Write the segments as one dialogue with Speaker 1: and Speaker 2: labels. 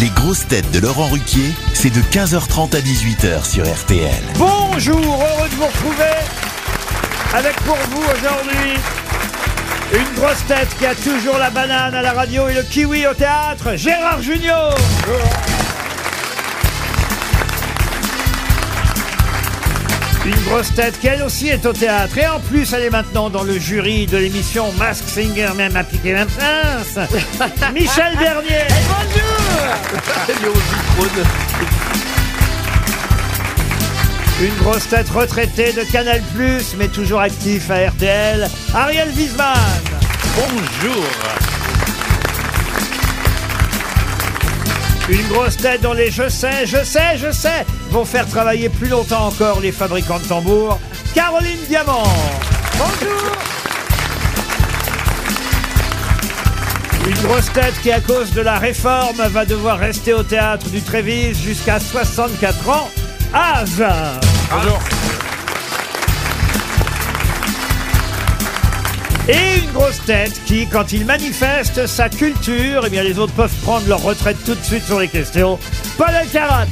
Speaker 1: Les grosses têtes de Laurent Ruquier, c'est de 15h30 à 18h sur RTL.
Speaker 2: Bonjour, heureux de vous retrouver avec pour vous aujourd'hui une grosse tête qui a toujours la banane à la radio et le kiwi au théâtre, Gérard Junior. Une grosse tête qui elle aussi est au théâtre et en plus elle est maintenant dans le jury de l'émission Mask Singer même appliqué même prince. Michel Bernier. Une grosse tête retraitée de Canal+, mais toujours actif à RTL, Ariel Wiesman. Bonjour Une grosse tête dont les je sais, je sais, je sais vont faire travailler plus longtemps encore les fabricants de tambours, Caroline Diamant. Bonjour Une grosse tête qui, à cause de la réforme, va devoir rester au théâtre du Trévise jusqu'à 64 ans. Az Et une grosse tête qui, quand il manifeste sa culture, eh bien les autres peuvent prendre leur retraite tout de suite sur les questions. Paul Alcarat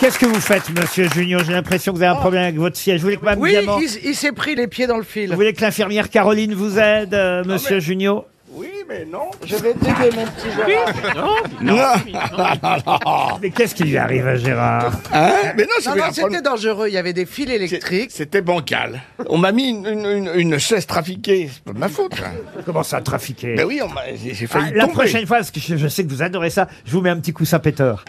Speaker 2: Qu'est-ce que vous faites, monsieur Junior J'ai l'impression que vous avez un problème avec votre siège. Vous voulez que Mme
Speaker 3: Oui,
Speaker 2: Diamant-
Speaker 3: il, il s'est pris les pieds dans le fil.
Speaker 2: Vous voulez que l'infirmière Caroline vous aide, euh, monsieur Junio
Speaker 3: Oui, mais non. Je vais t'aider, mon petit Gérard.
Speaker 2: Mais qu'est-ce qui lui arrive à Gérard
Speaker 4: Hein Mais non, c'est
Speaker 3: Non,
Speaker 4: bien
Speaker 3: non,
Speaker 4: un
Speaker 3: c'était
Speaker 4: problème.
Speaker 3: dangereux. Il y avait des fils électriques.
Speaker 4: C'était bancal. On m'a mis une, une, une- une chaise trafiquée. C'est pas de ma faute. hein.
Speaker 2: Comment ça, trafiquer
Speaker 4: Ben oui, on m'a- j'ai j'ai
Speaker 2: Ah,
Speaker 4: failli
Speaker 2: la
Speaker 4: tomber.
Speaker 2: prochaine fois, parce que je, je sais que vous adorez ça, je vous mets un petit coussin péteur.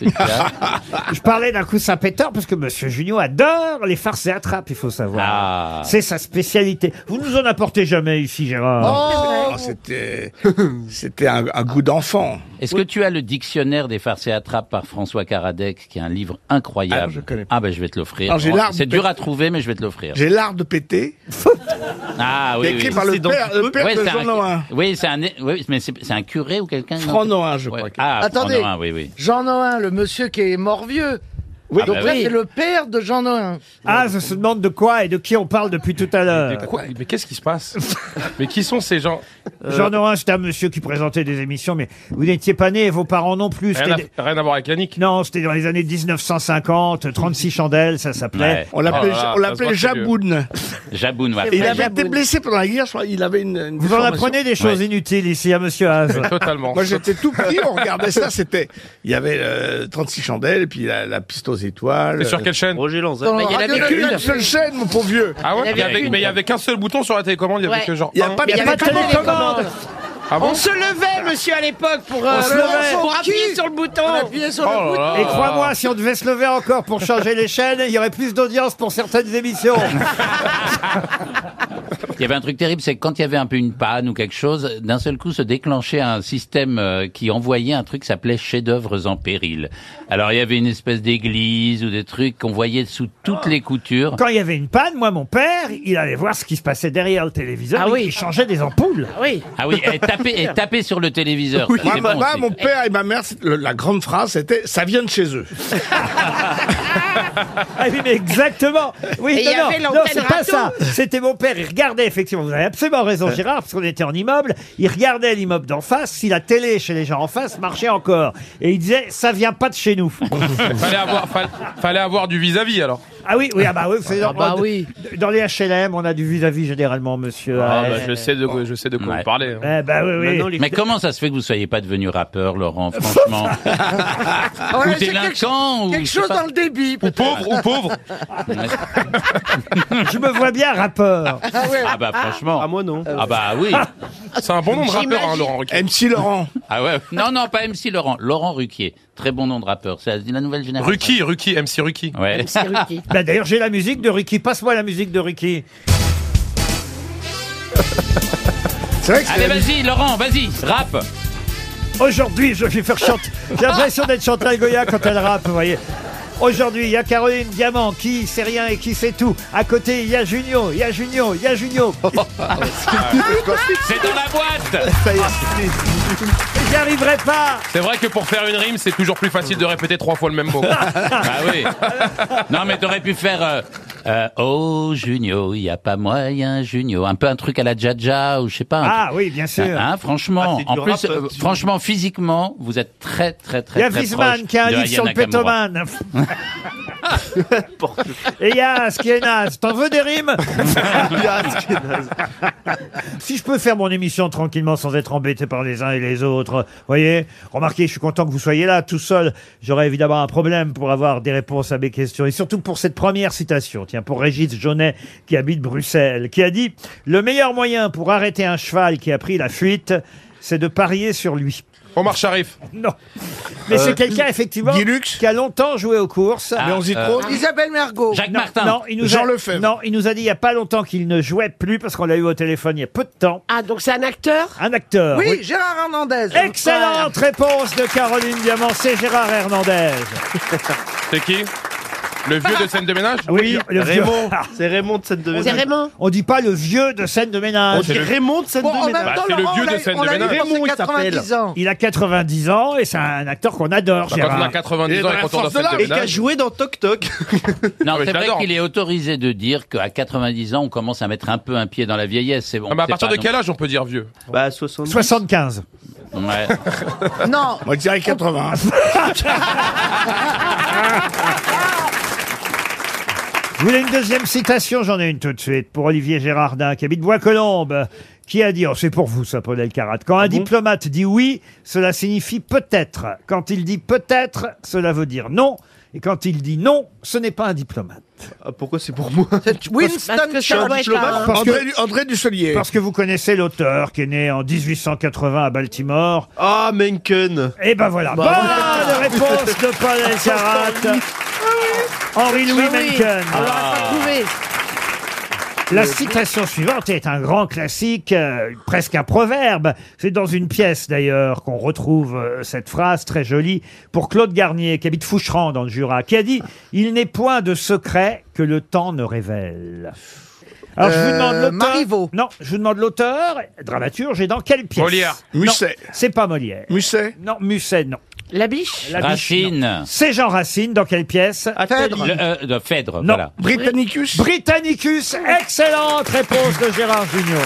Speaker 2: je parlais d'un coussin péteur parce que Monsieur Junio adore les farces et attrapes, il faut savoir. C'est sa spécialité. Vous nous en apportez jamais ici, Gérard.
Speaker 4: Oh, C'était c'était un, un goût d'enfant.
Speaker 5: Est-ce que tu as le dictionnaire des farces et attrapes par François Karadec, qui est un livre
Speaker 4: Ah,
Speaker 5: incroyable
Speaker 4: je connais pas.
Speaker 5: Ah ben je vais te l'offrir.
Speaker 4: Alors, j'ai
Speaker 5: Oh,
Speaker 4: l'arbre
Speaker 5: C'est
Speaker 4: de-
Speaker 5: dur à trouver, mais je vais te l'offrir.
Speaker 4: J'ai l'art de péter.
Speaker 5: Ah oui.
Speaker 4: écrit
Speaker 5: oui.
Speaker 4: par le
Speaker 5: C'est donc-
Speaker 4: père- le père de
Speaker 5: c'est
Speaker 4: Jean
Speaker 5: un-
Speaker 4: Nohain.
Speaker 5: Oui, c'est un, oui, mais c'est c'est un curé ou quelqu'un non
Speaker 4: Franc Nohain, je crois.
Speaker 5: Ouais. Ah,
Speaker 3: Attendez.
Speaker 5: Franc Nohain, oui, oui.
Speaker 3: Jean Nohain, le monsieur qui est mort vieux.
Speaker 4: Oui,
Speaker 3: Donc
Speaker 5: bah
Speaker 3: là,
Speaker 5: oui.
Speaker 3: c'est le père de Jean Nohain.
Speaker 2: Ah, je se demande de quoi et de qui on parle depuis tout à l'heure.
Speaker 6: Quoi mais qu'est-ce qui se passe Mais qui sont ces gens
Speaker 2: J'en aurais un, c'était un monsieur qui présentait des émissions, mais vous n'étiez pas né et vos parents non plus.
Speaker 6: Euh, rien à,
Speaker 2: C'était-
Speaker 6: rien à voir avec Yannick.
Speaker 2: Non, c'était dans les années 1950, 36 chandelles, ça s'appelait.
Speaker 5: Ouais.
Speaker 4: On l'appelait
Speaker 6: Oh là là,
Speaker 4: on l'appelait
Speaker 6: ça se voit que c'est
Speaker 4: Jaboun.
Speaker 5: Jaboun, ouais.
Speaker 4: Et il
Speaker 3: vrai,
Speaker 4: avait été
Speaker 3: Jaboun.
Speaker 4: blessé pendant la guerre. je crois. Il avait une, une
Speaker 2: Vous en
Speaker 4: déformation.
Speaker 2: apprenez des choses
Speaker 5: Ouais.
Speaker 2: inutiles ici à Monsieur Haas.
Speaker 6: Totalement.
Speaker 4: Moi j'étais tout petit, on regardait ça, c'était... Il y avait euh, 36 chandelles, puis la, la piste aux étoiles.
Speaker 6: T'es sur quelle chaîne
Speaker 7: Roger Lanza.
Speaker 3: Dans
Speaker 8: il y en
Speaker 3: Radio
Speaker 8: avait
Speaker 4: Il y a
Speaker 3: Notre-Dame.
Speaker 4: une seule chaîne, mon pauvre vieux.
Speaker 6: Ah ouais
Speaker 8: Il y
Speaker 6: Il y
Speaker 8: avait
Speaker 6: avait-
Speaker 8: une.
Speaker 6: Mais il y avait qu'un seul bouton sur la télécommande, il y avait
Speaker 8: Ouais.
Speaker 6: que genre.
Speaker 4: Il n'y
Speaker 6: un.
Speaker 4: a pas
Speaker 8: Il y
Speaker 4: de
Speaker 8: avait
Speaker 2: pas de télécommande.
Speaker 6: Ah bon
Speaker 8: On se levait, monsieur, à l'époque, pour, euh,
Speaker 2: se levait.
Speaker 8: pour
Speaker 3: Qui
Speaker 8: appuyer sur le bouton.
Speaker 3: On appuyait sur le
Speaker 6: Oh là là.
Speaker 2: Et crois-moi, si on devait se lever encore pour changer les chaînes, il y aurait plus d'audience pour certaines émissions.
Speaker 5: Il y avait un truc terrible, c'est que quand il y avait un peu une panne ou quelque chose, d'un seul coup se déclenchait un système euh, qui envoyait un truc qui s'appelait chefs-d'œuvre en péril. Alors il y avait une espèce d'église ou des trucs qu'on voyait sous toutes les coutures.
Speaker 2: Quand il y avait une panne, moi, mon père, il allait voir ce qui se passait derrière le téléviseur.
Speaker 8: Ah
Speaker 2: et
Speaker 8: oui.
Speaker 2: Il changeait des ampoules.
Speaker 8: Oui.
Speaker 5: Ah oui, et taper, et taper sur le téléviseur. ça,
Speaker 4: Moi,
Speaker 5: c'est
Speaker 4: ma-
Speaker 5: bon
Speaker 4: ma-
Speaker 5: aussi.
Speaker 4: mon père et ma mère, c'est- le- la grande phrase, c'était « ça vient de chez eux
Speaker 2: Ah oui, mais exactement. Oui,
Speaker 8: Et il y
Speaker 2: non,
Speaker 8: avait
Speaker 2: non,
Speaker 8: l'antenne
Speaker 2: non, c'est pas
Speaker 8: râteau.
Speaker 2: ça. C'était mon père. Il regardait, effectivement. Vous avez absolument raison, Gérard, parce qu'on était en immeuble. Il regardait l'immeuble d'en face. Si la télé chez les gens en face marchait encore. Et il disait, ça vient pas de chez nous.
Speaker 6: fallait, avoir, fall- fallait avoir du vis-à-vis alors.
Speaker 2: Ah oui, oui, ah bah oui, vous savez,
Speaker 3: Ah bah
Speaker 2: dans-
Speaker 3: oui.
Speaker 2: Dans les HLM, on a du vis-à-vis généralement, monsieur.
Speaker 6: Ah,
Speaker 2: Haas.
Speaker 6: bah, je sais de quoi, je sais de quoi
Speaker 5: Ouais.
Speaker 6: vous parlez. hein.
Speaker 2: Eh bah oui, oui.
Speaker 7: Maintenant, les-
Speaker 5: Mais comment ça se fait que vous soyez pas devenu rappeur, Laurent, franchement
Speaker 3: Ah ouais,
Speaker 5: Ou
Speaker 3: c'est quelque-
Speaker 5: délinquant ou
Speaker 3: Quelque
Speaker 5: je sais
Speaker 3: chose
Speaker 5: pas.
Speaker 3: dans le débit.
Speaker 6: Ou pauvre, ou pauvre.
Speaker 2: Je me vois bien rappeur.
Speaker 3: Ah ouais.
Speaker 5: Ah bah franchement.
Speaker 7: Ah, moi non.
Speaker 5: Ah bah oui.
Speaker 6: C'est un bon nom de rappeur, hein, Laurent ». Ruquier.
Speaker 4: MC Laurent.
Speaker 5: Ah ouais. Non, non, pas MC Laurent. Laurent Ruquier. Très bon nom de rappeur. C'est la la nouvelle génération.
Speaker 6: Ruki, Ruki, MC Ruki.
Speaker 5: Ouais.
Speaker 8: C'est Ruki.
Speaker 2: Bah, D'ailleurs, j'ai la musique de Ricky. Passe-moi la musique de Ricky.
Speaker 4: C'est vrai que
Speaker 5: Allez,
Speaker 4: c'était-
Speaker 5: vas-y, Laurent, vas-y, rap.
Speaker 2: Aujourd'hui, je vais faire chanter. J'ai l'impression d'être Chantal Goya quand elle rappe, vous voyez. Aujourd'hui, il y a Caroline Diamant qui sait rien et qui sait tout. À côté, il y a Junio, il y a Junio, il y a Junio.
Speaker 5: Ah, C'est dans la boîte.
Speaker 2: J'y arriverai pas.
Speaker 6: C'est vrai que pour faire une rime, Bah c'est toujours plus facile de répéter trois fois le même mot.
Speaker 5: Ah oui. Non, mais t'aurais pu faire. euh, euh, Euh, oh, Junio, il n'y a pas moyen, Junio. Un peu un truc à la Jaja ou je sais pas. un
Speaker 2: Ah
Speaker 5: truc-
Speaker 2: oui, bien sûr.
Speaker 5: Hein,
Speaker 7: Ah,
Speaker 5: franchement,
Speaker 7: c'est
Speaker 5: en
Speaker 7: du
Speaker 5: plus,
Speaker 7: rap,
Speaker 5: euh,
Speaker 7: tu-
Speaker 5: franchement, physiquement, vous êtes très, très,
Speaker 2: Il y
Speaker 5: très,
Speaker 2: a
Speaker 5: très
Speaker 2: Wiesmann
Speaker 5: proche
Speaker 2: qui a un
Speaker 5: de
Speaker 2: livre
Speaker 5: Aya
Speaker 2: sur le
Speaker 5: Nakamura.
Speaker 2: pétomane.
Speaker 6: Ah
Speaker 2: Et Yas qui est naze. T'en veux des rimes Si je peux faire mon émission tranquillement sans être embêté par les uns et les autres, voyez, remarquez, je suis content que vous soyez là tout seul. J'aurais évidemment un problème pour avoir des réponses à mes questions et surtout pour cette première citation, tiens, pour Régis Jaunet qui habite Bruxelles, qui a dit Le meilleur moyen pour arrêter un cheval qui a pris la fuite, c'est de parier sur lui.
Speaker 6: Omar Sharif.
Speaker 2: Non. Mais c'est quelqu'un, effectivement, qui a longtemps joué aux courses.
Speaker 5: Euh, Ah, euh,
Speaker 3: Isabelle Mergot.
Speaker 5: Jacques
Speaker 2: Oh, Non,
Speaker 5: Martin.
Speaker 2: non, il nous
Speaker 4: Jean
Speaker 2: a,
Speaker 4: Lefebvre.
Speaker 2: Non, il nous a dit il n'y a pas longtemps qu'il ne jouait plus parce qu'on l'a eu au téléphone il y a peu de temps.
Speaker 8: Ah, donc c'est un acteur
Speaker 2: Un acteur.
Speaker 3: Oui, Gérard Hernandez.
Speaker 2: Excellente réponse de Caroline Diamant, c'est Gérard Hernandez.
Speaker 6: C'est qui Le vieux de scène de ménage
Speaker 2: Oui, le vieux. Ah.
Speaker 7: Raymond, c'est Raymond de cette
Speaker 8: C'est
Speaker 7: devenue.
Speaker 8: Raymond
Speaker 2: On dit pas le vieux de scène de
Speaker 7: On
Speaker 6: Oh,
Speaker 2: ménage.
Speaker 7: dit Raymond de cette
Speaker 3: Bon, en même
Speaker 7: devenue.
Speaker 6: Bah,
Speaker 3: temps,
Speaker 6: c'est le
Speaker 3: Laurent,
Speaker 6: vieux
Speaker 3: on l'a-
Speaker 6: de scène
Speaker 3: on
Speaker 6: de
Speaker 3: l'a eu
Speaker 6: ménage.
Speaker 3: pour ses
Speaker 7: Raymond, il s'appelle.
Speaker 3: 90 ans.
Speaker 2: Il a 90 ans et c'est un acteur qu'on adore,
Speaker 6: Bah, Quand on a
Speaker 2: Gérard.
Speaker 6: 90 ans et quand on a scène de
Speaker 7: Et qui a
Speaker 6: ménage.
Speaker 7: joué dans Toc Toc.
Speaker 5: Non,
Speaker 6: Ah oui,
Speaker 5: c'est vrai
Speaker 6: j'adore.
Speaker 5: qu'il est autorisé de dire qu'à 90 ans, on commence à mettre un peu un pied dans la vieillesse. C'est bon.
Speaker 6: Ah, mais à
Speaker 5: c'est
Speaker 6: partir
Speaker 5: pas
Speaker 6: de quel âge on peut dire vieux
Speaker 7: Bah, 70.
Speaker 2: 75.
Speaker 5: non- Ouais.
Speaker 3: Non,
Speaker 4: Moi, je dirais 80.
Speaker 2: Vous voulez une deuxième citation J'en ai une tout de suite pour Olivier Gérardin qui habite Bois-Colombes. Qui a dit, oh, c'est pour vous ça, Paul Elkarat. Quand un diplomate dit oui, cela signifie peut-être. Quand il dit peut-être, cela veut dire non. Et quand il dit non, ce n'est pas un diplomate.
Speaker 7: Ah, pourquoi c'est pour moi
Speaker 3: c'est
Speaker 8: Parce
Speaker 3: Winston
Speaker 8: que ça doit
Speaker 3: Churchill.
Speaker 8: être un-
Speaker 2: Parce que,
Speaker 4: André, Du- André Dusselier.
Speaker 2: parce que vous connaissez l'auteur qui est né en 1880 à Baltimore.
Speaker 7: Ah, Menken.
Speaker 2: Et ben voilà. Bonne réponse de Paul Elkarat. Henri-Louis
Speaker 8: Ah oui.
Speaker 2: Mencken.
Speaker 8: On l'aurait pas trouvé.
Speaker 2: La citation suivante est un grand classique, euh, presque un proverbe. C'est dans une pièce d'ailleurs qu'on retrouve euh, cette phrase très jolie pour Claude Garnier, qui habite Foucheran dans le Jura, qui a dit « Il n'est point de secret que le temps ne révèle ». Alors je vous
Speaker 3: Euh,
Speaker 2: demande l'auteur.
Speaker 3: Marivaux.
Speaker 2: Non, je vous demande l'auteur, dramaturge, et dans quelle pièce
Speaker 6: Molière.
Speaker 2: Non,
Speaker 4: Musset.
Speaker 2: C'est pas Molière.
Speaker 4: Musset.
Speaker 2: Non, Musset, non.
Speaker 8: La biche
Speaker 2: La biche, non.
Speaker 5: Racine.
Speaker 2: C'est Jean Racine, dans quelle pièce
Speaker 3: Phèdre.
Speaker 5: Le- euh, de Phèdre,
Speaker 2: Non.
Speaker 5: voilà.
Speaker 4: Britannicus.
Speaker 2: Britannicus, excellente réponse de Gérard Junior.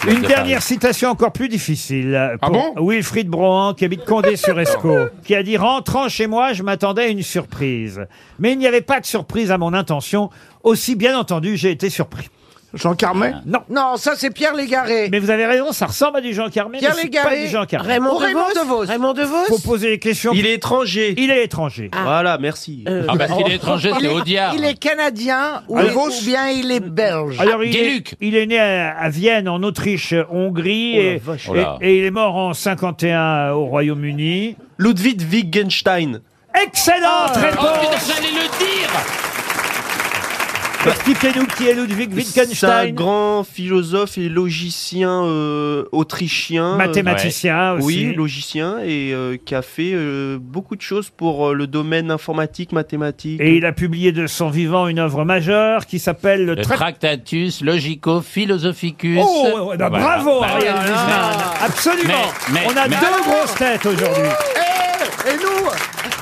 Speaker 5: Claude
Speaker 2: Une
Speaker 5: de
Speaker 2: dernière
Speaker 5: Paris.
Speaker 2: citation encore plus difficile. euh,
Speaker 6: Ah
Speaker 2: pour
Speaker 6: bon
Speaker 2: Wilfried Brohan, qui habite Condé-sur-Escaut, qui a dit « Rentrant chez moi, je m'attendais à une surprise. Mais il n'y avait pas de surprise à mon intention. Aussi, bien entendu, j'ai été surpris. Ah.
Speaker 4: Jean Carmet.
Speaker 2: Non.
Speaker 3: Non, ça c'est Pierre Légaré.
Speaker 2: Mais vous avez raison, ça ressemble à du Jean Carmé, mais
Speaker 3: Pierre
Speaker 2: c'est pas
Speaker 3: Légaré.
Speaker 2: du Jean Carmé.
Speaker 8: Raymond,
Speaker 3: Oh, Raymond
Speaker 8: DeVos.
Speaker 3: DeVos.
Speaker 8: Raymond DeVos
Speaker 2: Faut poser les questions.
Speaker 7: Il est étranger.
Speaker 2: Il est étranger.
Speaker 8: Ah.
Speaker 7: Voilà, merci.
Speaker 8: Euh,
Speaker 5: Ah, bah,
Speaker 2: Oh,
Speaker 5: s'il est étranger, c'est Audiard.
Speaker 3: Il est canadien ou,
Speaker 2: Alors-
Speaker 3: ou bien il est belge.
Speaker 2: Alors, il est,
Speaker 5: Guéluc.
Speaker 2: il est né à, à Vienne, en Autriche, euh, Hongrie,
Speaker 7: Oh la
Speaker 2: et,
Speaker 7: vache.
Speaker 2: et-
Speaker 5: Oh là.
Speaker 2: et il est mort en 51 euh, au Royaume-Uni.
Speaker 7: Ludwig Wittgenstein.
Speaker 2: Excellente
Speaker 5: Oh putain,
Speaker 2: réponse
Speaker 5: j'allais le dire
Speaker 2: Expliquez-nous qui est Ludwig
Speaker 7: C'est un
Speaker 2: Wittgenstein,
Speaker 7: grand philosophe et logicien euh, autrichien. euh,
Speaker 2: mathématicien aussi.
Speaker 7: Oui, logicien et euh, qui a fait euh, beaucoup de choses pour euh, le domaine informatique, mathématique.
Speaker 2: Et il a publié de son vivant une œuvre majeure qui s'appelle Le
Speaker 5: Le
Speaker 2: Traité-
Speaker 5: Tractatus Logico-Philosophicus.
Speaker 2: Oh, ouais, bah,
Speaker 5: Voilà.
Speaker 2: bravo,
Speaker 5: Bah,
Speaker 2: Ariel
Speaker 5: voilà.
Speaker 2: Wiesmann. Absolument.
Speaker 5: Mais- mais-
Speaker 2: On a
Speaker 5: mais-
Speaker 2: deux grosses têtes aujourd'hui.
Speaker 3: Et nous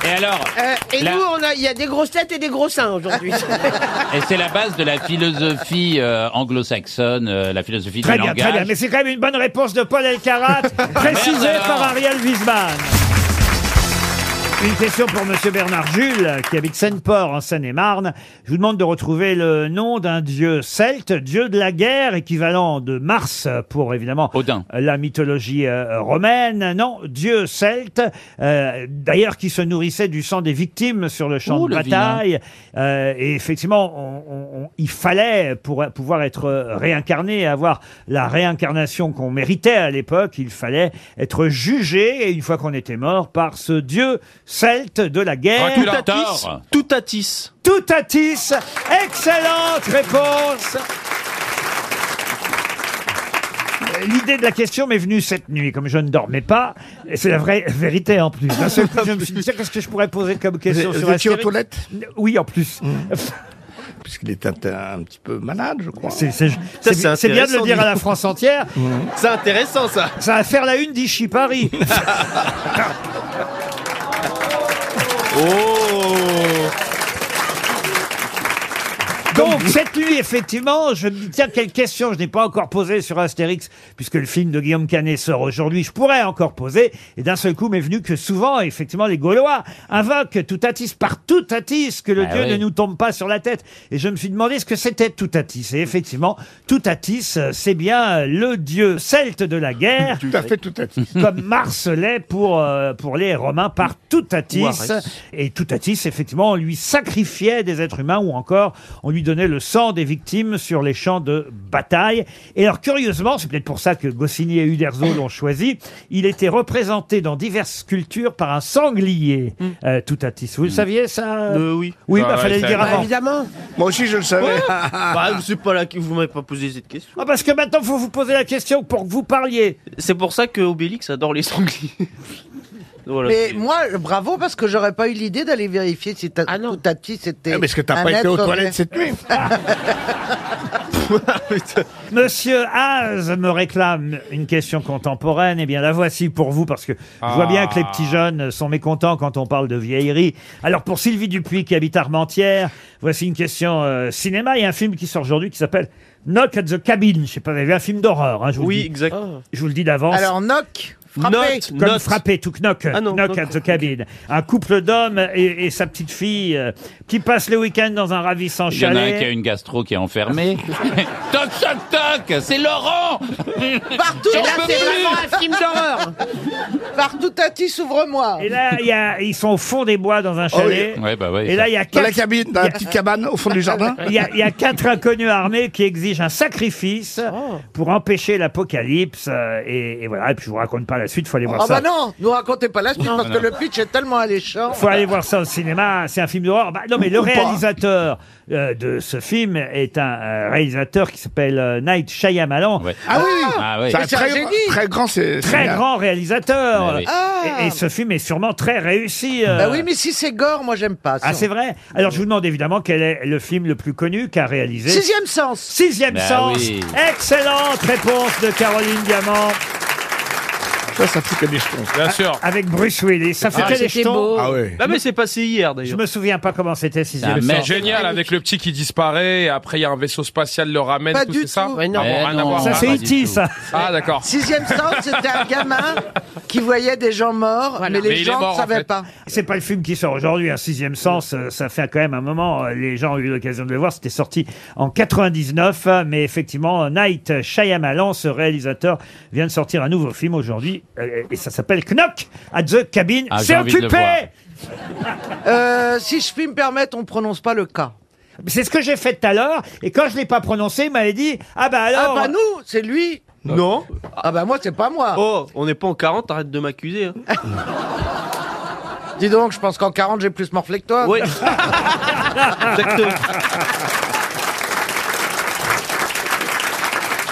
Speaker 5: Et alors,
Speaker 8: euh, et
Speaker 5: La-
Speaker 8: nous, on a- il y a des grosses têtes et des gros seins aujourd'hui.
Speaker 5: et c'est la base de la philosophie euh, anglo-saxonne, euh, la philosophie
Speaker 2: Très
Speaker 5: du
Speaker 2: bien,
Speaker 5: langage.
Speaker 2: très bien. Mais c'est quand même une bonne réponse de Paul Elkarat, précisée
Speaker 5: Merde alors.
Speaker 2: par Ariel Wiesmann. Une question pour Monsieur Bernard Jules, qui habite Seine-Port, en Seine-et-Marne. Je vous demande de retrouver le nom d'un dieu celte, dieu de la guerre, équivalent de Mars pour, évidemment,
Speaker 5: Odin.
Speaker 2: la mythologie euh, romaine. Non, dieu celte, euh, d'ailleurs qui se nourrissait du sang des victimes sur le champ
Speaker 5: Ouh,
Speaker 2: de
Speaker 5: le vilain.
Speaker 2: bataille. Euh, et effectivement, on- on- on- il fallait, pour pouvoir être euh, réincarné et avoir la réincarnation qu'on méritait à l'époque, il fallait être jugé, et une fois qu'on était mort, par ce dieu celte de la guerre.
Speaker 6: Dracula.
Speaker 5: Toutatis.
Speaker 7: Tout à tis.
Speaker 2: Toutatis, excellente réponse L'idée de la question m'est venue cette nuit, comme je ne dormais pas, et c'est la vraie vérité en plus. D'un seul coup, je me suis dit, tiens, qu'est-ce que je pourrais poser comme question
Speaker 4: Vous
Speaker 2: sur
Speaker 4: étiez aux
Speaker 2: Astérix
Speaker 4: toilettes
Speaker 2: Oui, en plus.
Speaker 4: Puisqu'il est un, un petit peu malade, je crois.
Speaker 2: C'est c'est-
Speaker 7: Ça,
Speaker 2: c'est
Speaker 7: c'est
Speaker 2: bi- c'est bien de le
Speaker 7: intéressant,
Speaker 2: dire
Speaker 7: dis
Speaker 2: à la France entière.
Speaker 7: C'est intéressant ça.
Speaker 2: Ça va faire la une d'Ichi Paris.
Speaker 7: Oh.
Speaker 2: Donc, cette nuit, effectivement, je me dis, tiens, quelle question je n'ai pas encore posée sur Astérix, puisque le film de Guillaume Canet sort aujourd'hui, je pourrais encore poser. Et d'un seul coup, m'est venu que souvent, effectivement, les Gaulois invoquent Toutatis par Toutatis, que le
Speaker 5: Ah
Speaker 2: dieu
Speaker 5: oui.
Speaker 2: ne nous tombe pas sur la tête. Et je me suis demandé ce que c'était Toutatis. Et effectivement, Toutatis, euh, c'est bien euh, le dieu celte de la guerre
Speaker 4: Tout à fait, tout à fait.
Speaker 2: comme Mars l'est pour, euh, pour les Romains par Toutatis.
Speaker 7: Ou Arès.
Speaker 2: Et Toutatis, effectivement, on lui sacrifiait des êtres humains ou encore on lui donnait le sang des victimes sur les champs de bataille. Et alors, curieusement, c'est peut-être pour ça que Goscinny et Uderzo l'ont choisi, il était représenté dans diverses cultures par un sanglier, euh, Toutatis. Vous le saviez, ça
Speaker 7: Mm. Euh, oui.
Speaker 2: Oui,
Speaker 6: Ah
Speaker 2: bah,
Speaker 6: ouais,
Speaker 2: fallait le
Speaker 6: ça-
Speaker 2: dire
Speaker 6: Bah,
Speaker 2: avant.
Speaker 8: Évidemment.
Speaker 4: Moi aussi, je le savais.
Speaker 7: Bah, je sais pas là, vous m'avez pas posé cette question.
Speaker 2: Ah, parce que maintenant, faut vous poser la question pour que vous parliez.
Speaker 7: C'est pour ça que Obélix adore les sangliers. voilà.
Speaker 3: Mais moi, bravo, parce que j'aurais pas eu l'idée d'aller vérifier si ta,
Speaker 8: Ah non.
Speaker 3: tout à petit c'était.
Speaker 4: Eh, Mais est-ce que t'as
Speaker 3: un
Speaker 4: pas été aux
Speaker 3: être-
Speaker 4: toilettes cette nuit
Speaker 2: Monsieur Haas me réclame une question contemporaine. Eh bien, la voici pour vous, parce que je vois bien que les
Speaker 7: Ah.
Speaker 2: petits jeunes sont mécontents quand on parle de vieillerie. Alors, pour Sylvie Dupuis, qui habite Armentières, voici une question euh, cinéma. Il y a un film qui sort aujourd'hui qui s'appelle Knock at the Cabin. Je sais pas, vous avez vu un film d'horreur, hein, je, vous le
Speaker 7: Oui,
Speaker 2: dis-
Speaker 7: exact.
Speaker 2: je vous le dis d'avance.
Speaker 3: Alors, knock, frappé.
Speaker 7: Note,
Speaker 2: Comme
Speaker 7: note.
Speaker 2: frapper, tout knock,
Speaker 7: Ah non,
Speaker 2: knock
Speaker 7: knock.
Speaker 2: at the cabin. Un couple d'hommes et, et sa petite fille euh, qui passent le week-end dans un ravissant
Speaker 5: Il y en a un qui a
Speaker 2: chalet.
Speaker 5: une gastro qui est enfermée. toc, toc, toc C'est Laurent
Speaker 3: Partout,
Speaker 8: Et là, c'est vraiment un film d'horreur.
Speaker 3: partout, Tati, s'ouvre-moi.
Speaker 2: Et là, il y a- ils sont au fond des bois dans un
Speaker 4: Oh oui.
Speaker 2: chalet.
Speaker 5: Ouais, bah ouais.
Speaker 2: Et là, il y a
Speaker 4: Dans la
Speaker 2: quatre,
Speaker 4: cabine, dans la petite cabane au fond du jardin
Speaker 2: il y a- il y a quatre inconnus armés qui exigent un sacrifice
Speaker 3: Oh.
Speaker 2: pour empêcher l'apocalypse. euh, Et, et voilà, et puis je vous raconte pas la suite, faut aller voir
Speaker 3: Oh
Speaker 2: ça.
Speaker 3: bah non, nous racontez pas la suite parce que le pitch est tellement alléchant.
Speaker 2: Faut aller voir ça au cinéma, c'est un film d'horreur. Bah, non, mais le réalisateur euh, de ce film est un euh, réalisateur qui s'appelle euh, Night Shyamalan.
Speaker 5: Ouais.
Speaker 4: Ah oui
Speaker 5: Ah ouais.
Speaker 4: C'est un
Speaker 3: c'est un
Speaker 4: très,
Speaker 3: génie.
Speaker 4: très grand, c'est
Speaker 2: Très
Speaker 4: c'est-
Speaker 2: grand réalisateur.
Speaker 5: Ouais, ouais.
Speaker 3: Ah.
Speaker 2: Et, et ce film est sûrement très réussi. euh,
Speaker 3: Bah oui, mais si c'est gore, moi j'aime pas.
Speaker 2: Ah, c'est vrai Alors, je vous demande évidemment quel est le film le plus connu qu'a réalisé.
Speaker 3: Sixième sens.
Speaker 2: Sixième
Speaker 5: Bah
Speaker 2: sens.
Speaker 5: oui.
Speaker 2: Excellente réponse de Caroline Diamant
Speaker 4: Ça, ça fout que des jetons.
Speaker 6: Bien sûr.
Speaker 2: Ah, avec Bruce Willis. Ça fait
Speaker 8: Ah,
Speaker 2: les
Speaker 8: c'était
Speaker 2: jetons.
Speaker 8: beau.
Speaker 4: Ah ouais.
Speaker 7: Ah mais c'est passé hier
Speaker 2: Je
Speaker 7: d'ailleurs.
Speaker 2: me souviens pas comment c'était sixième
Speaker 5: Ah,
Speaker 2: sens.
Speaker 5: merde.
Speaker 6: C'est génial avec le petit qui disparaît et après il y a un vaisseau spatial le ramène
Speaker 3: Pas
Speaker 6: tout
Speaker 3: du
Speaker 6: c'est ça
Speaker 3: tout.
Speaker 6: Ah
Speaker 8: Ouais, non.
Speaker 6: bon,
Speaker 5: Eh
Speaker 6: rien à
Speaker 5: non.
Speaker 6: voir.
Speaker 2: Ça,
Speaker 5: Ah,
Speaker 2: c'est
Speaker 5: pas du
Speaker 2: E.T.,
Speaker 5: tout.
Speaker 2: ça.
Speaker 6: Ah d'accord.
Speaker 3: Sixième sens, c'était un gamin qui voyait des gens morts, mais les
Speaker 6: Mais il est
Speaker 3: gens
Speaker 6: mort, en
Speaker 3: ne savaient
Speaker 6: fait.
Speaker 3: pas.
Speaker 2: C'est pas le film qui sort aujourd'hui, un sixième sens, euh, ça fait quand même un moment, euh, les gens ont eu l'occasion de le voir, c'était sorti en 99, euh, mais effectivement, euh, Night Shyamalan, ce réalisateur, vient de sortir un nouveau film aujourd'hui, euh, et ça s'appelle Knock at the Cabin,
Speaker 5: Ah, j'ai
Speaker 2: c'est
Speaker 5: envie de le
Speaker 2: occupé
Speaker 5: voir.
Speaker 3: Euh, si je puis me permettre, on prononce pas le cas.
Speaker 2: C'est ce que j'ai fait tout à l'heure, et quand je l'ai pas prononcé, il m'avait dit, ah bah alors...
Speaker 3: Ah bah nous, c'est lui.
Speaker 7: Non.
Speaker 3: Ah bah moi, c'est pas moi.
Speaker 7: Oh, on n'est pas en 40, arrête de m'accuser. hein.
Speaker 3: Dis donc, je pense qu'en 40, j'ai plus morflé que toi.
Speaker 7: Ouais. Exactement.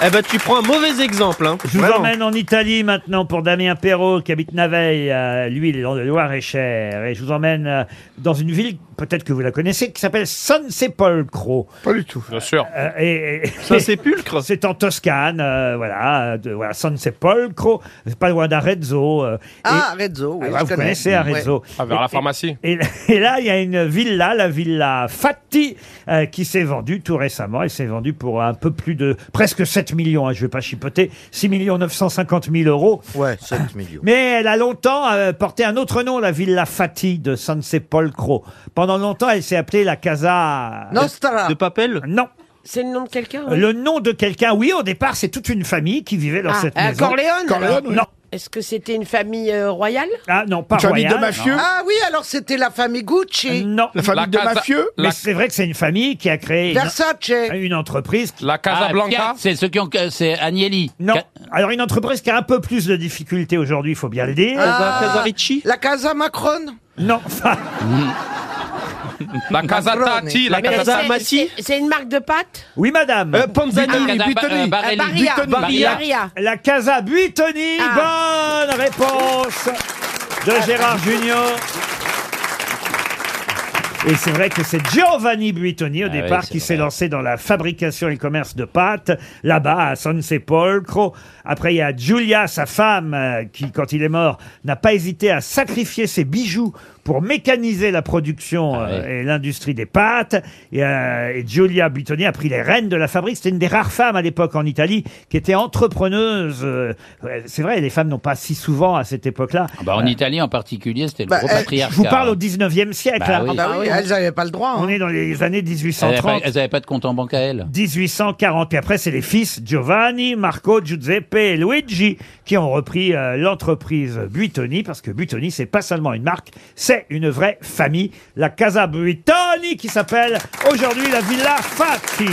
Speaker 7: Eh ben tu prends un mauvais exemple hein.
Speaker 2: Je vous
Speaker 7: Vraiment.
Speaker 2: emmène en Italie maintenant pour Damien Perrault qui habite Naveil. euh, lui, il est dans le Loir-et-Cher. Et je vous emmène euh, dans une ville, peut-être que vous la connaissez, qui s'appelle San Sepolcro.
Speaker 4: Pas du tout.
Speaker 6: Bien sûr.
Speaker 2: Euh, et, et-
Speaker 7: C'est un sépulcre.
Speaker 2: c'est en Toscane, euh, voilà, euh, de, voilà, San Sepolcro, c'est pas loin d'Arezzo. euh,
Speaker 3: Ah, Arezzo, oui,
Speaker 2: et- ah,
Speaker 3: je
Speaker 2: vous
Speaker 3: connais.
Speaker 2: connaissez Arezzo.
Speaker 6: Ah, vers
Speaker 2: Et-
Speaker 6: la pharmacie.
Speaker 2: et, et là, il y a une villa, la villa Fatti, euh, qui s'est vendue tout récemment. Elle s'est vendue pour un peu plus de presque 7 millions. hein, je vais pas chipoter, 6 millions 950 000 euros.
Speaker 3: Ouais, 7 millions.
Speaker 2: Mais elle a longtemps euh, porté un autre nom, la villa Fatti de San Sepolcro. Pendant longtemps, elle s'est appelée la Casa.
Speaker 3: Nostra.
Speaker 7: De papel
Speaker 2: Non.
Speaker 8: C'est le nom de quelqu'un hein
Speaker 2: Le nom de quelqu'un. Oui, au départ, c'est toute une famille qui vivait dans
Speaker 8: Ah,
Speaker 2: cette
Speaker 8: euh,
Speaker 2: maison.
Speaker 8: Corleone, alors.
Speaker 4: Corleone, oui.
Speaker 2: Non.
Speaker 8: Est-ce que c'était une famille euh, royale
Speaker 2: Ah non, pas
Speaker 4: Une famille de
Speaker 2: royale.
Speaker 4: mafieux
Speaker 3: Ah oui, alors c'était la famille Gucci.
Speaker 2: Non.
Speaker 4: La famille
Speaker 6: La
Speaker 4: de
Speaker 6: casa-
Speaker 4: mafieux
Speaker 2: Mais
Speaker 6: La-
Speaker 2: c'est vrai que c'est une famille qui a créé une-
Speaker 3: Versace.
Speaker 2: une, entreprise. qui-
Speaker 6: La
Speaker 5: Ah,
Speaker 6: Casablanca.
Speaker 5: Pierre, c'est ceux qui ont, que- c'est Agnelli.
Speaker 2: Non.
Speaker 5: Ca-
Speaker 2: Alors une entreprise qui a un peu plus de difficultés aujourd'hui, il faut bien le dire.
Speaker 3: Ah.
Speaker 7: Casarici
Speaker 3: La Casa Macron.
Speaker 2: Non. enfin,
Speaker 6: La Casatati. La
Speaker 3: Mais
Speaker 8: Mais
Speaker 7: Casa
Speaker 8: c'est-
Speaker 7: Amati
Speaker 8: c'est- C'est une marque de pâtes
Speaker 2: oui, madame.
Speaker 7: euh,
Speaker 3: Ah,
Speaker 7: Panzani.
Speaker 5: Cada- euh, Barelli.
Speaker 8: Barilla.
Speaker 5: Buitoni.
Speaker 8: Barilla.
Speaker 2: La Casa Buitoni.
Speaker 3: Ah.
Speaker 2: Bonne réponse de Gérard Junior. Et c'est vrai que c'est Giovanni Buitoni au
Speaker 5: Ah
Speaker 2: départ
Speaker 5: oui, c'est
Speaker 2: qui s'est
Speaker 5: vrai.
Speaker 2: lancé dans la fabrication et le commerce de pâtes, là-bas à San Sepolcro. Après, il y a Giulia, sa femme, euh, qui, quand il est mort, n'a pas hésité à sacrifier ses bijoux pour mécaniser la production
Speaker 5: Ah
Speaker 2: euh,
Speaker 5: ouais.
Speaker 2: et l'industrie des pâtes. Et, euh, et Giulia Buitoni a pris les rênes de la fabrique. C'était une des rares femmes à l'époque en Italie qui était entrepreneuse. Euh, ouais, C'est vrai, les femmes n'ont pas si souvent à cette époque-là.
Speaker 5: Ah bah, en
Speaker 2: Euh,
Speaker 5: Italie en particulier, c'était le
Speaker 9: Bah,
Speaker 5: gros
Speaker 8: euh,
Speaker 9: eh, je vous
Speaker 5: patriarcat. hein.
Speaker 2: je vous parle au 19e siècle. hein. là.
Speaker 5: Bah oui.
Speaker 9: Ah bah
Speaker 8: Ah
Speaker 9: oui,
Speaker 8: oui.
Speaker 9: elles n'avaient pas le droit.
Speaker 2: Eh, On
Speaker 9: hein.
Speaker 2: est dans les années
Speaker 5: Elles n'avaient pas,
Speaker 2: 1830.
Speaker 5: elles avaient pas de compte en banque à elles.
Speaker 2: 1840. Et après, c'est les fils Giovanni, Marco, Giuseppe et Luigi qui ont repris euh, l'entreprise Buitoni parce que Buitoni, c'est pas seulement une marque, c'est une vraie famille. La Casa Buitoni qui s'appelle aujourd'hui la Villa Fatti.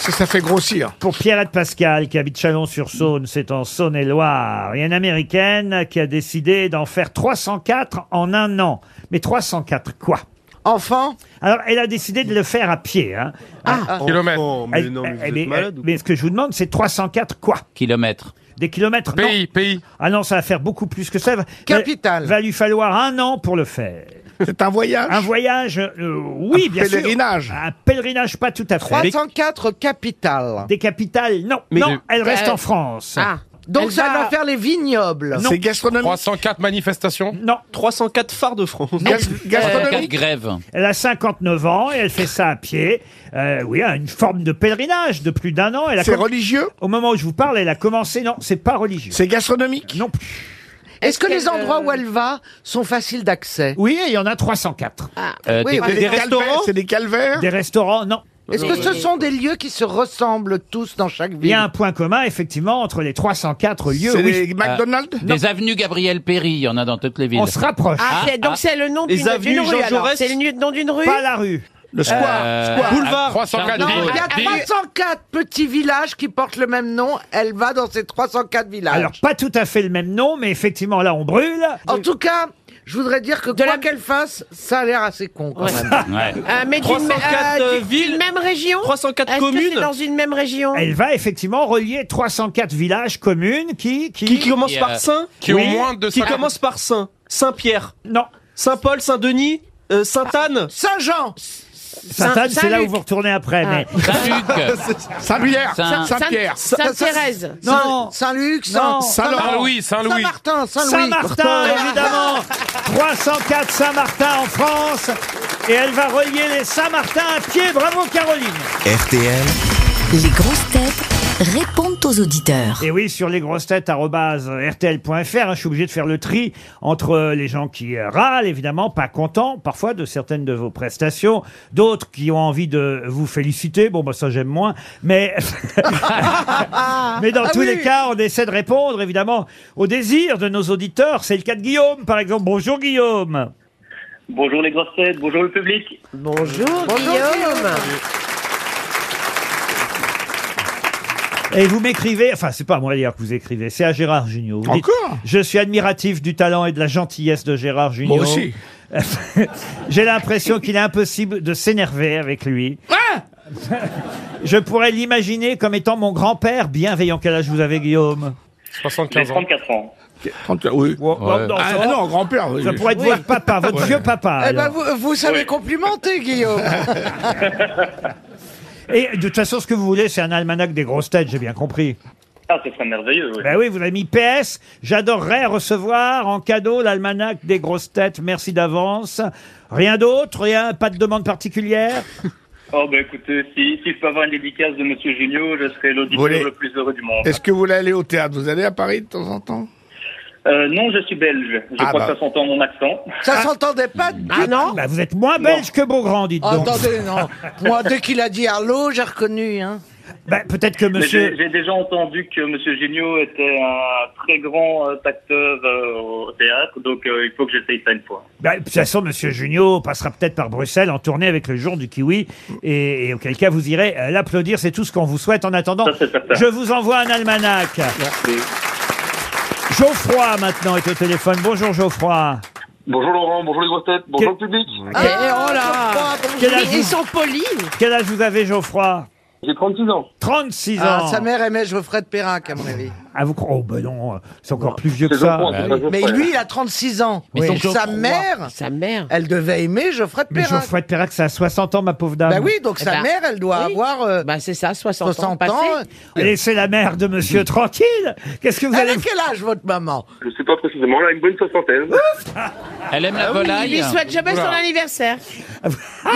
Speaker 4: Ça, ça fait grossir.
Speaker 2: Pour Pierrette Pascal qui habite Chalon-sur-Saône, c'est en Saône-et-Loire. Il y a une américaine qui a décidé d'en faire 304 en un an. Mais 304 quoi
Speaker 9: Enfant,
Speaker 2: alors, elle a décidé de le faire à pied. Hein.
Speaker 4: Ah.
Speaker 6: Kilomètres.
Speaker 7: Oh, mais
Speaker 2: Elle-
Speaker 7: non, mais vous
Speaker 2: elle-
Speaker 7: êtes
Speaker 2: mais-
Speaker 7: malade ou
Speaker 2: mais ce que je vous demande, c'est 304 quoi
Speaker 5: Kilomètres.
Speaker 2: Des kilomètres non.
Speaker 6: Pays, pays.
Speaker 2: Ah non, ça va faire beaucoup plus que ça. Va-
Speaker 9: Capital.
Speaker 2: Va, va lui falloir un an pour le faire.
Speaker 4: C'est un voyage.
Speaker 2: Un voyage, euh, oui,
Speaker 4: Un
Speaker 2: bien
Speaker 4: pèlerinage.
Speaker 2: sûr. Un pèlerinage, pas tout à fait.
Speaker 9: 304 capitales.
Speaker 2: Ah. Des capitales, non.
Speaker 7: Mais-
Speaker 2: non, elle reste
Speaker 8: Euh,
Speaker 2: en France.
Speaker 8: Ah.
Speaker 9: Donc
Speaker 8: Elle
Speaker 9: ça va...
Speaker 8: va-
Speaker 9: faire les vignobles.
Speaker 4: C'est gastronomique.
Speaker 6: 304 manifestations.
Speaker 2: Non, Euh,
Speaker 7: 304 phares de France.
Speaker 4: Gas-
Speaker 5: Quatre
Speaker 4: gastronomique.
Speaker 5: grèves.
Speaker 2: elle a 59 ans et elle fait ça à pied. Euh, oui, une forme de pèlerinage de plus d'un an. Elle a
Speaker 4: C'est
Speaker 2: comm-
Speaker 4: religieux.
Speaker 2: Au moment où je vous parle, elle a commencé. Non, c'est pas religieux.
Speaker 4: C'est gastronomique.
Speaker 2: Non plus.
Speaker 9: Est-ce que
Speaker 8: Est-ce
Speaker 9: les
Speaker 8: qu'elle,
Speaker 9: endroits
Speaker 8: euh,
Speaker 9: où elle va sont faciles d'accès Ah.
Speaker 2: Oui, et il y en a 304.
Speaker 8: Ah.
Speaker 5: Euh,
Speaker 9: Oui,
Speaker 5: t'es-
Speaker 9: voilà.
Speaker 4: Des,
Speaker 7: restaurants
Speaker 4: calvaires, C'est des calvaires. Euh,
Speaker 2: Des restaurants, non.
Speaker 9: Est-ce que ce sont des lieux qui se ressemblent tous dans chaque
Speaker 2: Il y a un
Speaker 9: ville
Speaker 2: point commun, effectivement, entre les 304 lieux.
Speaker 4: C'est
Speaker 2: oui.
Speaker 4: des
Speaker 2: Euh,
Speaker 4: McDonald's.
Speaker 5: Ah, Des avenues Gabriel Péry, il y en a dans toutes les villes.
Speaker 2: On se rapproche.
Speaker 8: Ah, c'est- donc c'est le nom
Speaker 7: Les
Speaker 8: d'une d'une
Speaker 7: avenues
Speaker 8: rue.
Speaker 7: Jean
Speaker 8: alors.
Speaker 7: Jaurès
Speaker 8: C'est le nom d'une rue.
Speaker 2: Pas la rue.
Speaker 4: Le square.
Speaker 5: Euh,
Speaker 4: square.
Speaker 7: Boulevard.
Speaker 6: 304
Speaker 5: Non,
Speaker 9: Non,
Speaker 6: villes.
Speaker 9: il y a
Speaker 6: Des-
Speaker 9: 304 petits villages qui portent le même nom. Elle va dans ces 304 villages.
Speaker 2: Alors, pas tout à fait le même nom, mais effectivement, là, on brûle.
Speaker 9: en tout cas, je voudrais dire que
Speaker 8: De
Speaker 9: quoi
Speaker 8: la-
Speaker 9: qu'elle fasse, ça a l'air assez con quand
Speaker 8: Ouais.
Speaker 9: même.
Speaker 5: Ouais.
Speaker 8: Euh, mais d'une
Speaker 7: 304
Speaker 8: euh, d'une-
Speaker 7: villes.
Speaker 8: d'une même région.
Speaker 7: 304
Speaker 8: Est-ce que c'est
Speaker 7: communes.
Speaker 8: dans une même région
Speaker 2: Elle va effectivement relier 304 villages communes qui... qui...
Speaker 7: Qui commence
Speaker 5: Et, euh,
Speaker 7: par Saint.
Speaker 6: qui ont moins de
Speaker 7: Qui
Speaker 6: 50.
Speaker 7: commence par Saint. Saint-Pierre.
Speaker 2: Non,
Speaker 7: Saint-Paul, Saint-Denis. euh, Sainte-Anne.
Speaker 9: Saint-Jean
Speaker 2: Sainte-Anne, c'est là où
Speaker 8: Saint-Luc.
Speaker 2: vous retournez après.
Speaker 8: Ah.
Speaker 2: Mais...
Speaker 5: Saint-Luc,
Speaker 4: Saint-Pierre.
Speaker 5: Saint-
Speaker 4: Saint-Pierre.
Speaker 8: Sainte-Thérèse.
Speaker 2: Non,
Speaker 9: Saint-Luc Saint-
Speaker 2: Non.
Speaker 6: Saint-Louis, Saint-Louis.
Speaker 9: Saint-Martin Saint-Louis
Speaker 2: Saint-Martin, évidemment 304 Saint-Martin en France Et elle va relier les Saint-Martin à pied. Bravo, Caroline
Speaker 10: RTL,
Speaker 1: Les grosses têtes répondent aux auditeurs.
Speaker 2: Et oui, sur lesgrossetêtes.rtl.fr, hein, je suis obligé de faire le tri entre euh, les gens qui euh, râlent, évidemment, pas contents parfois de certaines de vos prestations, d'autres qui ont envie de vous féliciter, bon, bah ça j'aime moins, mais, mais dans
Speaker 9: Ah
Speaker 2: tous
Speaker 9: oui.
Speaker 2: les cas, on essaie de répondre, évidemment, aux désirs de nos auditeurs. C'est le cas de Guillaume, par exemple. Bonjour Guillaume
Speaker 11: Bonjour les grosses têtes, bonjour le public.
Speaker 8: Bonjour,
Speaker 9: Bonjour,
Speaker 8: Guillaume.
Speaker 2: Et vous m'écrivez, enfin c'est pas à moi d'ailleurs que vous écrivez, c'est à Gérard Junior. Vous dites,
Speaker 4: Encore
Speaker 2: Je suis admiratif du talent et de la gentillesse de Gérard Junior.
Speaker 4: Moi aussi.
Speaker 2: J'ai l'impression qu'il est impossible de s'énerver avec lui. Je pourrais l'imaginer comme étant mon grand-père bienveillant. Quel âge vous avez, Guillaume
Speaker 6: 75
Speaker 11: J'ai
Speaker 6: ans.
Speaker 11: 34 ans.
Speaker 4: 30, oui.
Speaker 2: Oh, non,
Speaker 4: Ah,
Speaker 2: ça,
Speaker 4: non, grand-père. oui.
Speaker 2: ça pourrait être votre papa, votre vieux papa.
Speaker 9: Eh ben,
Speaker 2: alors.
Speaker 9: vous, vous savez
Speaker 11: Oui.
Speaker 9: complimenter, Guillaume
Speaker 2: Et de toute façon, ce que vous voulez, c'est un almanach des grosses têtes, j'ai bien compris.
Speaker 11: Ah, ce serait merveilleux, oui.
Speaker 2: Ben oui, vous avez mis PS. J'adorerais recevoir en cadeau l'almanach des grosses têtes. Merci d'avance. Rien d'autre, rien, pas de demande particulière.
Speaker 11: Oh, bah écoutez, si, si je peux avoir une dédicace de Monsieur Junio, je serai l'auditeur
Speaker 4: Volé.
Speaker 11: le plus heureux du monde.
Speaker 4: Est-ce que vous voulez aller au théâtre Vous allez à Paris de temps en temps
Speaker 11: Euh, non, je suis belge. Je
Speaker 4: Ah,
Speaker 11: crois
Speaker 4: bah.
Speaker 11: que ça s'entend mon accent.
Speaker 9: Ça s'entendait pas du
Speaker 8: Ah non
Speaker 2: Ben, vous êtes moins belge que Beaugrand, dites donc.
Speaker 9: Attendez, non. Moi, dès qu'il a dit allô, j'ai reconnu. Hein.
Speaker 2: Ben, peut-être que
Speaker 11: Mais
Speaker 2: monsieur...
Speaker 11: j'ai j'ai déjà entendu que Monsieur Junio était un très grand euh, acteur euh, au théâtre, donc euh, il faut que j'essaye ça une fois.
Speaker 2: Bah, de toute façon, Monsieur Junio passera peut-être par Bruxelles en tournée avec le jour du kiwi, et, et auquel cas vous irez euh, l'applaudir. C'est tout ce qu'on vous souhaite. En attendant,
Speaker 11: Ça, c'est certain.
Speaker 2: je vous envoie un almanach. Geoffroy maintenant est au téléphone. Bonjour Geoffroy.
Speaker 11: Bonjour Laurent, bonjour les grosses têtes,
Speaker 2: bonjour
Speaker 11: le public.
Speaker 9: Ah,
Speaker 8: oh là
Speaker 9: Geoffroy, bonjour.
Speaker 2: Eh, Quel âge,
Speaker 8: Ils ils
Speaker 2: vous,
Speaker 8: sont polis.
Speaker 2: quel âge vous avez Geoffroy
Speaker 11: J'ai 36 ans.
Speaker 2: 36 ans.
Speaker 9: Ah, sa mère aimait Geoffrey de Perrin, à mon avis.
Speaker 2: Ah, vous croyez Oh, ben non, euh, c'est encore plus vieux que
Speaker 12: C'est
Speaker 2: ça. bah
Speaker 12: Geoffroy, c'est pas
Speaker 3: Mais
Speaker 12: Geoffroy.
Speaker 3: lui, il a 36 ans.
Speaker 2: Mais
Speaker 3: Donc
Speaker 2: son
Speaker 3: sa
Speaker 2: Geoffroy.
Speaker 3: mère,
Speaker 8: Sa mère.
Speaker 3: elle devait aimer Geoffrey de
Speaker 2: Mais
Speaker 3: Perrin.
Speaker 2: Geoffroy de Perrac, ça a 60 ans, ma pauvre dame.
Speaker 3: Bah oui, donc
Speaker 8: Eh
Speaker 3: sa
Speaker 8: ben,
Speaker 3: mère, elle doit
Speaker 8: oui.
Speaker 3: avoir euh,
Speaker 8: Bah c'est ça, 60,
Speaker 3: 60
Speaker 8: passés.
Speaker 3: ans.
Speaker 2: Laissez la mère de monsieur tranquille. Qu'est-ce que vous
Speaker 3: Elle
Speaker 2: allez
Speaker 3: a quel âge, votre maman
Speaker 12: Je sais pas précisément, là, une bonne soixantaine.
Speaker 5: Elle aime la
Speaker 8: Ah Il lui
Speaker 5: volaille.
Speaker 8: souhaite jamais son anniversaire.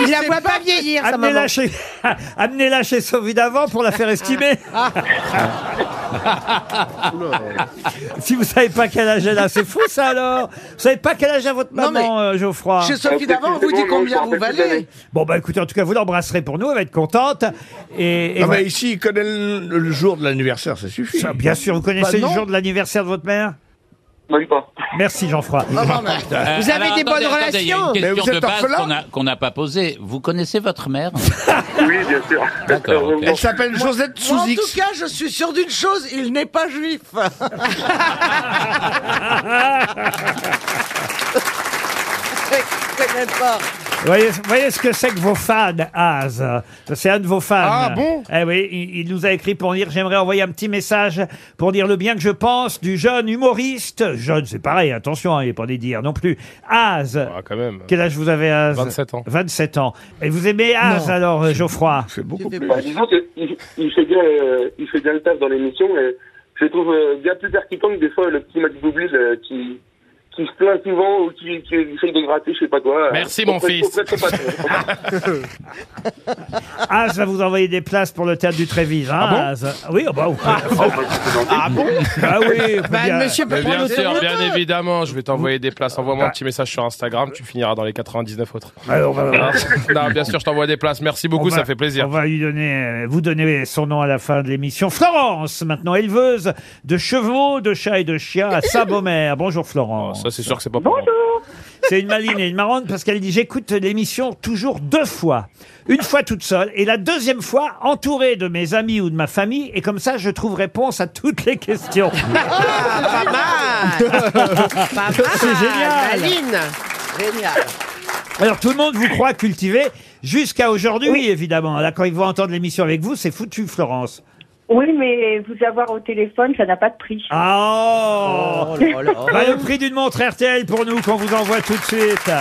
Speaker 8: Il la voit pas vieillir, sa maman.
Speaker 2: Ah, Amenez-la chez, amenez-la chez Sauvi d'avant pour la faire estimer. si vous savez pas quel âge elle a, c'est fou ça alors. Vous savez pas quel âge a votre
Speaker 3: Non,
Speaker 2: maman, euh, Geoffroy.
Speaker 3: Chez Sophie d'avant, on vous dit
Speaker 12: Précisément, non, je
Speaker 3: combien
Speaker 12: me
Speaker 3: vous
Speaker 12: rappelle plus
Speaker 3: valez.
Speaker 12: d'années.
Speaker 2: Bon bah écoutez, en tout cas vous l'embrasserez pour nous, elle va être contente. Et, et
Speaker 4: Non,
Speaker 2: voilà.
Speaker 4: mais ici, il connaît le, le jour de l'anniversaire, ça suffit.
Speaker 2: Eh ben- Ça, bien sûr, vous connaissez
Speaker 3: Bah,
Speaker 2: le
Speaker 3: non.
Speaker 2: jour de l'anniversaire de votre mère.
Speaker 12: Même pas.
Speaker 2: Merci Geoffroy.
Speaker 3: Non, non, mais-
Speaker 5: Euh,
Speaker 8: Vous avez des bonnes
Speaker 5: attendez, attendez, il y a
Speaker 8: relations.
Speaker 5: une
Speaker 4: Mais
Speaker 5: question
Speaker 4: vous
Speaker 5: de
Speaker 4: êtes
Speaker 5: base
Speaker 4: orphelin
Speaker 5: qu'on a- qu'on n'a pas posée. Vous connaissez votre mère
Speaker 12: Oui, bien sûr.
Speaker 5: D'accord, ok.
Speaker 4: Elle s'appelle Josette
Speaker 3: Moi, en tout
Speaker 4: Souzix.
Speaker 3: cas, je suis sûr d'une chose, il n'est pas juif. Je connais pas.
Speaker 2: Voyez, voyez ce que c'est que vos fans, Az. C'est un de vos fans.
Speaker 4: Ah bon
Speaker 2: Eh oui, il, il nous a écrit pour dire j'aimerais envoyer un petit message pour dire le bien que je pense du jeune humoriste. Jeune, c'est pareil, attention, hein, il n'est pas des dire non plus. Az.
Speaker 6: Ah, quand même.
Speaker 2: Quel âge vous avez, Az
Speaker 6: 27 ans.
Speaker 2: 27 ans. Et vous aimez Az
Speaker 4: Non.
Speaker 2: alors, euh, Geoffroy
Speaker 4: C'est beaucoup plus.
Speaker 12: Bah, disons qu'il il fait, bien, euh, il fait bien le taf dans l'émission et je le trouve euh, bien plus percutant que des fois le petit Max Boublil euh, qui, qui se plaint souvent ou qui, qui essaye de gratter, je sais pas quoi. euh,
Speaker 6: Merci, mon
Speaker 12: auprès-
Speaker 6: fils.
Speaker 12: auprès de son patron.
Speaker 2: Az va vous envoyer des places pour le théâtre du Trévise. Hein, Az. Oui, oh bah, vous pouvez-
Speaker 12: Ah, bah, c'est gentil.
Speaker 2: ah oui. on peut
Speaker 8: Bah,
Speaker 2: dire-
Speaker 8: monsieur peut
Speaker 6: Mais
Speaker 8: prendre
Speaker 6: bien
Speaker 8: le
Speaker 6: sûr,
Speaker 8: temps.
Speaker 6: bien évidemment, je vais t'envoyer des places. Envoie-moi un petit message sur Instagram, tu finiras dans les 99 autres.
Speaker 2: Alors, Bah. on va-
Speaker 6: Hein non, bien sûr, je t'envoie des places. Merci beaucoup,
Speaker 2: On va-
Speaker 6: ça fait plaisir.
Speaker 2: On va lui donner, euh, vous donner son nom à la fin de l'émission. Florence, maintenant éleveuse de chevaux, de chats et de chiens à Saint-Beaumer. Bonjour
Speaker 6: Oh,
Speaker 2: Florence.
Speaker 6: ça, c'est sûr que c'est pas pour moi.
Speaker 2: C'est une maline et une marrante parce qu'elle dit j'écoute l'émission toujours deux fois. Une fois toute seule et la deuxième fois entourée de mes amis ou de ma famille et comme ça je trouve réponse à toutes les questions.
Speaker 8: Ah, Pas mal. Pas mal.
Speaker 2: Ah, C'est génial.
Speaker 8: Aline.
Speaker 3: Génial.
Speaker 2: Alors tout le monde vous croit cultivé jusqu'à aujourd'hui évidemment. Là quand ils vont entendre l'émission avec vous c'est foutu Florence.
Speaker 13: Oui, mais vous avoir au téléphone, ça n'a pas de prix.
Speaker 2: Ah oh Bah, le prix d'une montre RTL pour nous qu'on vous envoie tout de suite.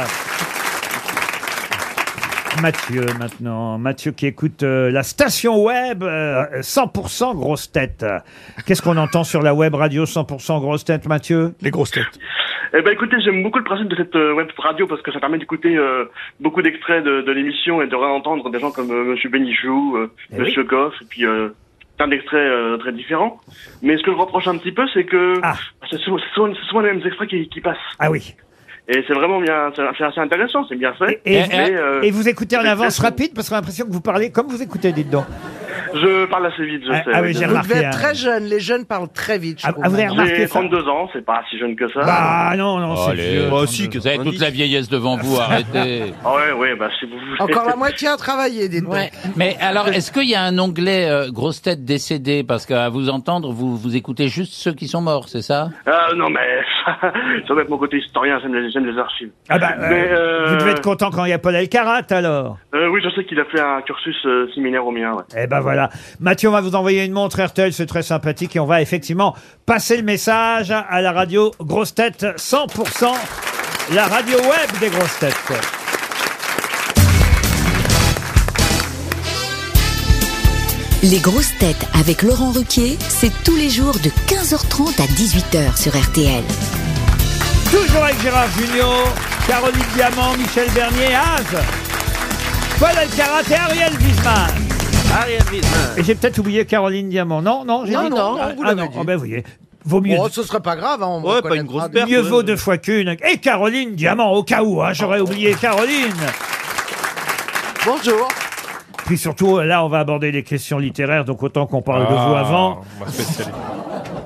Speaker 2: Mathieu maintenant, Mathieu qui écoute euh, la station web euh, 100% grosse tête. Qu'est-ce qu'on entend sur la web radio 100% grosse tête Mathieu
Speaker 4: Les grosses têtes.
Speaker 12: Eh ben écoutez, j'aime beaucoup le principe de cette euh, web radio parce que ça permet d'écouter euh, beaucoup d'extraits de, de l'émission et de réentendre des gens comme euh, Monsieur Bénichou, euh,
Speaker 2: Eh oui.
Speaker 12: Monsieur Goff, et puis euh, plein d'extraits euh, très différents. Mais ce que je reproche un petit peu, c'est que
Speaker 2: Ah.
Speaker 12: c'est souvent, c'est souvent- c'est souvent les mêmes extraits qui, qui passent.
Speaker 2: Ah oui.
Speaker 12: Et c'est vraiment bien, c'est c'est assez intéressant, c'est bien fait.
Speaker 2: Et, et-
Speaker 12: Mais, euh,
Speaker 2: et vous écoutez en
Speaker 12: c'est
Speaker 2: avance
Speaker 12: clair.
Speaker 2: rapide parce qu'on a l'impression que vous parlez comme vous écoutez dites donc.
Speaker 12: je parle assez vite, je
Speaker 2: Ah,
Speaker 12: sais.
Speaker 2: ah oui, j'ai
Speaker 3: Vous devez
Speaker 2: remarqué. hein.
Speaker 3: être très jeune, les jeunes parlent très vite. je
Speaker 2: Ah,
Speaker 3: trouve,
Speaker 2: ah, vous avez
Speaker 3: maintenant.
Speaker 2: remarqué
Speaker 12: J'ai
Speaker 2: ça
Speaker 12: 32 ans, c'est pas si jeune que ça.
Speaker 2: Bah non non c'est
Speaker 5: Allez.
Speaker 2: vieux.
Speaker 5: Moi
Speaker 7: aussi,
Speaker 5: Oh, Vous avez toute la vieillesse devant vous, arrêtez.
Speaker 12: Ah ouais, ouais, bah si vous voulez.
Speaker 3: Encore la moitié à travailler, dites donc.
Speaker 5: Ouais. Mais alors, est-ce qu'il y a un onglet euh, grosse tête décédée Parce qu'à vous entendre, vous, vous écoutez juste ceux qui sont morts, c'est ça
Speaker 12: Ah non mais ça va être mon côté historien, j'aime les, j'aime les archives.
Speaker 2: Ah bah, euh,
Speaker 12: Mais, euh,
Speaker 2: vous devez être content quand il y a Paul Elkarat alors.
Speaker 12: Euh, oui, je sais qu'il a fait un cursus euh, similaire au mien. Ouais.
Speaker 2: Eh ben voilà. Mathieu, on va vous envoyer une montre RTL, c'est très sympathique et on va effectivement passer le message à la radio Grosse Tête 100%, la radio web des Grosses Têtes.
Speaker 14: Les grosses têtes avec Laurent Ruquier, c'est tous les jours de 15h30 à 18h sur RTL.
Speaker 2: Toujours avec Gérard Junior, Caroline Diamant, Michel Bernier, Az, Paul Alcarat et Ariel Wiesman.
Speaker 7: Ariel Wiesman.
Speaker 2: Et j'ai peut-être oublié Caroline Diamant. Non, non, j'ai
Speaker 3: Non,
Speaker 2: dit-
Speaker 3: non,
Speaker 2: Ah,
Speaker 3: vous
Speaker 2: ah,
Speaker 3: l'avez
Speaker 2: non.
Speaker 3: dit.
Speaker 2: Ah ben, vous voyez. Vaut mieux
Speaker 3: Oh, ce serait pas grave. Hein, on
Speaker 7: Ouais, pas une
Speaker 3: reconnaîtra
Speaker 7: grosse
Speaker 3: bien.
Speaker 7: perte.
Speaker 2: Mieux
Speaker 7: ouais,
Speaker 2: vaut
Speaker 7: ouais. Oh.
Speaker 2: deux fois qu'une. Et Caroline Diamant, au cas où, hein, j'aurais oublié Caroline.
Speaker 3: Bonjour.
Speaker 2: Puis surtout, euh, là, on va aborder les questions littéraires, donc autant qu'on parle de vous
Speaker 6: Ah,
Speaker 2: avant.
Speaker 6: ma spécialité.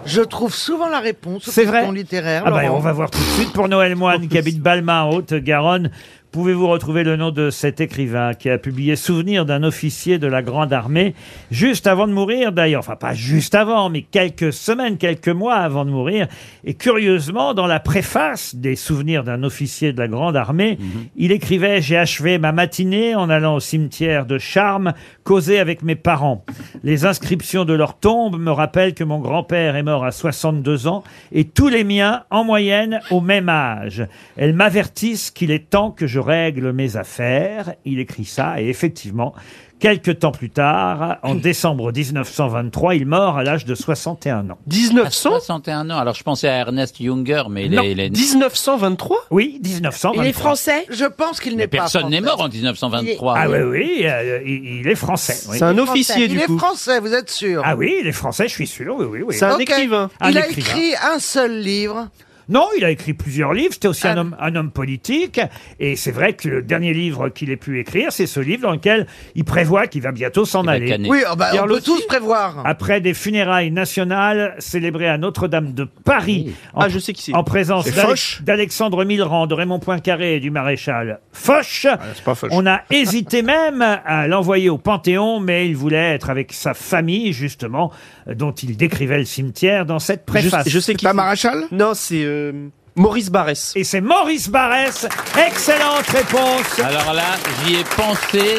Speaker 3: Je trouve souvent la réponse aux
Speaker 2: C'est vrai
Speaker 3: questions littéraires.
Speaker 2: Ah bah,
Speaker 3: Eh, Laurent.
Speaker 2: on va voir tout de suite pour Noël Moine, qui habite Balma, en Haute-Garonne. pouvez-vous retrouver le nom de cet écrivain qui a publié Souvenir d'un officier de la Grande Armée juste avant de mourir d'ailleurs, enfin pas juste avant, mais quelques semaines, quelques mois avant de mourir. Et curieusement, dans la préface des Souvenirs d'un officier de la Grande Armée,
Speaker 5: Mhm.
Speaker 2: il écrivait J'ai achevé ma matinée en allant au cimetière de Charmes causer avec mes parents. Les inscriptions de leur tombe me rappellent que mon grand-père est mort à 62 ans et tous les miens en moyenne au même âge. Elles m'avertissent qu'il est temps que je règle mes affaires. Il écrit ça et effectivement, quelques temps plus tard, en décembre 1923, il meurt à l'âge de 61 ans.
Speaker 5: 1900 61 ans. Alors je pensais à Ernest Junger, mais il
Speaker 2: Non.
Speaker 5: est, il est-
Speaker 2: 1923 Oui, 1923.
Speaker 3: Je pense qu'il n'est
Speaker 5: Mais
Speaker 3: pas
Speaker 5: personne n'est
Speaker 3: français.
Speaker 5: mort en 1923.
Speaker 2: Ah oui, oui, euh, il, il est français. oui.
Speaker 5: C'est un
Speaker 3: Il est français. Il est français, vous êtes sûr
Speaker 2: Ah oui, il est français, je suis sûr, oui, oui, oui.
Speaker 3: Ok. Il a écrit un seul livre.
Speaker 2: Non, il a écrit plusieurs livres, c'était aussi
Speaker 3: Ah.
Speaker 2: un homme, un homme politique, et c'est vrai que le dernier livre qu'il ait pu écrire, c'est ce livre dans lequel il prévoit qu'il va bientôt s'en aller.
Speaker 3: Oui, ah bah, on
Speaker 2: Pierre
Speaker 3: peut
Speaker 2: Loti-
Speaker 3: tous prévoir.
Speaker 2: Après des funérailles nationales célébrées à Notre-Dame de Paris, en, en présence
Speaker 4: Ah C'est
Speaker 2: d'Alex-
Speaker 4: Foch
Speaker 2: d'Alexandre Millerand, de Raymond Poincaré et du maréchal Foch,
Speaker 4: Ah,
Speaker 2: on a hésité même à l'envoyer au Panthéon, mais il voulait être avec sa famille, justement, euh, dont il décrivait le cimetière dans cette préface.
Speaker 7: Je, je sais qui. Pas
Speaker 4: Maréchal
Speaker 7: Non, c'est euh, Maurice Barrès.
Speaker 2: Et c'est Maurice Barrès. Excellente réponse.
Speaker 5: Alors là, j'y ai pensé,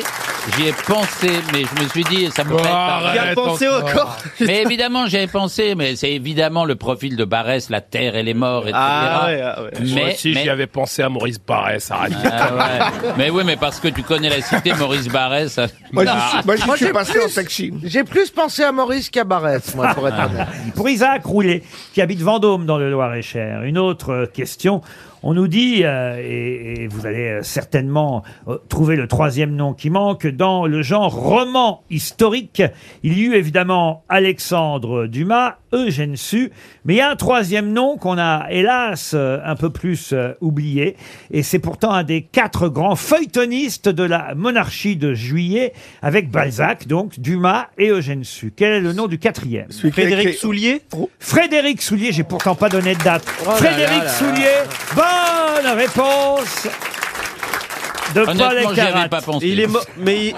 Speaker 5: j'y ai pensé, mais je me suis dit, ça peut pas être Barrès.
Speaker 7: arrête, J'y ai pensé encore. encore.
Speaker 5: Mais évidemment, j'y ai pensé, mais c'est évidemment le profil de Barès, la terre et les morts, etc.
Speaker 6: Moi
Speaker 5: Mais,
Speaker 6: aussi,
Speaker 5: mais-
Speaker 6: j'y avais pensé à Maurice Barrès, arrête.
Speaker 5: Ah ouais. mais oui, mais parce que tu connais la cité Maurice Barrès. ça- Ah.
Speaker 3: j'ai plus- J'ai plus pensé à Maurice qu'à Barrès, moi, pour être honnête.
Speaker 2: Pour Isaac Roulet, qui habite Vendôme dans le Loir-et-Cher, une autre euh, question. On nous dit, euh, et, et vous allez euh, certainement euh, trouver le troisième nom qui manque, dans le genre roman historique, il y eut évidemment Alexandre Dumas, Eugène Sue, mais il y a un troisième nom qu'on a hélas euh, un peu plus euh, oublié, et c'est pourtant un des quatre grands feuilletonistes de la monarchie de juillet, avec Balzac, donc Dumas et Eugène Sue. Quel est le nom du quatrième
Speaker 4: Celui qui a Frédéric écrit-
Speaker 2: Soulier Frédéric Soulier, j'ai pourtant pas donné de date.
Speaker 4: là
Speaker 2: Frédéric
Speaker 4: là là
Speaker 2: Soulier, bonne réponse de Paul
Speaker 7: Honnêtement, j'y avais
Speaker 2: Elkarat.
Speaker 7: pas pensé. Il est mort- mais il-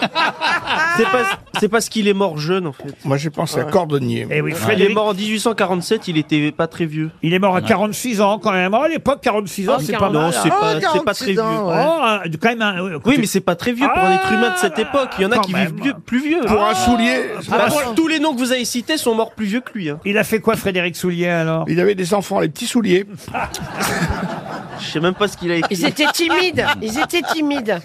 Speaker 7: C'est pas- c'est parce qu'il est mort jeune, en fait.
Speaker 4: Moi, j'ai pensé à Cordonnier.
Speaker 2: Eh oui,
Speaker 7: Il
Speaker 2: Frédéric-
Speaker 7: est mort en 1847, il était pas très vieux.
Speaker 2: Il est mort à 46 Ah, ans quand même. Oh, À l'époque, 46 ans,
Speaker 7: Oh,
Speaker 2: c'est pas
Speaker 7: 40.
Speaker 2: mal.
Speaker 7: Non, c'est pas- Oh, c'est pas très 46 ans, vieux. ouais.
Speaker 2: Oh, un- quand même un-
Speaker 7: Oui, mais c'est pas très vieux pour un être humain de cette époque. Il y en a
Speaker 2: Ah, quand
Speaker 7: qui
Speaker 2: même.
Speaker 7: vivent vieux- plus vieux.
Speaker 2: Pour un soulier.
Speaker 7: Bah,
Speaker 2: Pour un-
Speaker 7: Tous les noms que vous avez cités sont morts plus vieux que lui. hein.
Speaker 2: Il a fait quoi, Frédéric Soulier, alors
Speaker 4: Il avait des enfants, les petits souliers.
Speaker 7: Je sais même pas ce qu'il a écrit.
Speaker 8: Ils étaient timides. Ils étaient timides.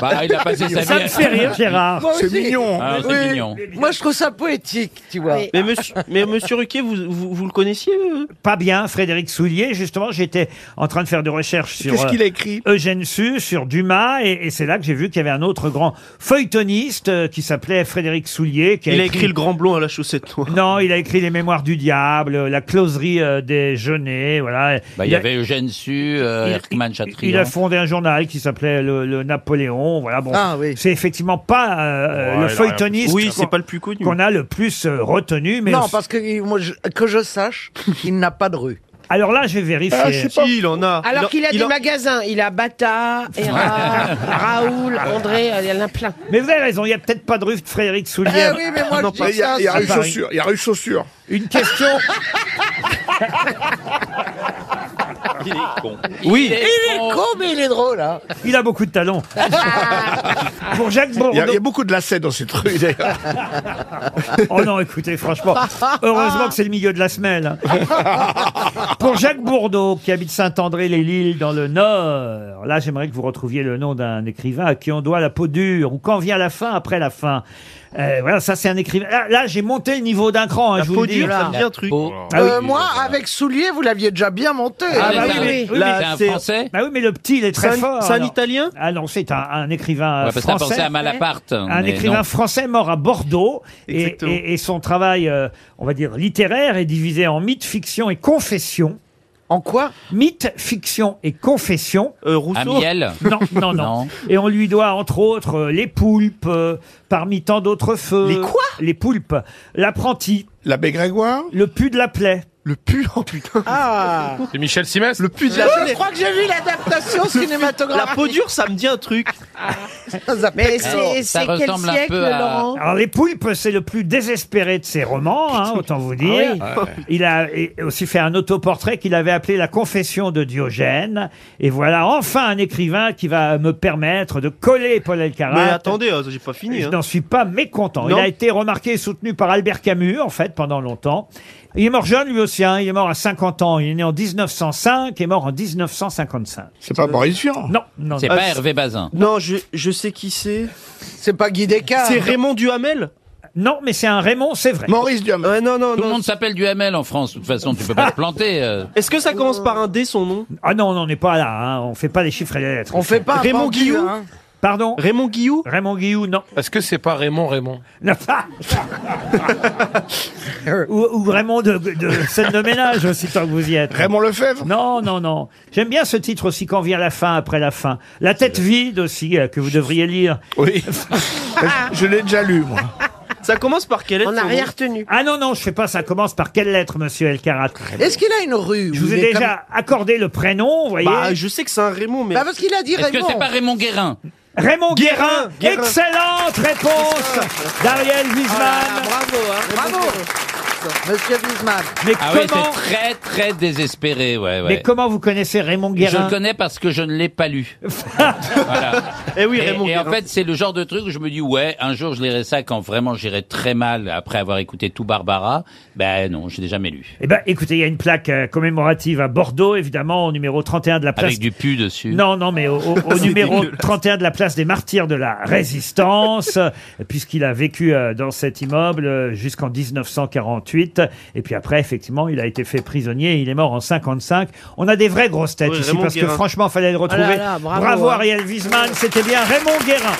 Speaker 5: Bah, il a passé sa
Speaker 7: Ça
Speaker 5: vie.
Speaker 7: me fait rire, Gérard.
Speaker 3: Moi
Speaker 7: C'est
Speaker 3: aussi.
Speaker 2: hein.
Speaker 7: mignon. Ah, c'est
Speaker 3: Oui.
Speaker 7: mignon.
Speaker 3: Moi, je trouve ça poétique, tu vois.
Speaker 7: Mais monsieur, mais monsieur Ruquier, vous, vous, vous le connaissiez euh
Speaker 2: Pas bien, Frédéric Soulier. Justement, j'étais en train de faire des recherches sur
Speaker 4: Qu'est-ce qu'il a
Speaker 2: écrit Eugène Sue, sur Dumas, et, et c'est là que j'ai vu qu'il y avait un autre grand feuilletoniste euh, qui s'appelait Frédéric Soulier. Qui
Speaker 7: Il a écrit Le Grand Blond à la chaussette noire.
Speaker 2: Non, il a écrit Les Mémoires du Diable, euh, La Closerie euh, des Genêts, voilà.
Speaker 5: Bah, il
Speaker 2: Il
Speaker 5: y
Speaker 2: a-
Speaker 5: avait Eugène Sue, euh,
Speaker 2: il-
Speaker 5: Erckmann Chatrian.
Speaker 2: Il a fondé un journal qui s'appelait le, le Napoléon. Voilà, bon,
Speaker 7: Ah,
Speaker 2: c'est effectivement pas euh,
Speaker 7: Ouais,
Speaker 2: le
Speaker 7: il a
Speaker 2: feuilletoniste.
Speaker 7: rien Oui,
Speaker 2: qu'on-
Speaker 7: c'est pas le plus connu.
Speaker 2: Qu'on a le plus euh, retenu, mais
Speaker 3: non, parce que il- moi, je- que je sache, il n'a pas de rue.
Speaker 2: alors là, j'ai vérifié.
Speaker 3: Ah, je sais pas.
Speaker 7: Si, il en a.
Speaker 8: Alors qu'il a des magasins. Il a Bata, Hera, Raoul, André, euh, il y en a plein.
Speaker 2: Mais vous avez raison, il n'y a peut-être pas de rue de Frédéric Soulier.
Speaker 8: Eh oui, mais moi,
Speaker 4: Ah Non,
Speaker 8: je
Speaker 4: pas-
Speaker 8: dis
Speaker 4: il y a,
Speaker 8: ça,
Speaker 4: il y a
Speaker 8: c'est
Speaker 4: eu
Speaker 2: pareil.
Speaker 4: chaussure. Il y a eu chaussure.
Speaker 2: Une question.
Speaker 5: Il est con.
Speaker 7: Oui.
Speaker 3: Il
Speaker 2: Oh,
Speaker 3: est con, mais il est drôle, hein.
Speaker 2: Il a beaucoup de talent. Pour Jacques Bourdon.
Speaker 4: Il y a, il y a beaucoup de lacets dans cette rue, d'ailleurs.
Speaker 2: Oh non, écoutez, franchement, heureusement que c'est le milieu de la semaine. hein. Pour Jacques Bourdeau, qui habite Saint-André-les-Lilles dans le Nord, là j'aimerais que vous retrouviez le nom d'un écrivain à qui on doit la peau dure, ou quand vient la fin après la fin. Euh, voilà, ça c'est un écrivain. Là, là, j'ai monté le niveau d'un cran, hein, je vous
Speaker 7: peau
Speaker 2: le dis.
Speaker 7: dure, ça me dit un truc.
Speaker 2: Ah oui.
Speaker 3: Euh, moi, avec Soulier, vous l'aviez déjà bien monté.
Speaker 2: Ah, bah oui, oui, oui,
Speaker 7: Là,
Speaker 2: mais-
Speaker 7: c'est un Français
Speaker 2: Bah oui, mais le petit, il est très
Speaker 7: C'est un-
Speaker 2: fort.
Speaker 7: c'est un
Speaker 2: alors.
Speaker 7: Italien
Speaker 2: Ah non, c'est un, un écrivain
Speaker 5: Ouais, parce qu'on
Speaker 2: français.
Speaker 5: pensait à Malaparte,
Speaker 2: Un
Speaker 5: mais
Speaker 2: écrivain
Speaker 5: non.
Speaker 2: français mort à Bordeaux. Et,
Speaker 5: Exactement.
Speaker 2: et- et son travail, euh, on va dire, littéraire est divisé en mythe, fiction et confession.
Speaker 3: En quoi
Speaker 2: Mythe, fiction et confession.
Speaker 7: Euh, Rousseau Amiel
Speaker 2: Non, non, non,
Speaker 5: Non.
Speaker 2: Et on lui doit, entre autres, euh, les poulpes, euh, parmi tant d'autres feux.
Speaker 7: Les quoi
Speaker 2: Les poulpes. L'apprenti.
Speaker 4: L'abbé Grégoire
Speaker 2: Le pu de la plaie.
Speaker 7: Le pu, oh putain. Ah
Speaker 6: C'est Michel Simès
Speaker 7: Le pu de la
Speaker 3: Oh, Je crois que j'ai vu l'adaptation cinématographique. Ah.
Speaker 7: La peau dure, ça me dit un truc.
Speaker 8: Mais c'est
Speaker 5: Ça
Speaker 8: c'est quel
Speaker 5: ressemble un
Speaker 8: siècle,
Speaker 5: peu à-
Speaker 8: Laurent
Speaker 2: Alors les poulpes, c'est le plus désespéré de ses romans, hein, autant vous dire.
Speaker 7: Ah oui.
Speaker 2: Il a et- aussi fait un autoportrait qu'il avait appelé La Confession de Diogène. Et voilà enfin un écrivain qui va me permettre de coller Paul Elkarat.
Speaker 7: Mais attendez, euh, j'ai pas fini.
Speaker 2: Je
Speaker 7: hein.
Speaker 2: n'en suis pas mécontent.
Speaker 7: Non.
Speaker 2: Il a été remarqué et soutenu par Albert Camus, en fait, pendant longtemps. Il est mort jeune, lui aussi. hein. Il est mort à 50 ans. Il est né en 1905 et mort en 1955.
Speaker 4: C'est pas Boris Vian.
Speaker 2: Non, non,
Speaker 5: C'est
Speaker 2: non.
Speaker 5: pas Hervé Bazin.
Speaker 7: Non, je, je sais qui c'est.
Speaker 3: C'est pas Guy Descartes.
Speaker 7: C'est Raymond Duhamel
Speaker 2: Non, mais c'est un Raymond, c'est vrai.
Speaker 4: Maurice Duhamel.
Speaker 7: Ouais, non, non,
Speaker 5: Tout le
Speaker 7: non.
Speaker 5: monde s'appelle Duhamel en France. De toute façon, tu peux pas te planter. euh.
Speaker 7: Est-ce que ça
Speaker 3: Oh.
Speaker 7: commence par un D, son nom
Speaker 2: Ah non, on n'en est pas là. hein. On fait pas les chiffres et les lettres.
Speaker 3: On fait pas un
Speaker 7: Raymond
Speaker 3: pendu,
Speaker 7: Guillou
Speaker 3: hein.
Speaker 2: Pardon
Speaker 7: Raymond Guillou
Speaker 2: Raymond Guillou, non.
Speaker 6: Est-ce que c'est pas Raymond Raymond
Speaker 2: Non, pas. ou, ou Raymond de, de scène de ménage aussi tant que vous y êtes.
Speaker 4: Raymond Lefebvre.
Speaker 2: Non, non, non. J'aime bien ce titre aussi quand vient la fin après la fin. La tête vide aussi euh, que vous devriez lire.
Speaker 4: Oui. je l'ai déjà lu, moi.
Speaker 7: Ça commence par quelle lettre
Speaker 8: On n'a
Speaker 7: son
Speaker 8: rien
Speaker 7: nom
Speaker 8: retenu.
Speaker 2: Ah non non, je sais pas. Ça commence par quelle lettre, Monsieur Elkarat
Speaker 3: Est-ce qu'il a une rue
Speaker 2: Je vous
Speaker 3: où
Speaker 2: ai
Speaker 3: il est comme-
Speaker 2: déjà accordé le prénom, vous voyez.
Speaker 7: Bah, je sais que c'est un Raymond, mais.
Speaker 3: Bah, parce qu'il a dit
Speaker 5: Est-ce que
Speaker 3: Raymond.
Speaker 5: c'est pas Raymond Guérin
Speaker 2: Raymond Guérin.
Speaker 7: Guérin.
Speaker 2: Excellente réponse d'Ariel Wiesmann.
Speaker 3: Ah, bravo, hein. Bravo. Monsieur Wiesmann.
Speaker 2: mais
Speaker 5: Ah ouais,
Speaker 2: comment
Speaker 5: c'est très très désespéré, ouais, ouais.
Speaker 2: Mais comment vous connaissez Raymond
Speaker 5: Et Je
Speaker 2: Guérin
Speaker 5: le connais parce que je ne l'ai pas lu. Voilà.
Speaker 7: Eh oui,
Speaker 5: Et,
Speaker 7: Raymond
Speaker 5: et en
Speaker 7: Guérin.
Speaker 5: fait, c'est le genre de truc où je me dis, ouais, un jour je lirai ça quand vraiment j'irai très mal après avoir écouté tout Barbara. Ben non, je l'ai jamais lu.
Speaker 2: Eh ben, écoutez, il y a une plaque euh, commémorative à Bordeaux, évidemment, au numéro 31 de la place.
Speaker 5: Avec du pu dessus.
Speaker 2: Non, non, mais au, au- au numéro 31 de la place des martyrs de la résistance, euh, puisqu'il a vécu euh, dans cet immeuble euh, jusqu'en 1948. Et puis après, effectivement, il a été fait prisonnier. et Il est mort en 55. On a des vraies grosses têtes
Speaker 7: Oui,
Speaker 2: ici,
Speaker 7: Raymond
Speaker 2: parce que
Speaker 7: Guérin.
Speaker 2: franchement, fallait le retrouver.
Speaker 8: Ah là là, bravo, hein.
Speaker 2: Ariel Wiesmann, c'était bien Raymond Guérin.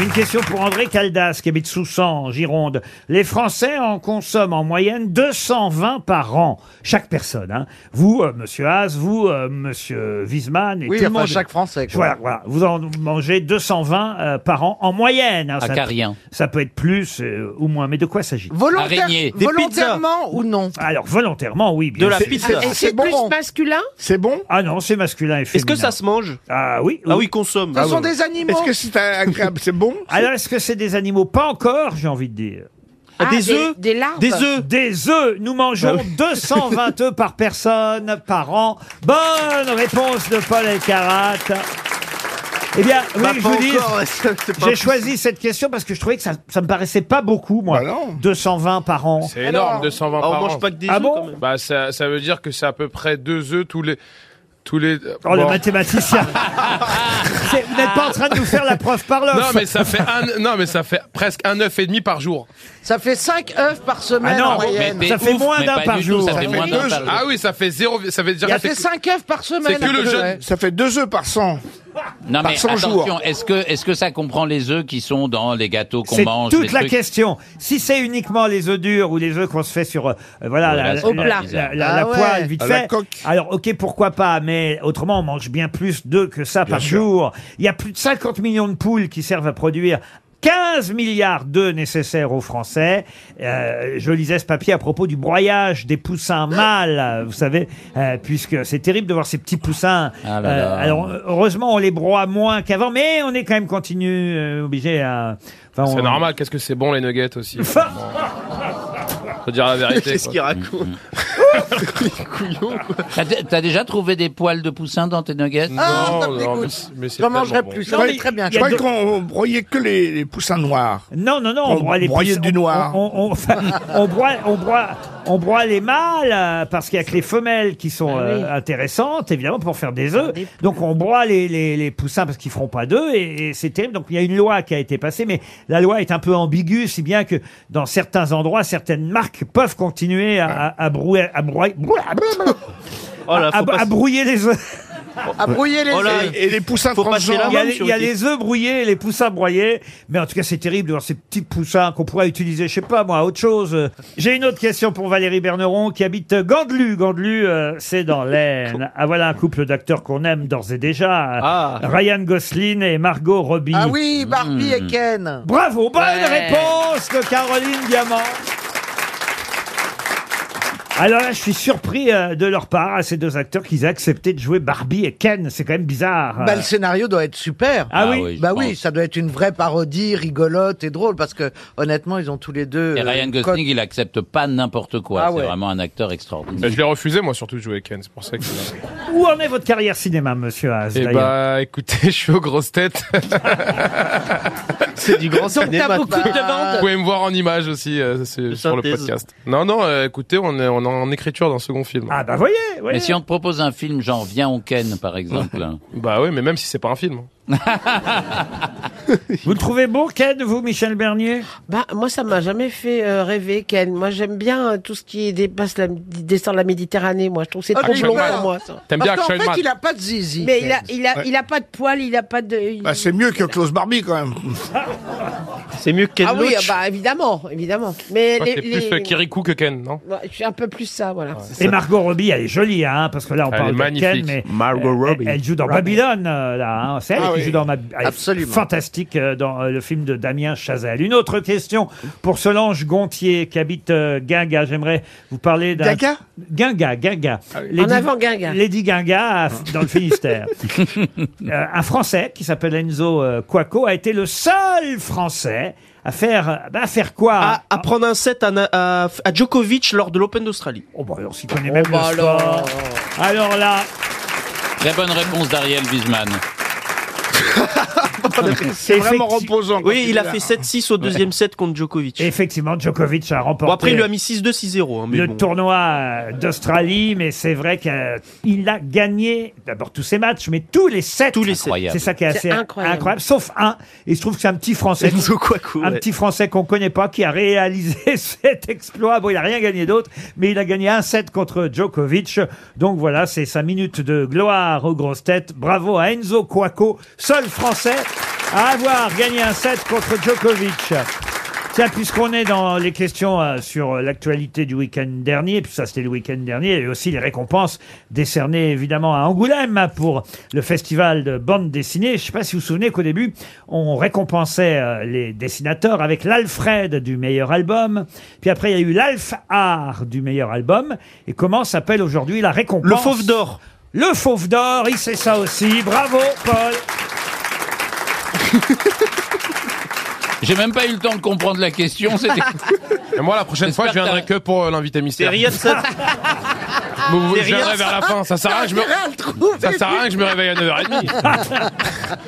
Speaker 2: Une question pour André Caldas, qui habite Soussan, en Gironde. Les Français en consomment en moyenne 220 par an. Chaque personne, hein. Vous, euh, monsieur Haas, vous, euh, monsieur Wiesmann, et
Speaker 3: Oui,
Speaker 2: tout le
Speaker 3: enfin,
Speaker 2: monde.
Speaker 3: chaque Français. quoi.
Speaker 2: Voilà, voilà. Vous en mangez 220 euh, par an en moyenne. hein.
Speaker 5: À
Speaker 2: Ça-
Speaker 5: Carien.
Speaker 2: Ça peut être plus euh, ou moins. Mais de quoi s'agit-il
Speaker 3: Volontaire-
Speaker 5: Araignée.
Speaker 7: Des
Speaker 3: volontairement ou non Ah,
Speaker 2: Alors, volontairement, oui, bien
Speaker 7: De la
Speaker 2: sûr.
Speaker 7: pizza.
Speaker 8: Et c'est
Speaker 4: bon,
Speaker 8: plus
Speaker 4: hein.
Speaker 8: masculin
Speaker 4: C'est bon
Speaker 2: Ah non, c'est masculin et féminin.
Speaker 7: Est-ce que ça se mange
Speaker 2: Ah oui.
Speaker 7: Ah oui, il consomme.
Speaker 3: Ce sont des animaux.
Speaker 4: Est-ce que c'est agréable C'est bon
Speaker 2: Alors, est-ce que c'est des animaux Pas encore, j'ai envie de dire.
Speaker 7: Ah,
Speaker 8: Ah,
Speaker 7: des œufs
Speaker 8: Des larves
Speaker 7: Des œufs Ah
Speaker 2: Des œufs, nous mangeons 220 œufs par personne par an. Bonne réponse de Paul Elkarat. Eh bien, oui,
Speaker 7: Bah,
Speaker 2: je
Speaker 7: pas
Speaker 2: vous dis,
Speaker 7: encore, c'est- c'est pas-
Speaker 2: j'ai choisi cette question parce que je trouvais que ça, ça me paraissait pas beaucoup, moi.
Speaker 4: Bah non.
Speaker 2: 220 par an.
Speaker 6: C'est énorme, 220
Speaker 7: Ah, on
Speaker 6: par
Speaker 7: mange
Speaker 6: an.
Speaker 7: pas que des
Speaker 2: Ah
Speaker 7: œufs
Speaker 2: bon
Speaker 7: quand même.
Speaker 6: Bah, ça, ça veut dire que c'est à peu près deux œufs tous les. Tous les.
Speaker 2: Oh, le
Speaker 6: Bon.
Speaker 2: mathématicien. C'est- vous n'êtes pas en train de nous faire la preuve par l'œuf.
Speaker 6: Non mais ça fait un, non mais ça fait presque un œuf et demi par jour.
Speaker 3: Ça fait 5 œufs par semaine
Speaker 2: Ah non,
Speaker 3: en
Speaker 2: mais
Speaker 3: moyenne.
Speaker 5: t'es
Speaker 2: Ça fait moins
Speaker 5: mais
Speaker 2: d'un
Speaker 5: pas
Speaker 2: par
Speaker 5: du tout,
Speaker 2: jour.
Speaker 5: Ça
Speaker 2: Ça
Speaker 5: fait
Speaker 4: fait
Speaker 5: moins d'un
Speaker 4: deux
Speaker 5: par
Speaker 4: jours.
Speaker 5: jour.
Speaker 6: Ah oui, ça fait zéro, ça veut dire
Speaker 3: Il a
Speaker 6: que c'est
Speaker 3: fait 5 œufs par semaine.
Speaker 6: que le
Speaker 3: à peu
Speaker 6: jeune-
Speaker 3: près.
Speaker 4: Ça fait deux œufs par cent.
Speaker 5: Non
Speaker 4: Par
Speaker 5: mais
Speaker 4: 100
Speaker 5: attention,
Speaker 4: jours.
Speaker 5: est-ce que est-ce que ça comprend les œufs qui sont dans les gâteaux qu'on
Speaker 2: C'est
Speaker 5: mange les
Speaker 2: toute la
Speaker 5: trucs-
Speaker 2: question. Si c'est uniquement les œufs durs ou les œufs qu'on se fait sur euh, voilà
Speaker 5: Voilà,
Speaker 2: la,
Speaker 5: Oh c'est
Speaker 2: la-
Speaker 8: pas
Speaker 2: la-
Speaker 5: bizarre.
Speaker 2: la- la
Speaker 3: Ah ouais.
Speaker 2: poêle vite
Speaker 4: À
Speaker 2: fait.
Speaker 4: la coque.
Speaker 2: Alors ok pourquoi pas, mais autrement on mange bien plus d'œufs que ça par jour. Il y a plus de 50 millions de poules qui servent à produire. 15 milliards d'œufs nécessaires aux Français. Euh, je lisais ce papier à propos du broyage des poussins mâles, euh, vous savez, euh, puisque c'est terrible de voir ces petits poussins. euh,
Speaker 5: Ah là là.
Speaker 2: alors heureusement on les broie moins qu'avant, mais on est quand même continu euh, obligé à. enfin,
Speaker 6: C'est
Speaker 2: on-
Speaker 6: normal, qu'est-ce que c'est bon les nuggets aussi. Faut dire la vérité.
Speaker 7: Qu'est-ce
Speaker 6: quoi.
Speaker 7: qu'il raconte
Speaker 5: T'as dé- T'as déjà trouvé des poils de poussin dans tes nuggets
Speaker 3: Ah, ça me
Speaker 6: Non, non, mais
Speaker 3: dégoûte.
Speaker 6: c'est- mais c'est
Speaker 3: J'en mangerai
Speaker 6: tellement bon.
Speaker 3: plus.
Speaker 2: Non,
Speaker 3: Non,
Speaker 2: mais
Speaker 3: mais très bien.
Speaker 2: il y
Speaker 4: Je
Speaker 2: a
Speaker 4: croyais
Speaker 2: deux-
Speaker 4: qu'on broyait que les, les poussins noirs.
Speaker 2: Non, non, non, on,
Speaker 4: On
Speaker 2: broie les
Speaker 4: broyait
Speaker 2: poussins-
Speaker 4: du noir.
Speaker 2: On, on, on- on broie, on, broie, on broie les mâles euh, parce qu'il n'y a que les femelles qui sont euh, intéressantes, évidemment, pour faire des œufs. Donc on broie les, les, les poussins parce qu'ils feront pas d'œufs et, et c'est terrible. Donc il y a une loi qui a été passée, mais la loi est un peu ambiguë, si bien que dans certains endroits, certaines marques peuvent continuer à, à, à brouer- à broyer-
Speaker 7: Oh là,
Speaker 2: à-
Speaker 7: faut
Speaker 2: à
Speaker 7: pas-
Speaker 2: brouiller les œufs.
Speaker 3: À brouiller les
Speaker 7: Oh là,
Speaker 3: œufs.
Speaker 4: Et, et les poussins
Speaker 7: Faut passer
Speaker 4: transgenres.
Speaker 7: la
Speaker 2: Il y a,
Speaker 7: main,
Speaker 2: les-
Speaker 7: monsieur
Speaker 2: il y a
Speaker 7: Ruquier.
Speaker 2: les œufs brouillés, les poussins broyés, mais en tout cas c'est terrible de voir ces petits poussins qu'on pourrait utiliser, je sais pas moi, autre chose. J'ai une autre question pour Valérie Berneron qui habite Gandelu. Gandelu, euh, c'est dans l'Aisne. Ah voilà un couple d'acteurs qu'on aime d'ores et déjà.
Speaker 7: Ah.
Speaker 2: Ryan Gosling et Margot
Speaker 9: Ah
Speaker 2: Robbie.
Speaker 9: Hmm.
Speaker 3: Ah oui, Barbie et Ken.
Speaker 2: Hmm. Bravo, bonne
Speaker 8: Ouais.
Speaker 2: réponse de Caroline Diamant. Alors là, je suis surpris euh, de leur part, à ces deux acteurs, qu'ils aient accepté de jouer Barbie et Ken. C'est quand même bizarre.
Speaker 9: Bah,
Speaker 2: euh.
Speaker 9: le scénario doit être super.
Speaker 2: Ah oui. Ah oui, je
Speaker 9: Bah oui,
Speaker 2: pense.
Speaker 9: ça doit être une vraie parodie, rigolote et drôle parce que honnêtement, ils ont tous les deux.
Speaker 5: Et
Speaker 9: euh,
Speaker 5: Ryan
Speaker 9: une
Speaker 5: Gosling, il accepte pas n'importe quoi.
Speaker 9: Ah
Speaker 5: c'est
Speaker 9: ouais.
Speaker 5: vraiment un acteur extraordinaire.
Speaker 6: Je l'ai refusé, moi, surtout de jouer Ken, c'est pour ça que.
Speaker 2: Où en est votre carrière cinéma, monsieur Haas
Speaker 6: Eh bah, écoutez, je suis aux grosses têtes. c'est
Speaker 7: du grand Donc, cinéma. t'as beaucoup de demandes.
Speaker 6: Vous pouvez me voir en images aussi euh, c'est- sur le
Speaker 5: synthèse.
Speaker 6: podcast. Non, non, euh, écoutez, on est, on est en écriture d'un second film.
Speaker 2: Ah bah voyez,
Speaker 5: Mais si on te propose un film genre Viens on Ken, par exemple. hein.
Speaker 6: Bah oui, mais même si c'est pas un film.
Speaker 2: Vous le trouvez bon, Ken, vous, Michel Bernier
Speaker 8: Bah, moi, ça m'a jamais fait euh, rêver, Ken. Moi, j'aime bien euh, tout ce qui dépasse la, descend la Méditerranée. Moi, je trouve que c'est
Speaker 9: Ah,
Speaker 8: trop
Speaker 9: j'ai
Speaker 8: long
Speaker 9: peur.
Speaker 8: pour moi. Ça.
Speaker 6: T'aimes bien Parce qu'en Action fait, Man. il a
Speaker 9: euh, pas de zizi.
Speaker 8: Mais il a,
Speaker 9: Ken.
Speaker 8: il a,
Speaker 9: Ouais.
Speaker 8: il a pas de poils, il a pas de. il-
Speaker 4: Bah, c'est mieux que Klaus Barbie quand même.
Speaker 7: C'est mieux que
Speaker 8: ah oui, ah bah évidemment, évidemment. Mais
Speaker 6: Toi,
Speaker 8: les,
Speaker 6: t'es plus
Speaker 8: les-
Speaker 6: euh, Kirikou que Ken, non
Speaker 8: Ouais, je suis un peu plus ça, voilà.
Speaker 2: Et Margot Robbie, elle est jolie, hein, parce que là, on
Speaker 6: Elle est
Speaker 2: parle de
Speaker 6: magnifique.
Speaker 2: Ken, mais
Speaker 6: Margot
Speaker 2: euh, elle-
Speaker 6: Robbie.
Speaker 2: Elle, joue dans
Speaker 6: Robbie.
Speaker 2: Babylone, euh, là. hein. C'est elle
Speaker 6: Ah
Speaker 2: qui
Speaker 6: oui.
Speaker 2: joue dans Babylone.
Speaker 9: Absolument.
Speaker 2: Fantastique euh, dans euh, le film de Damien Chazelle. Une autre question pour Solange Gontier, qui habite euh, Guinga. J'aimerais vous parler d'un...
Speaker 9: Gaga
Speaker 2: Guinga, Guinga.
Speaker 6: Ah
Speaker 8: En avant, Guinga.
Speaker 2: Lady Guinga, à- dans le Finistère. Euh, un Français qui s'appelle Enzo euh, Cuoco a été le seul Français à faire... euh, bah, à faire quoi
Speaker 6: Ah,
Speaker 2: hein
Speaker 7: À prendre un set à, Na- à- à Djokovic lors de l'Open d'Australie.
Speaker 2: Oh bah alors, s'y connaît même le sport. Alors là...
Speaker 5: Très bonne réponse d'Ariel Wiesman.
Speaker 7: C'est
Speaker 2: vraiment
Speaker 4: reposant.
Speaker 7: Oui, il a fait 7-6 au deuxième set contre Djokovic.
Speaker 2: Effectivement, Djokovic a remporté...
Speaker 7: Bon, après, il lui a mis 6-2-6-0. hein, mais
Speaker 2: le
Speaker 7: bon.
Speaker 2: tournoi euh, d'Australie, mais c'est vrai qu'il a gagné d'abord tous ses matchs, mais tous les sept. Tous les C'est ça qui est
Speaker 8: C'est
Speaker 2: assez
Speaker 8: incroyable.
Speaker 2: incroyable. Sauf un. Et je trouve que c'est un petit français.
Speaker 7: Enzo Kouakou,
Speaker 2: un
Speaker 7: ouais.
Speaker 2: petit français qu'on connaît pas qui a réalisé cet exploit. Bon, il a rien gagné d'autre, mais il a gagné un set contre Djokovic. Donc voilà, c'est sa minute de gloire aux grosses têtes. Bravo à Enzo Cuoco, seul français à avoir gagné un set contre Djokovic. Tiens, puisqu'on est dans les questions euh, sur euh, l'actualité du week-end dernier, puis ça c'était le week-end dernier, et aussi les récompenses décernées évidemment à Angoulême hein, pour le festival de bande dessinée. Je ne sais pas si vous vous souvenez qu'au début, on récompensait euh, les dessinateurs avec l'Alfred du meilleur album, puis après il y a eu l'Alf Art du meilleur album, et comment s'appelle aujourd'hui la récompense
Speaker 7: Le Fauve d'Or.
Speaker 2: Le Fauve d'Or, il sait ça aussi. Bravo Paul
Speaker 5: J'ai même pas eu le temps de comprendre la question. c'était-
Speaker 6: Et moi, la prochaine fois, je viendrai que pour euh, l'invité mystère.
Speaker 7: C'est rien de ça.
Speaker 6: Vous, vous-
Speaker 7: C'est
Speaker 6: je viendrai
Speaker 7: rien.
Speaker 6: vers la fin. Ça sert à rien que je me, ça sert à rien que je me réveille à 9h30.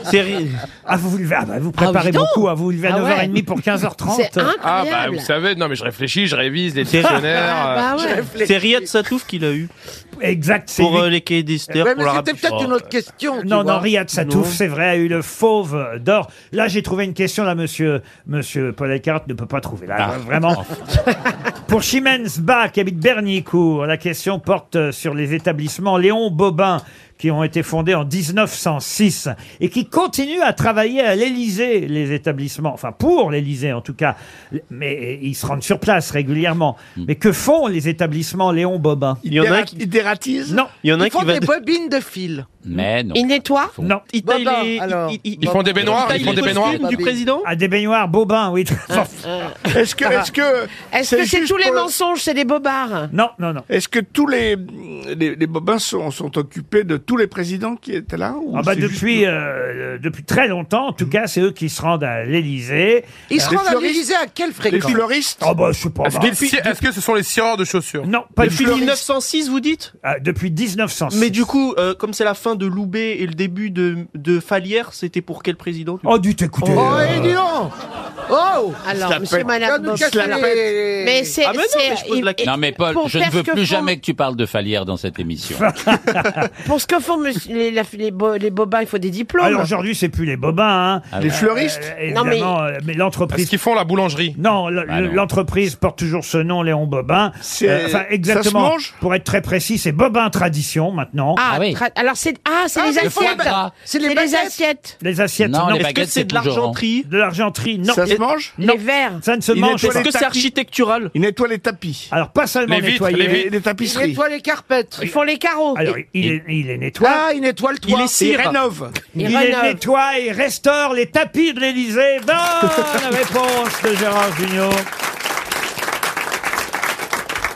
Speaker 7: C'est ri-
Speaker 2: Ah, vous vous levez, ah, bah, vous préparez
Speaker 6: dis donc.
Speaker 2: beaucoup, hein, vous vous levez à
Speaker 6: Ah ouais.
Speaker 2: 9h30 pour 15h30.
Speaker 6: Ah, bah, vous savez, non, mais je réfléchis, je révise les dictionnaires.
Speaker 8: Ah, bah ouais.
Speaker 6: euh,
Speaker 7: C'est Riyad Satouf qui l'a eu.
Speaker 2: Exact, c'est
Speaker 7: Pour
Speaker 2: lui.
Speaker 7: euh, les cahiers des stères,
Speaker 9: Ouais,
Speaker 7: pour
Speaker 9: mais
Speaker 7: la
Speaker 9: c'était
Speaker 7: rap-
Speaker 9: peut-être
Speaker 7: Oh.
Speaker 9: une autre question. tu
Speaker 2: Non,
Speaker 9: vois.
Speaker 2: non, Riyad Satouf, c'est vrai, a eu le fauve d'or. Là, j'ai trouvé une question, là, monsieur, monsieur Paul Eckhart ne peut pas trouver.
Speaker 7: Ah.
Speaker 2: Là, vraiment. Pour Chimens Ba, qui habite Bernicourt, la question porte sur les établissements Léon Bobin, qui ont été fondés en 1906 et qui continuent à travailler à l'Élysée, les établissements, enfin pour l'Élysée en tout cas, mais ils se rendent sur place régulièrement. Mais que font les établissements Léon Bobin
Speaker 7: Hmm. Il y en a un qui-
Speaker 4: Ils dératisent
Speaker 2: Non.
Speaker 7: Il y en a un
Speaker 9: Ils font
Speaker 7: qui va.
Speaker 9: des bobines de fil.
Speaker 5: Mais non.
Speaker 8: Il nettoie
Speaker 2: Non.
Speaker 7: Ils taillent
Speaker 9: Bobin,
Speaker 7: les-
Speaker 9: alors.
Speaker 7: ils- ils-
Speaker 6: Ils font des baignoires, ils font des baignoires.
Speaker 7: du président
Speaker 2: À Ah, des baignoires Bobin, oui.
Speaker 4: Euh, Est-ce que, est-ce que,
Speaker 8: Est-ce que c'est
Speaker 4: juste
Speaker 8: tous les
Speaker 4: pour le-
Speaker 8: mensonges, c'est des bobards
Speaker 2: non, non, non.
Speaker 4: Est-ce que tous les, les, les bobins sont, sont occupés de tous les présidents qui étaient là ou
Speaker 2: Ah bah
Speaker 4: c'est juste-
Speaker 2: depuis, euh, euh, depuis très longtemps, en tout cas, c'est eux qui se rendent à l'Élysée.
Speaker 9: Ils se
Speaker 4: Les
Speaker 9: rendent à
Speaker 4: fleuristes-
Speaker 9: l'Élysée à quelle
Speaker 4: Les
Speaker 9: fréquence
Speaker 4: fleuristes
Speaker 2: Ah bah je sais pas.
Speaker 6: Est-ce
Speaker 2: bah,
Speaker 6: qu'ils- si- est-ce que ce sont les scieurs de chaussures
Speaker 2: Non, pas
Speaker 7: Depuis
Speaker 2: du tout.
Speaker 7: 1906, vous dites
Speaker 2: Ah, depuis 1906.
Speaker 7: Mais du coup, euh, comme c'est la fin de Loubet et le début de, de Falière, c'était pour quel président du coup
Speaker 2: Oh, du t'écouter.
Speaker 9: Oh, eh, dis donc Oh
Speaker 8: Alors, monsieur, madame,
Speaker 9: Regarde-nous
Speaker 8: Bob,
Speaker 9: casser
Speaker 8: alors-
Speaker 9: les-
Speaker 8: Mais c'est.
Speaker 7: Ah, mais non,
Speaker 8: c'est-
Speaker 7: mais je pose
Speaker 8: il-
Speaker 7: la question.
Speaker 5: Non mais Paul,
Speaker 8: pour
Speaker 5: je ne
Speaker 8: faire
Speaker 5: veux
Speaker 8: ce que
Speaker 5: plus
Speaker 8: font-
Speaker 5: jamais que tu parles de Falière dans cette émission.
Speaker 2: Ah,
Speaker 8: Pour ce que font monsieur- les, la- les, bo- les bobards, il faut des diplômes.
Speaker 2: Alors aujourd'hui, c'est plus les bobins. Hein.
Speaker 5: Ah
Speaker 4: Les
Speaker 5: ouais.
Speaker 4: fleuristes
Speaker 2: Euh,
Speaker 8: Non, mais-
Speaker 2: évidemment, euh, mais
Speaker 6: Est-ce
Speaker 2: l'entreprise.
Speaker 6: qu'ils font la boulangerie Bah,
Speaker 2: Non, le-
Speaker 5: Ah non.
Speaker 2: l'entreprise porte toujours ce nom, Léon Bobin. Euh,
Speaker 4: C'est-
Speaker 2: enfin,
Speaker 4: ça se
Speaker 2: exactement.
Speaker 4: mange
Speaker 2: pour être très précis, c'est Bobin Tradition maintenant.
Speaker 8: Ah,
Speaker 5: Ah oui.
Speaker 8: tra- alors c'est ah c'est
Speaker 9: Ah,
Speaker 8: les
Speaker 9: c'est le foie
Speaker 8: assiettes.
Speaker 5: gras.
Speaker 8: C'est
Speaker 9: les
Speaker 8: les,
Speaker 9: baguettes.
Speaker 8: assiettes.
Speaker 2: Les assiettes,
Speaker 5: Non,
Speaker 2: non.
Speaker 5: les
Speaker 7: Est-ce que
Speaker 5: baguettes,
Speaker 7: c'est hein.
Speaker 5: c'est
Speaker 7: de
Speaker 5: toujours,
Speaker 7: l'argenterie
Speaker 2: De l'argenterie, non.
Speaker 4: Ça se mange
Speaker 2: hein. Non.
Speaker 8: Les verres.
Speaker 2: Ça ne se
Speaker 4: Il
Speaker 2: mange
Speaker 4: nettoie
Speaker 2: pas.
Speaker 7: Est-ce que
Speaker 4: les
Speaker 7: c'est
Speaker 4: tapis.
Speaker 7: architectural
Speaker 4: Ils nettoient les tapis.
Speaker 2: Alors pas seulement
Speaker 6: Les vitres,
Speaker 2: nettoyer.
Speaker 6: les
Speaker 4: Les,
Speaker 6: vitres.
Speaker 4: les
Speaker 9: Ils
Speaker 4: tapisseries.
Speaker 9: nettoient les carpettes.
Speaker 8: Ils font les carreaux.
Speaker 2: Alors
Speaker 8: Et-
Speaker 2: il, il, il les nettoie.
Speaker 9: Ah, ils nettoient le toit.
Speaker 7: Il est
Speaker 4: Ils
Speaker 7: cire.
Speaker 4: rénovent.
Speaker 8: ils
Speaker 2: Il les
Speaker 8: rénovent.
Speaker 2: nettoie et restaure les tapis de l'Elysée. Bonne réponse de Gérard Junior.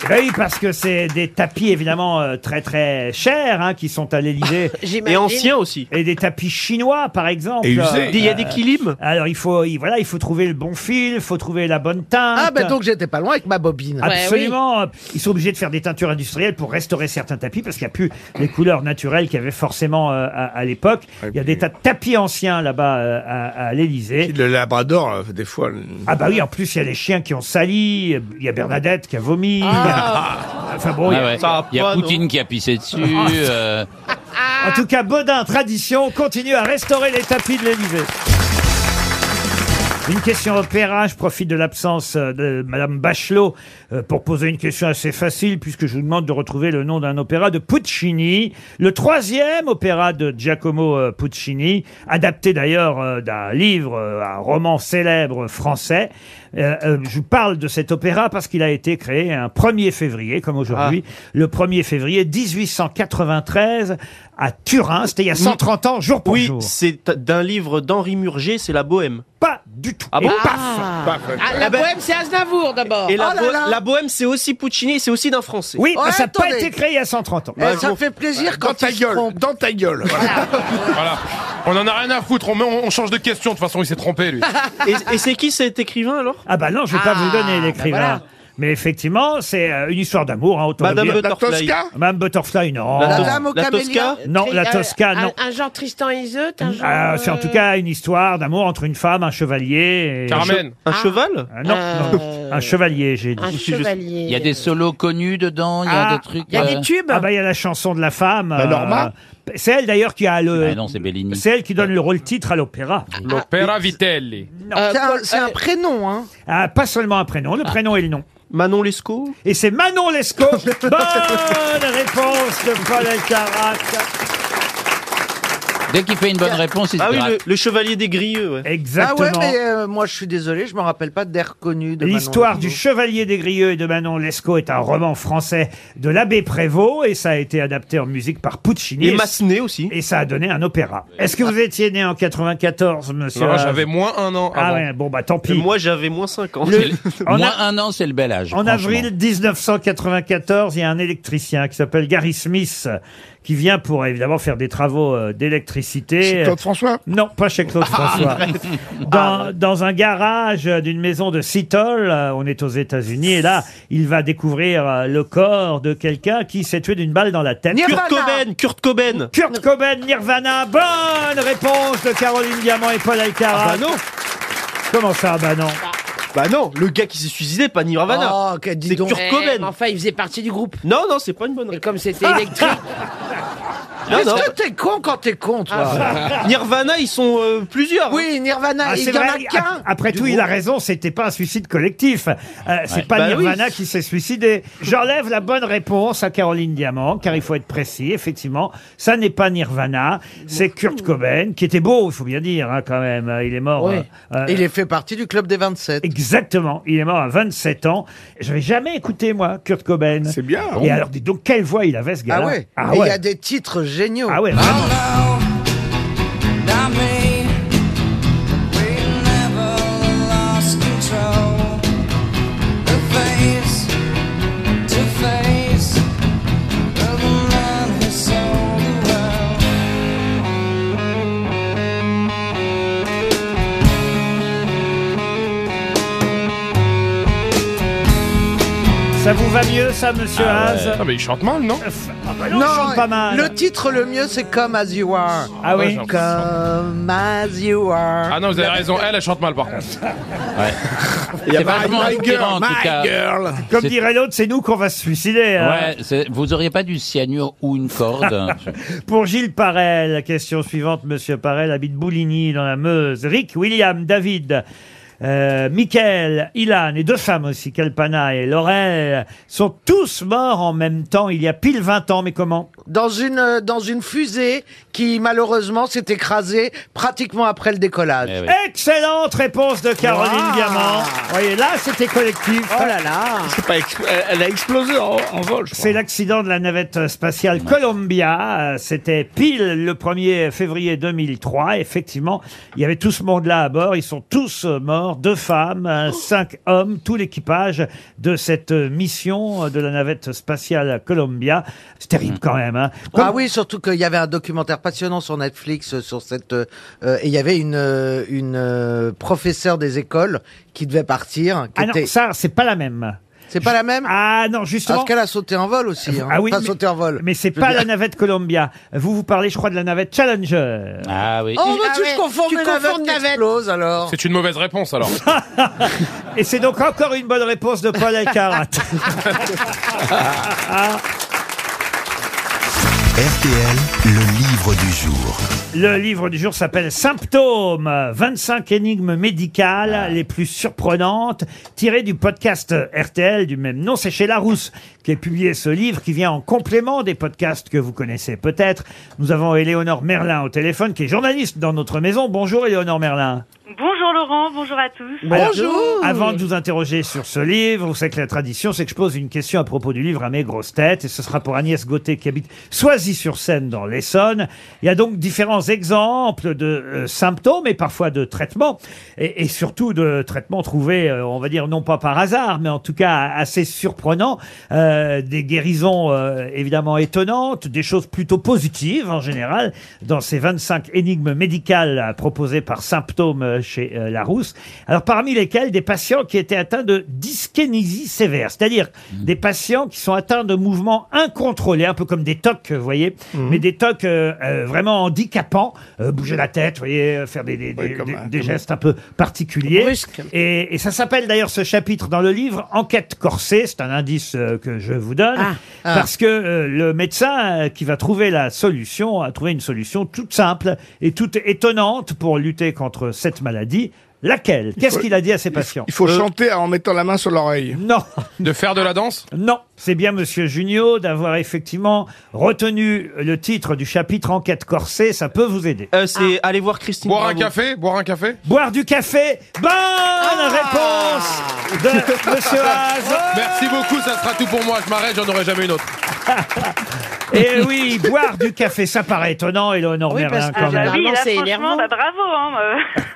Speaker 2: Ben Oui, parce que c'est des tapis évidemment euh, très très chers hein, qui sont à l'Élysée.
Speaker 7: J'imagine. Et anciens
Speaker 2: aussi. Et des tapis chinois par exemple.
Speaker 7: Et usés. Il y a des
Speaker 2: kilims. Alors il faut il- voilà, il faut trouver le bon fil, il faut trouver la bonne teinte.
Speaker 9: Ah, ben donc j'étais pas loin avec ma bobine.
Speaker 2: Absolument. Ils sont obligés de faire des teintures industrielles pour restaurer certains tapis parce qu'il n'y a plus les couleurs naturelles qu'il y avait forcément euh, à, à l'époque. Il y a des tas de tapis anciens là-bas euh, à, à l'Élysée.
Speaker 4: Le labrador, euh, des fois. le-
Speaker 2: Ah bah oui, en plus il y a les chiens qui ont sali, il y a Bernadette qui a vomi. enfin bon, il y a-
Speaker 5: Ah ouais. Il y a Poutine qui a pissé dessus.
Speaker 2: Ah,
Speaker 5: euh,
Speaker 2: En tout cas, Baudin Tradition continue à restaurer les tapis de l'Élysée. Une question opéra, je profite de l'absence euh, de Madame Bachelot euh, pour poser une question assez facile puisque je vous demande de retrouver le nom d'un opéra de Puccini, le troisième opéra de Giacomo euh, Puccini, adapté d'ailleurs euh, d'un livre, euh, un roman célèbre français. Euh, euh, je vous parle de cet opéra parce qu'il a été créé un 1er février, comme aujourd'hui, le 1er février 1893 à Turin, c'était il y a 130 ans, jour pour
Speaker 7: oui,
Speaker 2: jour.
Speaker 7: c'est d'un livre d'Henri Murger, c'est La Bohème.
Speaker 2: Pas du tout.
Speaker 7: Ah bon
Speaker 2: Et paf
Speaker 7: Ah.
Speaker 8: Ah, la
Speaker 7: Eh ben,
Speaker 8: bohème, c'est Aznavour d'abord.
Speaker 7: Et la,
Speaker 8: Oh là
Speaker 7: Bo-
Speaker 8: là.
Speaker 7: la Bohème, c'est aussi Puccini, c'est aussi d'un Français.
Speaker 2: Oui, mais ça n'a pas été créé il y a 130 ans.
Speaker 7: Bah, bon.
Speaker 4: dans ta gueule, dans ta gueule. Voilà.
Speaker 6: Voilà. On en a rien à foutre, on, met- on change de question, de toute façon il s'est trompé lui.
Speaker 7: Et, et c'est qui cet écrivain alors
Speaker 2: Ah bah non, je vais pas vous le donner
Speaker 5: ben
Speaker 2: l'écrivain.
Speaker 7: bah voilà.
Speaker 2: Mais effectivement, c'est euh, une histoire d'amour. Hein, autant
Speaker 7: Madame
Speaker 2: le dire. Euh,
Speaker 7: Butterfly. La Tosca
Speaker 2: Madame Butterfly, non.
Speaker 7: La Tos- Madame la Tosca
Speaker 2: Non, la
Speaker 8: Euh,
Speaker 2: Tosca, non.
Speaker 8: Un, un genre Tristan et Iseut, un genre.
Speaker 2: Euh, c'est en
Speaker 8: euh,
Speaker 2: tout cas une histoire d'amour entre une femme, un chevalier. Et...
Speaker 6: Carmen.
Speaker 7: Un cheval
Speaker 2: Euh, non, non, un chevalier, j'ai dit.
Speaker 8: Un chevalier.
Speaker 5: Il y a des solos connus dedans, il y a
Speaker 2: Ah,
Speaker 5: des trucs. euh,
Speaker 2: Ah bah il y a la chanson de la femme.
Speaker 5: Bah, Norma.
Speaker 2: euh, c'est elle d'ailleurs qui a le.
Speaker 5: Ah non, c'est Bellini. Ah,
Speaker 2: C'est elle qui donne le rôle titre à l'opéra.
Speaker 6: L'opéra Vitelli.
Speaker 3: C'est un- c'est
Speaker 2: Euh,
Speaker 3: un, prénom, hein.
Speaker 2: Ah, pas seulement un prénom, le prénom et le nom.
Speaker 7: Manon Lescaut
Speaker 2: Et c'est Manon Lescaut. Bonne réponse de Paul Elkarat.
Speaker 5: Dès qu'il fait une bonne réponse, il se
Speaker 7: Ah oui,
Speaker 5: gratte.
Speaker 7: le, le chevalier des grilleux. ouais.
Speaker 2: Exactement.
Speaker 9: Ah ouais, mais euh, moi je suis désolé, je me rappelle pas d'air connu de Manon
Speaker 2: L'histoire
Speaker 9: Lescaut.
Speaker 2: du Chevalier des Grieux et de Manon Lescaut est un roman français de l'abbé Prévost et ça a été adapté en musique par Puccini.
Speaker 7: Et Massenet aussi.
Speaker 2: Et ça a donné un opéra. Est-ce que vous étiez né en 94, monsieur
Speaker 6: Non,
Speaker 2: Haas
Speaker 6: j'avais moins un an
Speaker 2: Ah
Speaker 6: avant.
Speaker 2: ouais, bon bah tant pis.
Speaker 7: Moi, j'avais moins 5 ans.
Speaker 2: Le- Ah, En
Speaker 5: Moins
Speaker 2: a-
Speaker 5: un an, c'est le bel âge.
Speaker 2: En
Speaker 5: franchement.
Speaker 2: avril 1994, il y a un électricien qui s'appelle Gary Smith qui vient pour évidemment faire des travaux euh, d'électricité.
Speaker 4: Chez Claude François
Speaker 2: Non, pas chez
Speaker 7: Ah,
Speaker 2: Claude François. Dans, dans un garage d'une maison de Seattle, euh, on est aux États-Unis, et là, il va découvrir euh, le corps de quelqu'un qui s'est tué d'une balle dans la tête.
Speaker 7: Kurt Cobain, Kurt Cobain.
Speaker 2: Kurt Cobain, Nirvana, bonne réponse de Caroline Diamant et Paul Alcaraz.
Speaker 7: Ah bah non,
Speaker 2: Comment ça, bah non
Speaker 7: bah non, le gars qui s'est suicidé, pas Nirvana.
Speaker 9: Oh, que dis
Speaker 7: c'est
Speaker 9: donc.
Speaker 7: Kurt
Speaker 8: Eh,
Speaker 7: Cobain.
Speaker 8: mais Enfin, il faisait partie du groupe.
Speaker 7: Non, non, c'est pas une bonne
Speaker 8: Et
Speaker 7: réponse.
Speaker 8: comme c'était électrique.
Speaker 7: Non, non.
Speaker 9: Est-ce que t'es con quand t'es con, toi
Speaker 7: Nirvana, ils sont euh, plusieurs.
Speaker 9: Oui, Nirvana,
Speaker 2: Ah,
Speaker 9: il
Speaker 2: c'est
Speaker 9: y en a
Speaker 2: vrai,
Speaker 9: qu'un.
Speaker 2: ap- Après tout, il a raison, c'était pas un suicide collectif. Euh, c'est
Speaker 5: Ouais.
Speaker 2: pas
Speaker 7: Bah
Speaker 2: Nirvana
Speaker 7: oui.
Speaker 2: qui s'est suicidé. J'enlève la bonne réponse à Caroline Diamant, car il faut être précis, effectivement. Ça n'est pas Nirvana, c'est Kurt Cobain, qui était beau, il faut bien dire, hein, quand même. Euh, Il est mort.
Speaker 9: Oui.
Speaker 2: euh, euh,
Speaker 9: Il est fait partie du club des 27.
Speaker 2: Exactement, il est mort à 27 ans. Je n'avais jamais écouté, moi, Kurt Cobain.
Speaker 4: C'est bien.
Speaker 2: Et alors, dis donc, quelle voix il avait, ce
Speaker 9: Ah
Speaker 2: gars-là
Speaker 9: ouais.
Speaker 2: Ah
Speaker 9: Et il
Speaker 2: ouais.
Speaker 9: y a des titres géniaux.
Speaker 2: Ah ouais, vraiment.
Speaker 9: Ah.
Speaker 2: Ça vous va mieux, ça, monsieur
Speaker 5: Ah
Speaker 2: Haas
Speaker 5: ouais.
Speaker 6: Ah mais il chante mal, non
Speaker 2: Ah bah non, il chante pas mal.
Speaker 9: le titre le mieux, c'est Come As You Are.
Speaker 2: Ah oui.
Speaker 6: Ouais,
Speaker 9: Come As You Are.
Speaker 6: Ah non, vous avez raison, elle, elle chante mal par contre.
Speaker 4: Il y a
Speaker 5: C'est
Speaker 4: My,
Speaker 5: vachement
Speaker 4: My Girl,
Speaker 5: inspirant, en tout
Speaker 4: My
Speaker 5: cas.
Speaker 4: Girl.
Speaker 2: Comme
Speaker 5: C'est-
Speaker 2: dirait l'autre, c'est nous qu'on va se suicider. hein.
Speaker 5: Ouais, c'est- vous auriez pas du cyanure ou une corde.
Speaker 2: Pour Gilles Parel, la question suivante, Monsieur Parel habite Bouligny dans la Meuse. Rick, William, David, euh, Michael, Ilan et deux femmes aussi, Kalpana et Laurel, sont tous morts en même temps il y a pile 20 ans, mais comment
Speaker 9: Dans une, euh, dans une fusée qui, malheureusement, s'est écrasée pratiquement après le décollage.
Speaker 5: Eh oui.
Speaker 2: Excellente réponse de Caroline
Speaker 9: Wow.
Speaker 2: Diamant. Vous voyez, là, c'était collectif.
Speaker 9: Oh là là
Speaker 4: C'est pas ex- elle- Elle a explosé en, en vol, je crois.
Speaker 2: C'est l'accident de la navette spatiale Columbia. Euh, C'était pile le 1er février 2003. Effectivement, il y avait tout ce monde-là à bord. Ils sont tous euh, morts corps, deux femmes,
Speaker 5: Oh.
Speaker 2: euh, cinq hommes, tout l'équipage de cette euh, mission euh, de la navette spatiale Columbia. C'est
Speaker 5: Hmm.
Speaker 2: terrible quand même. hein.
Speaker 9: Ah oui, surtout qu'il y avait un documentaire passionnant sur Netflix euh, sur cette euh, euh, et il y avait une euh, une euh, professeure des écoles qui devait partir. Qui
Speaker 2: Ah non, ça c'est pas la même.
Speaker 9: C'est pas la même.
Speaker 2: Ah non, justement.
Speaker 9: Parce qu'elle a sauté en vol aussi. hein.
Speaker 2: Ah oui,
Speaker 9: Enfin,
Speaker 2: mais-
Speaker 9: sauté en vol.
Speaker 2: Mais c'est
Speaker 9: Je veux
Speaker 2: pas
Speaker 9: dire.
Speaker 2: la navette Columbia. Vous, vous parlez, je crois, de la navette Challenger.
Speaker 5: Ah oui.
Speaker 9: Oh, bah, tu confonds les navettes qui explosent, alors.
Speaker 6: C'est une mauvaise réponse alors.
Speaker 2: Et c'est donc encore une bonne réponse de Paul Alcarat. Ah,
Speaker 1: RTL, le livre du jour.
Speaker 2: Le livre du jour s'appelle Symptômes, 25 énigmes médicales les plus surprenantes, tirées du podcast RTL du même nom. C'est chez Larousse qui est publié ce livre qui vient en complément des podcasts que vous connaissez peut-être. Nous avons Éléonore Merlin au téléphone qui est journaliste dans notre maison. Bonjour Éléonore Merlin.
Speaker 15: Bonjour Laurent, bonjour à tous.
Speaker 2: Bah, Alors, Avant de vous interroger sur ce livre, vous savez que la tradition, c'est que je pose une question à propos du livre à mes grosses têtes, et ce sera pour Agnès Gauthier qui habite Soisy-sur-Seine dans l'Essonne. Il y a donc différents exemples de euh, symptômes et parfois de traitements, et, et surtout de traitements trouvés, euh, on va dire, non pas par hasard, mais en tout cas assez surprenants, Euh, des guérisons euh, évidemment étonnantes, des choses plutôt positives en général, dans ces 25 énigmes médicales euh, proposées par symptômes euh, chez euh, Larousse. Alors, parmi lesquels des patients qui étaient atteints de dyskinésie sévère, c'est-à-dire des patients qui sont atteints de mouvements incontrôlés, un peu comme des tocs, vous voyez, mais des tocs euh, euh, vraiment handicapants, euh, bouger la tête, vous voyez, euh, faire des, des- des- des- des gestes un peu particuliers. Et, et ça s'appelle d'ailleurs ce chapitre dans le livre Enquête corsée, c'est un indice euh, que je vous donne,
Speaker 9: Ah.
Speaker 2: parce que euh, le médecin euh, qui va trouver la solution a trouvé une solution toute simple et toute étonnante pour lutter contre cette maladie. Laquelle Qu'est-ce
Speaker 4: faut-
Speaker 2: qu'il a dit à ses patients
Speaker 4: Il faut
Speaker 2: Euh,
Speaker 4: chanter en mettant la main sur l'oreille.
Speaker 2: Non.
Speaker 6: De faire de la danse
Speaker 2: Non, c'est bien Monsieur Junio d'avoir effectivement retenu le titre du chapitre Enquête corsée, ça peut vous aider.
Speaker 7: Euh, c'est
Speaker 2: Ah.
Speaker 7: aller voir Christine.
Speaker 6: Boire un
Speaker 7: Bravo.
Speaker 6: café Boire un café
Speaker 2: Boire du café, bonne
Speaker 15: Ah
Speaker 2: réponse de Monsieur Haas.
Speaker 6: Merci beaucoup, ça sera tout pour moi. Je m'arrête, j'en aurai jamais une autre.
Speaker 2: Et Eh oui, boire du café, ça paraît étonnant, Éléonore Merlin, quand même.
Speaker 15: oui, là,
Speaker 8: Ah, c'est
Speaker 15: franchement,
Speaker 8: énervant.
Speaker 15: bah, bravo. hein,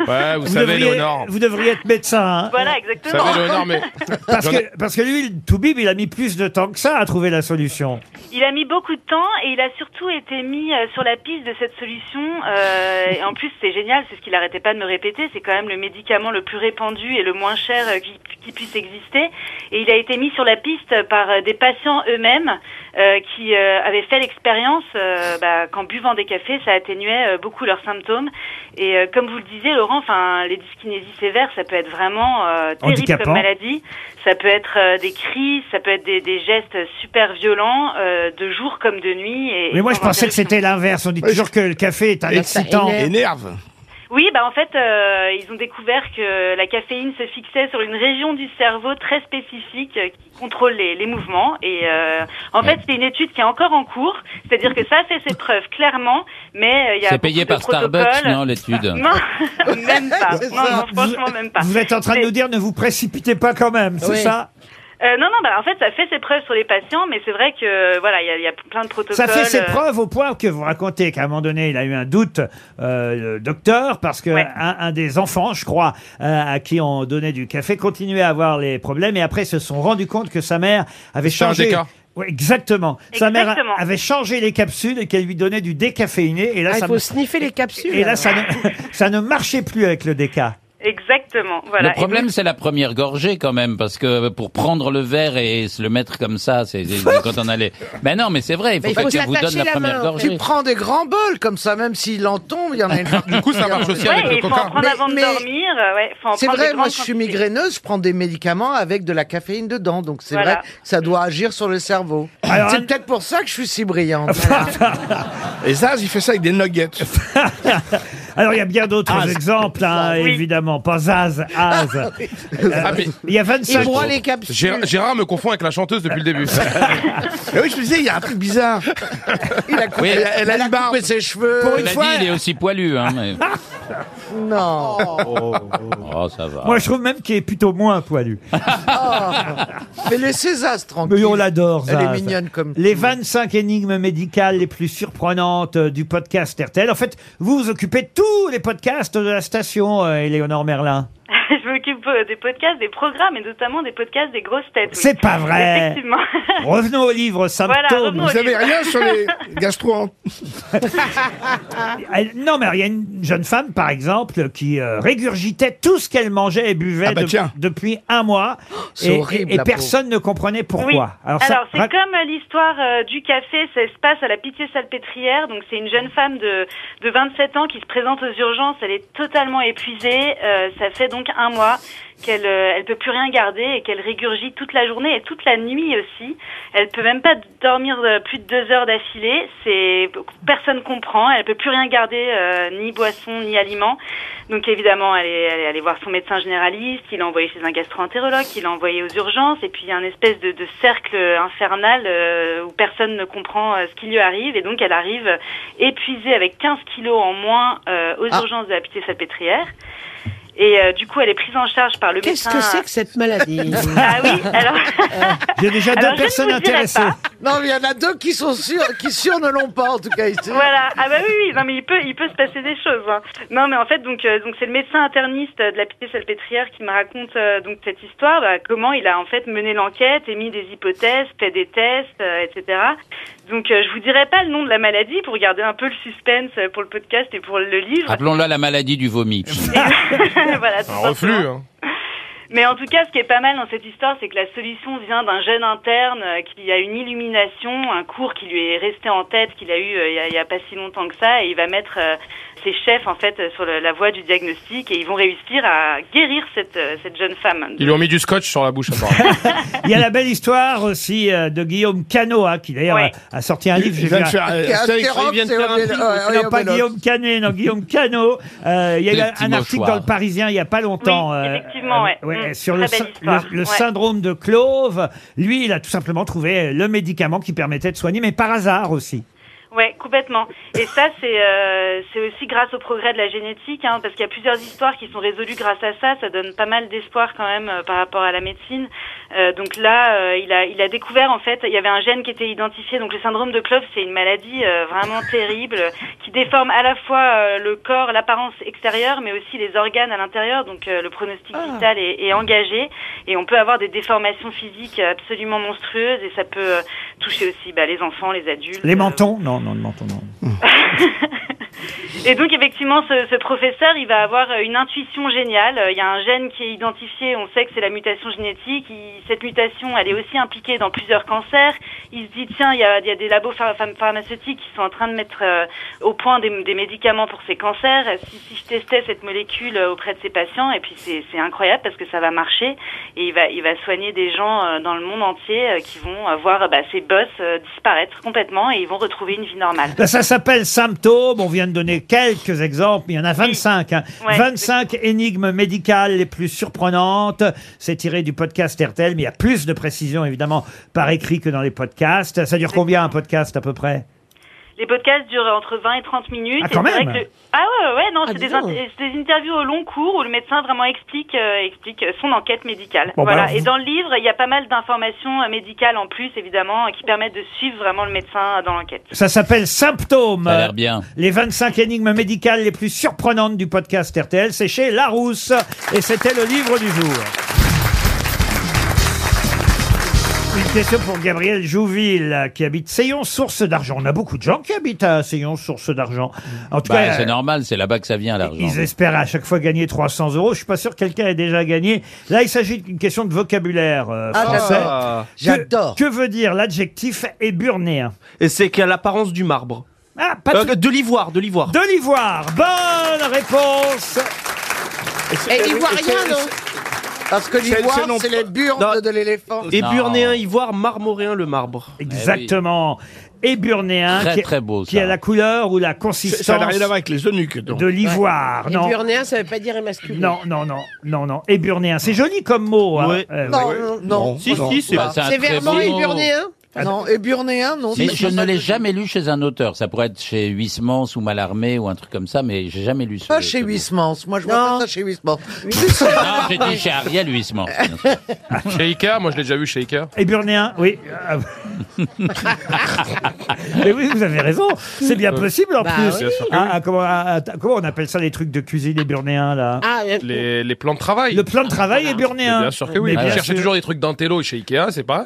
Speaker 15: euh.
Speaker 6: Ouais, vous, savez,
Speaker 2: devriez,
Speaker 6: Léonore.
Speaker 2: vous devriez être médecin. hein.
Speaker 15: voilà, exactement.
Speaker 6: savez, Léonore, mais-
Speaker 2: Parce que, parce que lui, le Toubib, il a mis plus de temps que ça à trouver la solution.
Speaker 15: Il a mis beaucoup de temps et il a surtout été mis euh, sur la piste de cette solution. euh, et en plus, c'est génial, c'est ce qu'il arrêtait pas de me répéter. C'est quand même le médicament le plus répandu et le moins cher euh, qui, qui puisse exister. Et il a été mis sur la piste par euh, des patients eux-mêmes euh, qui euh, avaient fait l'expérience euh, bah, qu'en buvant des cafés, ça atténuait euh, beaucoup leurs symptômes. Et euh, comme vous le disiez, Laurent, enfin, les dyskinésies sévères, ça peut être vraiment euh, terrible
Speaker 2: Handicapant.
Speaker 15: comme maladie. Ça peut être euh, des cris, ça peut être des, des gestes super violents, euh, de jour comme de nuit. Et,
Speaker 2: Mais moi,
Speaker 15: et
Speaker 2: je
Speaker 15: sans
Speaker 2: pensais que
Speaker 15: interruption.
Speaker 2: c'était l'inverse. On dit toujours que le café est un excitant.
Speaker 4: Énerve.
Speaker 15: Oui, bah en fait, euh, ils ont découvert que la caféine se fixait sur une région du cerveau très spécifique euh, qui contrôle les, les mouvements. Et euh, en fait, c'est une étude qui est encore en cours. C'est-à-dire que ça a fait ses preuves clairement, mais euh, il y a
Speaker 5: C'est payé
Speaker 15: beaucoup de
Speaker 5: par Starbucks,
Speaker 15: protocoles.
Speaker 5: non, l'étude
Speaker 15: Non, même pas. Non, non, franchement, même pas.
Speaker 2: Vous êtes en train de nous dire ne vous précipitez pas quand même, c'est
Speaker 15: Oui.
Speaker 2: ça
Speaker 15: Euh, non, non, bah, en fait, ça fait ses preuves sur les patients, mais c'est vrai que, euh, voilà, il y a- il y, a plein de protocoles.
Speaker 2: Ça fait ses
Speaker 15: euh,
Speaker 2: preuves au point que vous racontez qu'à un moment donné, il a eu un doute, euh, le docteur, parce que un, un des enfants, je crois, euh, à qui on donnait du café, continuait à avoir les problèmes et après se sont rendus compte que sa mère avait
Speaker 6: C'était un
Speaker 2: changé.
Speaker 6: déca.
Speaker 2: Ouais, exactement. Sa mère
Speaker 8: Exactement.
Speaker 2: a- avait changé les capsules et qu'elle lui donnait du décaféiné. Et là,
Speaker 8: Ah, il
Speaker 2: ça
Speaker 8: faut
Speaker 2: ne-
Speaker 8: sniffer les capsules.
Speaker 2: et là, ça ne,
Speaker 8: alors.
Speaker 2: ça ne marchait plus avec le déca.
Speaker 15: Exactement, voilà.
Speaker 5: Le problème, c'est la première gorgée quand même, parce que pour prendre le verre et se le mettre comme ça, c'est c'est quand on allait. Ben non, mais c'est vrai, il faut,
Speaker 9: Mais
Speaker 5: pas que je vous donne la, première gorgée.
Speaker 9: Tu prends des grands bols comme ça, même s'il en tombe, il y en a une.
Speaker 5: Du coup, ça marche aussi avec
Speaker 15: Ouais, il faut en prendre
Speaker 9: Mais-
Speaker 15: avant de
Speaker 9: mais
Speaker 15: dormir. euh, Ouais, faut en
Speaker 9: C'est
Speaker 15: prendre des
Speaker 9: vrai, moi
Speaker 15: grandes
Speaker 9: je suis
Speaker 15: quantités.
Speaker 9: migraineuse, je prends des médicaments avec de la caféine dedans, donc c'est
Speaker 15: Voilà.
Speaker 9: vrai, que ça doit agir sur le cerveau.
Speaker 2: Alors,
Speaker 9: c'est peut-être pour ça que je suis si brillante.
Speaker 4: Et ça, il fait ça avec des nuggets.
Speaker 2: Alors, il y a bien d'autres
Speaker 4: Az.
Speaker 2: exemples, hein,
Speaker 4: Oui.
Speaker 2: évidemment. Pas Zaz, Az. Euh,
Speaker 6: Ah, mais-
Speaker 2: Il y a 25
Speaker 6: Gérard, Gérard me confond avec la chanteuse depuis le début.
Speaker 4: Mais oui, je me disais, il y a un truc bizarre. Il a
Speaker 5: Oui.
Speaker 4: coupé, elle, a- elle a une barbe.
Speaker 9: ses cheveux.
Speaker 5: Il a dit, il est aussi poilu, hein. mais-
Speaker 9: Non.
Speaker 5: Oh, ça va.
Speaker 2: Moi, je trouve même qu'il est plutôt moins poilu.
Speaker 9: Mais laissez Zaz tranquille.
Speaker 2: Mais on l'adore,
Speaker 9: Elle est
Speaker 2: Zaz.
Speaker 9: mignonne comme
Speaker 2: Les 25 énigmes médicales les plus surprenantes euh, du podcast RTL. En fait, vous vous occupez de tous les podcasts de la station, euh, Éléonore Merlin.
Speaker 15: je m'occupe s'occupe euh, des podcasts, des programmes et notamment des podcasts des grosses têtes. oui.
Speaker 2: C'est pas vrai.
Speaker 15: Effectivement.
Speaker 2: Revenons au livre symptômes.
Speaker 15: Voilà, revenons au Vous avez livre. rien sur les
Speaker 2: gastro Non, mais il y a une jeune femme, par exemple, qui euh, régurgitait tout ce qu'elle mangeait et buvait
Speaker 4: Ah bah
Speaker 2: de-
Speaker 4: tiens.
Speaker 2: depuis un mois.
Speaker 4: c'est
Speaker 2: et,
Speaker 4: horrible,
Speaker 2: et- et
Speaker 4: la
Speaker 2: personne ne comprenait pourquoi.
Speaker 15: Oui. Alors,
Speaker 2: ça-
Speaker 15: c'est
Speaker 2: rac-
Speaker 15: comme euh, l'histoire euh, du café, ça se passe à la Pitié Salpêtrière. Donc c'est une jeune femme de, de 27 ans qui se présente aux urgences. Elle est totalement épuisée. Euh, ça fait donc un mois qu'elle euh, elle peut plus rien garder et qu'elle régurgite toute la journée et toute la nuit aussi. Elle peut même pas dormir euh, plus de deux heures d'affilée. C'est personne comprend. Elle peut plus rien garder euh, ni boisson ni aliment. Donc évidemment, elle est, elle est allée voir son médecin généraliste, il l'a envoyé chez un gastro-entérologue, il l'a envoyé aux urgences, et puis il y a un espèce de, de cercle infernal euh, où personne ne comprend euh, ce qui lui arrive, et donc elle arrive euh, épuisée avec 15 kilos en moins euh, aux
Speaker 8: Ah.
Speaker 15: urgences de la Pitié-Salpêtrière. Et euh, du coup, elle est prise en charge par le
Speaker 8: Qu'est-ce
Speaker 15: médecin.
Speaker 8: que c'est que cette maladie
Speaker 15: Ah oui, alors...
Speaker 2: Il y a déjà
Speaker 15: Alors,
Speaker 2: deux
Speaker 15: je ne
Speaker 2: personnes
Speaker 15: vous dirai
Speaker 2: intéressées.
Speaker 15: pas.
Speaker 9: Non, mais il y en a deux qui sont sûrs, qui sûrs ne l'ont pas, en tout cas. ici.
Speaker 15: Voilà. Ah bah oui, oui. Non mais il peut, il peut se passer des choses. hein. Non mais en fait donc euh, donc c'est le médecin interniste euh, de la Pitié Salpêtrière qui me raconte euh, donc cette histoire. bah, comment il a en fait mené l'enquête, émis des hypothèses, fait des tests, euh, etc. Donc euh, je vous dirai pas le nom de la maladie pour garder un peu le suspense euh, pour le podcast et pour le livre.
Speaker 5: Appelons-la la maladie du vomi. hein.
Speaker 15: voilà. tout simplement. Mais en tout cas, ce qui est pas mal dans cette histoire, c'est que la solution vient d'un jeune interne euh, qui a une illumination, un cours qui lui est resté en tête, qu'il a eu euh, il y a- il y a, pas si longtemps que ça, et il va mettre euh, ses chefs en fait euh, sur le- la voie du diagnostic, et ils vont réussir à guérir cette, euh, cette jeune femme.
Speaker 6: Ils lui ont mis du scotch sur la bouche, apparemment.
Speaker 2: Il y a la belle histoire aussi euh, de Guillaume Cano, hein, qui d'ailleurs a, a sorti un livre.
Speaker 4: Il
Speaker 2: j'ai
Speaker 4: vient
Speaker 2: vu
Speaker 4: de faire, euh, Qui a Astérix, Astérix, il vient de faire un c'est film. Obélix.
Speaker 2: Non,
Speaker 4: Ouais,
Speaker 2: pas
Speaker 4: Obélix.
Speaker 2: Guillaume Canet, non, Guillaume Cano. Euh, il y a eu
Speaker 4: Le
Speaker 2: un,
Speaker 4: petit
Speaker 2: un article
Speaker 4: mouchoir.
Speaker 2: dans Le Parisien il y a pas longtemps. euh,
Speaker 15: effectivement, ouais. Mm,
Speaker 2: sur
Speaker 15: très
Speaker 2: le,
Speaker 15: belle
Speaker 2: syn-
Speaker 15: histoire,
Speaker 2: le- le
Speaker 15: ouais.
Speaker 2: syndrome de Clove. Lui, il a tout simplement trouvé le médicament qui permettait de soigner, mais par hasard aussi.
Speaker 15: Ouais, complètement. Et ça, c'est euh, c'est aussi grâce au progrès de la génétique, hein, parce qu'il y a plusieurs histoires qui sont résolues grâce à ça. Ça donne pas mal d'espoir quand même euh, par rapport à la médecine. Euh, donc là, euh, il a il a découvert en fait, il y avait un gène qui était identifié. Donc le syndrome de Clove, c'est une maladie euh, vraiment terrible euh, qui déforme à la fois euh, le corps, l'apparence extérieure, mais aussi les organes à l'intérieur. Donc euh, le pronostic vital est, est engagé et on peut avoir des déformations physiques absolument monstrueuses et ça peut euh, toucher aussi bah, les enfants, les adultes.
Speaker 2: Les mentons Non, non, le menton, non.
Speaker 15: Et donc effectivement, ce, ce professeur, il va avoir euh, une intuition géniale. Euh, Il y a un gène qui est identifié, on sait que c'est la mutation génétique. Il- cette mutation, elle est aussi impliquée dans plusieurs cancers. Il se dit tiens, il y a, il y a des labos phar- phar- pharmaceutiques qui sont en train de mettre euh, au point des, des médicaments pour ces cancers. Euh, Si, si je testais cette molécule euh, auprès de ces patients, et puis c'est c'est incroyable parce que ça va marcher et il va il va soigner des gens euh, dans le monde entier euh, qui vont euh, voir euh, bah, ces bosses euh, disparaître complètement et ils vont retrouver une vie normale.
Speaker 2: Là, Bah, ça s'appelle symptômes. On vient de donner quelques exemples, mais il y en a 25. hein.
Speaker 15: Ouais,
Speaker 2: 25 énigmes médicales les plus surprenantes. C'est tiré du podcast RTL, mais il y a plus de précisions, évidemment, par écrit que dans les podcasts. Ça dure combien un podcast à peu près
Speaker 15: Les podcasts durent entre 20 et 30 minutes.
Speaker 2: Ah, quand
Speaker 15: Et c'est vrai
Speaker 2: même.
Speaker 15: que le- Ah ouais, ouais, ouais, non,
Speaker 2: Ah,
Speaker 15: c'est
Speaker 2: dis
Speaker 15: des,
Speaker 2: donc.
Speaker 15: inter- c'est des interviews au long cours où le médecin vraiment explique, euh, explique son enquête médicale.
Speaker 2: Bon, bah
Speaker 15: voilà.
Speaker 2: alors,
Speaker 15: et
Speaker 2: vous-
Speaker 15: dans le livre, il y a pas mal d'informations euh, médicales en plus, évidemment, euh, qui permettent de suivre vraiment le médecin euh, dans l'enquête.
Speaker 2: Ça s'appelle symptômes.
Speaker 5: Ça a l'air bien.
Speaker 2: Les 25 énigmes médicales les plus surprenantes du podcast RTL. C'est chez Larousse. Et c'était le livre du jour. Une question pour Gabriel Jouville, qui habite Seyon, source d'argent. On a beaucoup de gens qui habitent à Seyon, source d'argent. En tout
Speaker 5: Bah,
Speaker 2: cas,
Speaker 5: c'est
Speaker 2: euh,
Speaker 5: normal, c'est là-bas que ça vient l'argent.
Speaker 2: ils espèrent à chaque fois gagner 300 euros. Je suis pas sûr que quelqu'un ait déjà gagné. Là, il s'agit d'une question de vocabulaire euh,
Speaker 7: Ah,
Speaker 2: français.
Speaker 7: j'adore.
Speaker 2: Que- Que, veut dire l'adjectif éburnéen
Speaker 7: Et c'est qu'à l'apparence du marbre. Euh,
Speaker 2: Ah, pas
Speaker 7: de... de l'ivoire, de l'ivoire.
Speaker 2: De l'ivoire. Bonne réponse.
Speaker 9: Et ivoirien, non Parce que
Speaker 7: C'est-
Speaker 9: l'ivoire,
Speaker 7: c'est non-
Speaker 9: c'est les burnes de l'éléphant.
Speaker 7: Éburnéen, ivoire, marmoréen, le marbre. Eh
Speaker 2: Exactement. Éburnéen,
Speaker 7: Très,
Speaker 2: qui, est-
Speaker 7: très beau,
Speaker 2: qui a la couleur ou la consistance
Speaker 4: Ça n'a rien à voir avec les eunuques. donc.
Speaker 2: de l'ivoire.
Speaker 8: Et
Speaker 2: Non.
Speaker 8: burnéen, ça veut pas dire émasculé.
Speaker 2: non, non, non, non, non. Éburnéen, c'est joli comme mot. hein.
Speaker 8: Ouais.
Speaker 2: Euh,
Speaker 8: Non,
Speaker 2: ouais.
Speaker 8: non, non. Si, si, c'est- Bah, c'est un C'est très
Speaker 2: verbal
Speaker 8: verband beau mot. éburnéen
Speaker 9: Non, et Burnéen, non.
Speaker 5: Mais
Speaker 9: c'est
Speaker 5: je
Speaker 9: ça
Speaker 5: ne
Speaker 9: que
Speaker 5: l'ai jamais lu chez un auteur. Ça pourrait être chez Huysmans ou Mallarmé ou un truc comme ça, mais j'ai jamais lu ce
Speaker 9: Pas chez Huysmans. Moi, je vois pas ça chez Huysmans. C'est
Speaker 5: Non,
Speaker 9: ça.
Speaker 5: Ah, j'ai dit chez Ariel Huysmans.
Speaker 6: Chez Ikea, moi je l'ai déjà vu chez Ikea.
Speaker 2: Et Burnéen, oui. Ah, Mais oui, vous avez raison. C'est bien
Speaker 6: Euh,
Speaker 2: possible en
Speaker 6: bah
Speaker 2: plus.
Speaker 6: oui.
Speaker 2: Ah, ah, comment, ah, ah, comment on appelle ça les trucs de cuisine et burnéens là
Speaker 6: Ah. les, les plans de travail.
Speaker 2: Le plan de travail est burnéen.
Speaker 6: Mais Bien sûr que oui.
Speaker 2: Mais
Speaker 6: Vous
Speaker 2: bien
Speaker 6: cherchez
Speaker 2: sûr.
Speaker 6: toujours des trucs d'Antello chez Ikea, c'est pas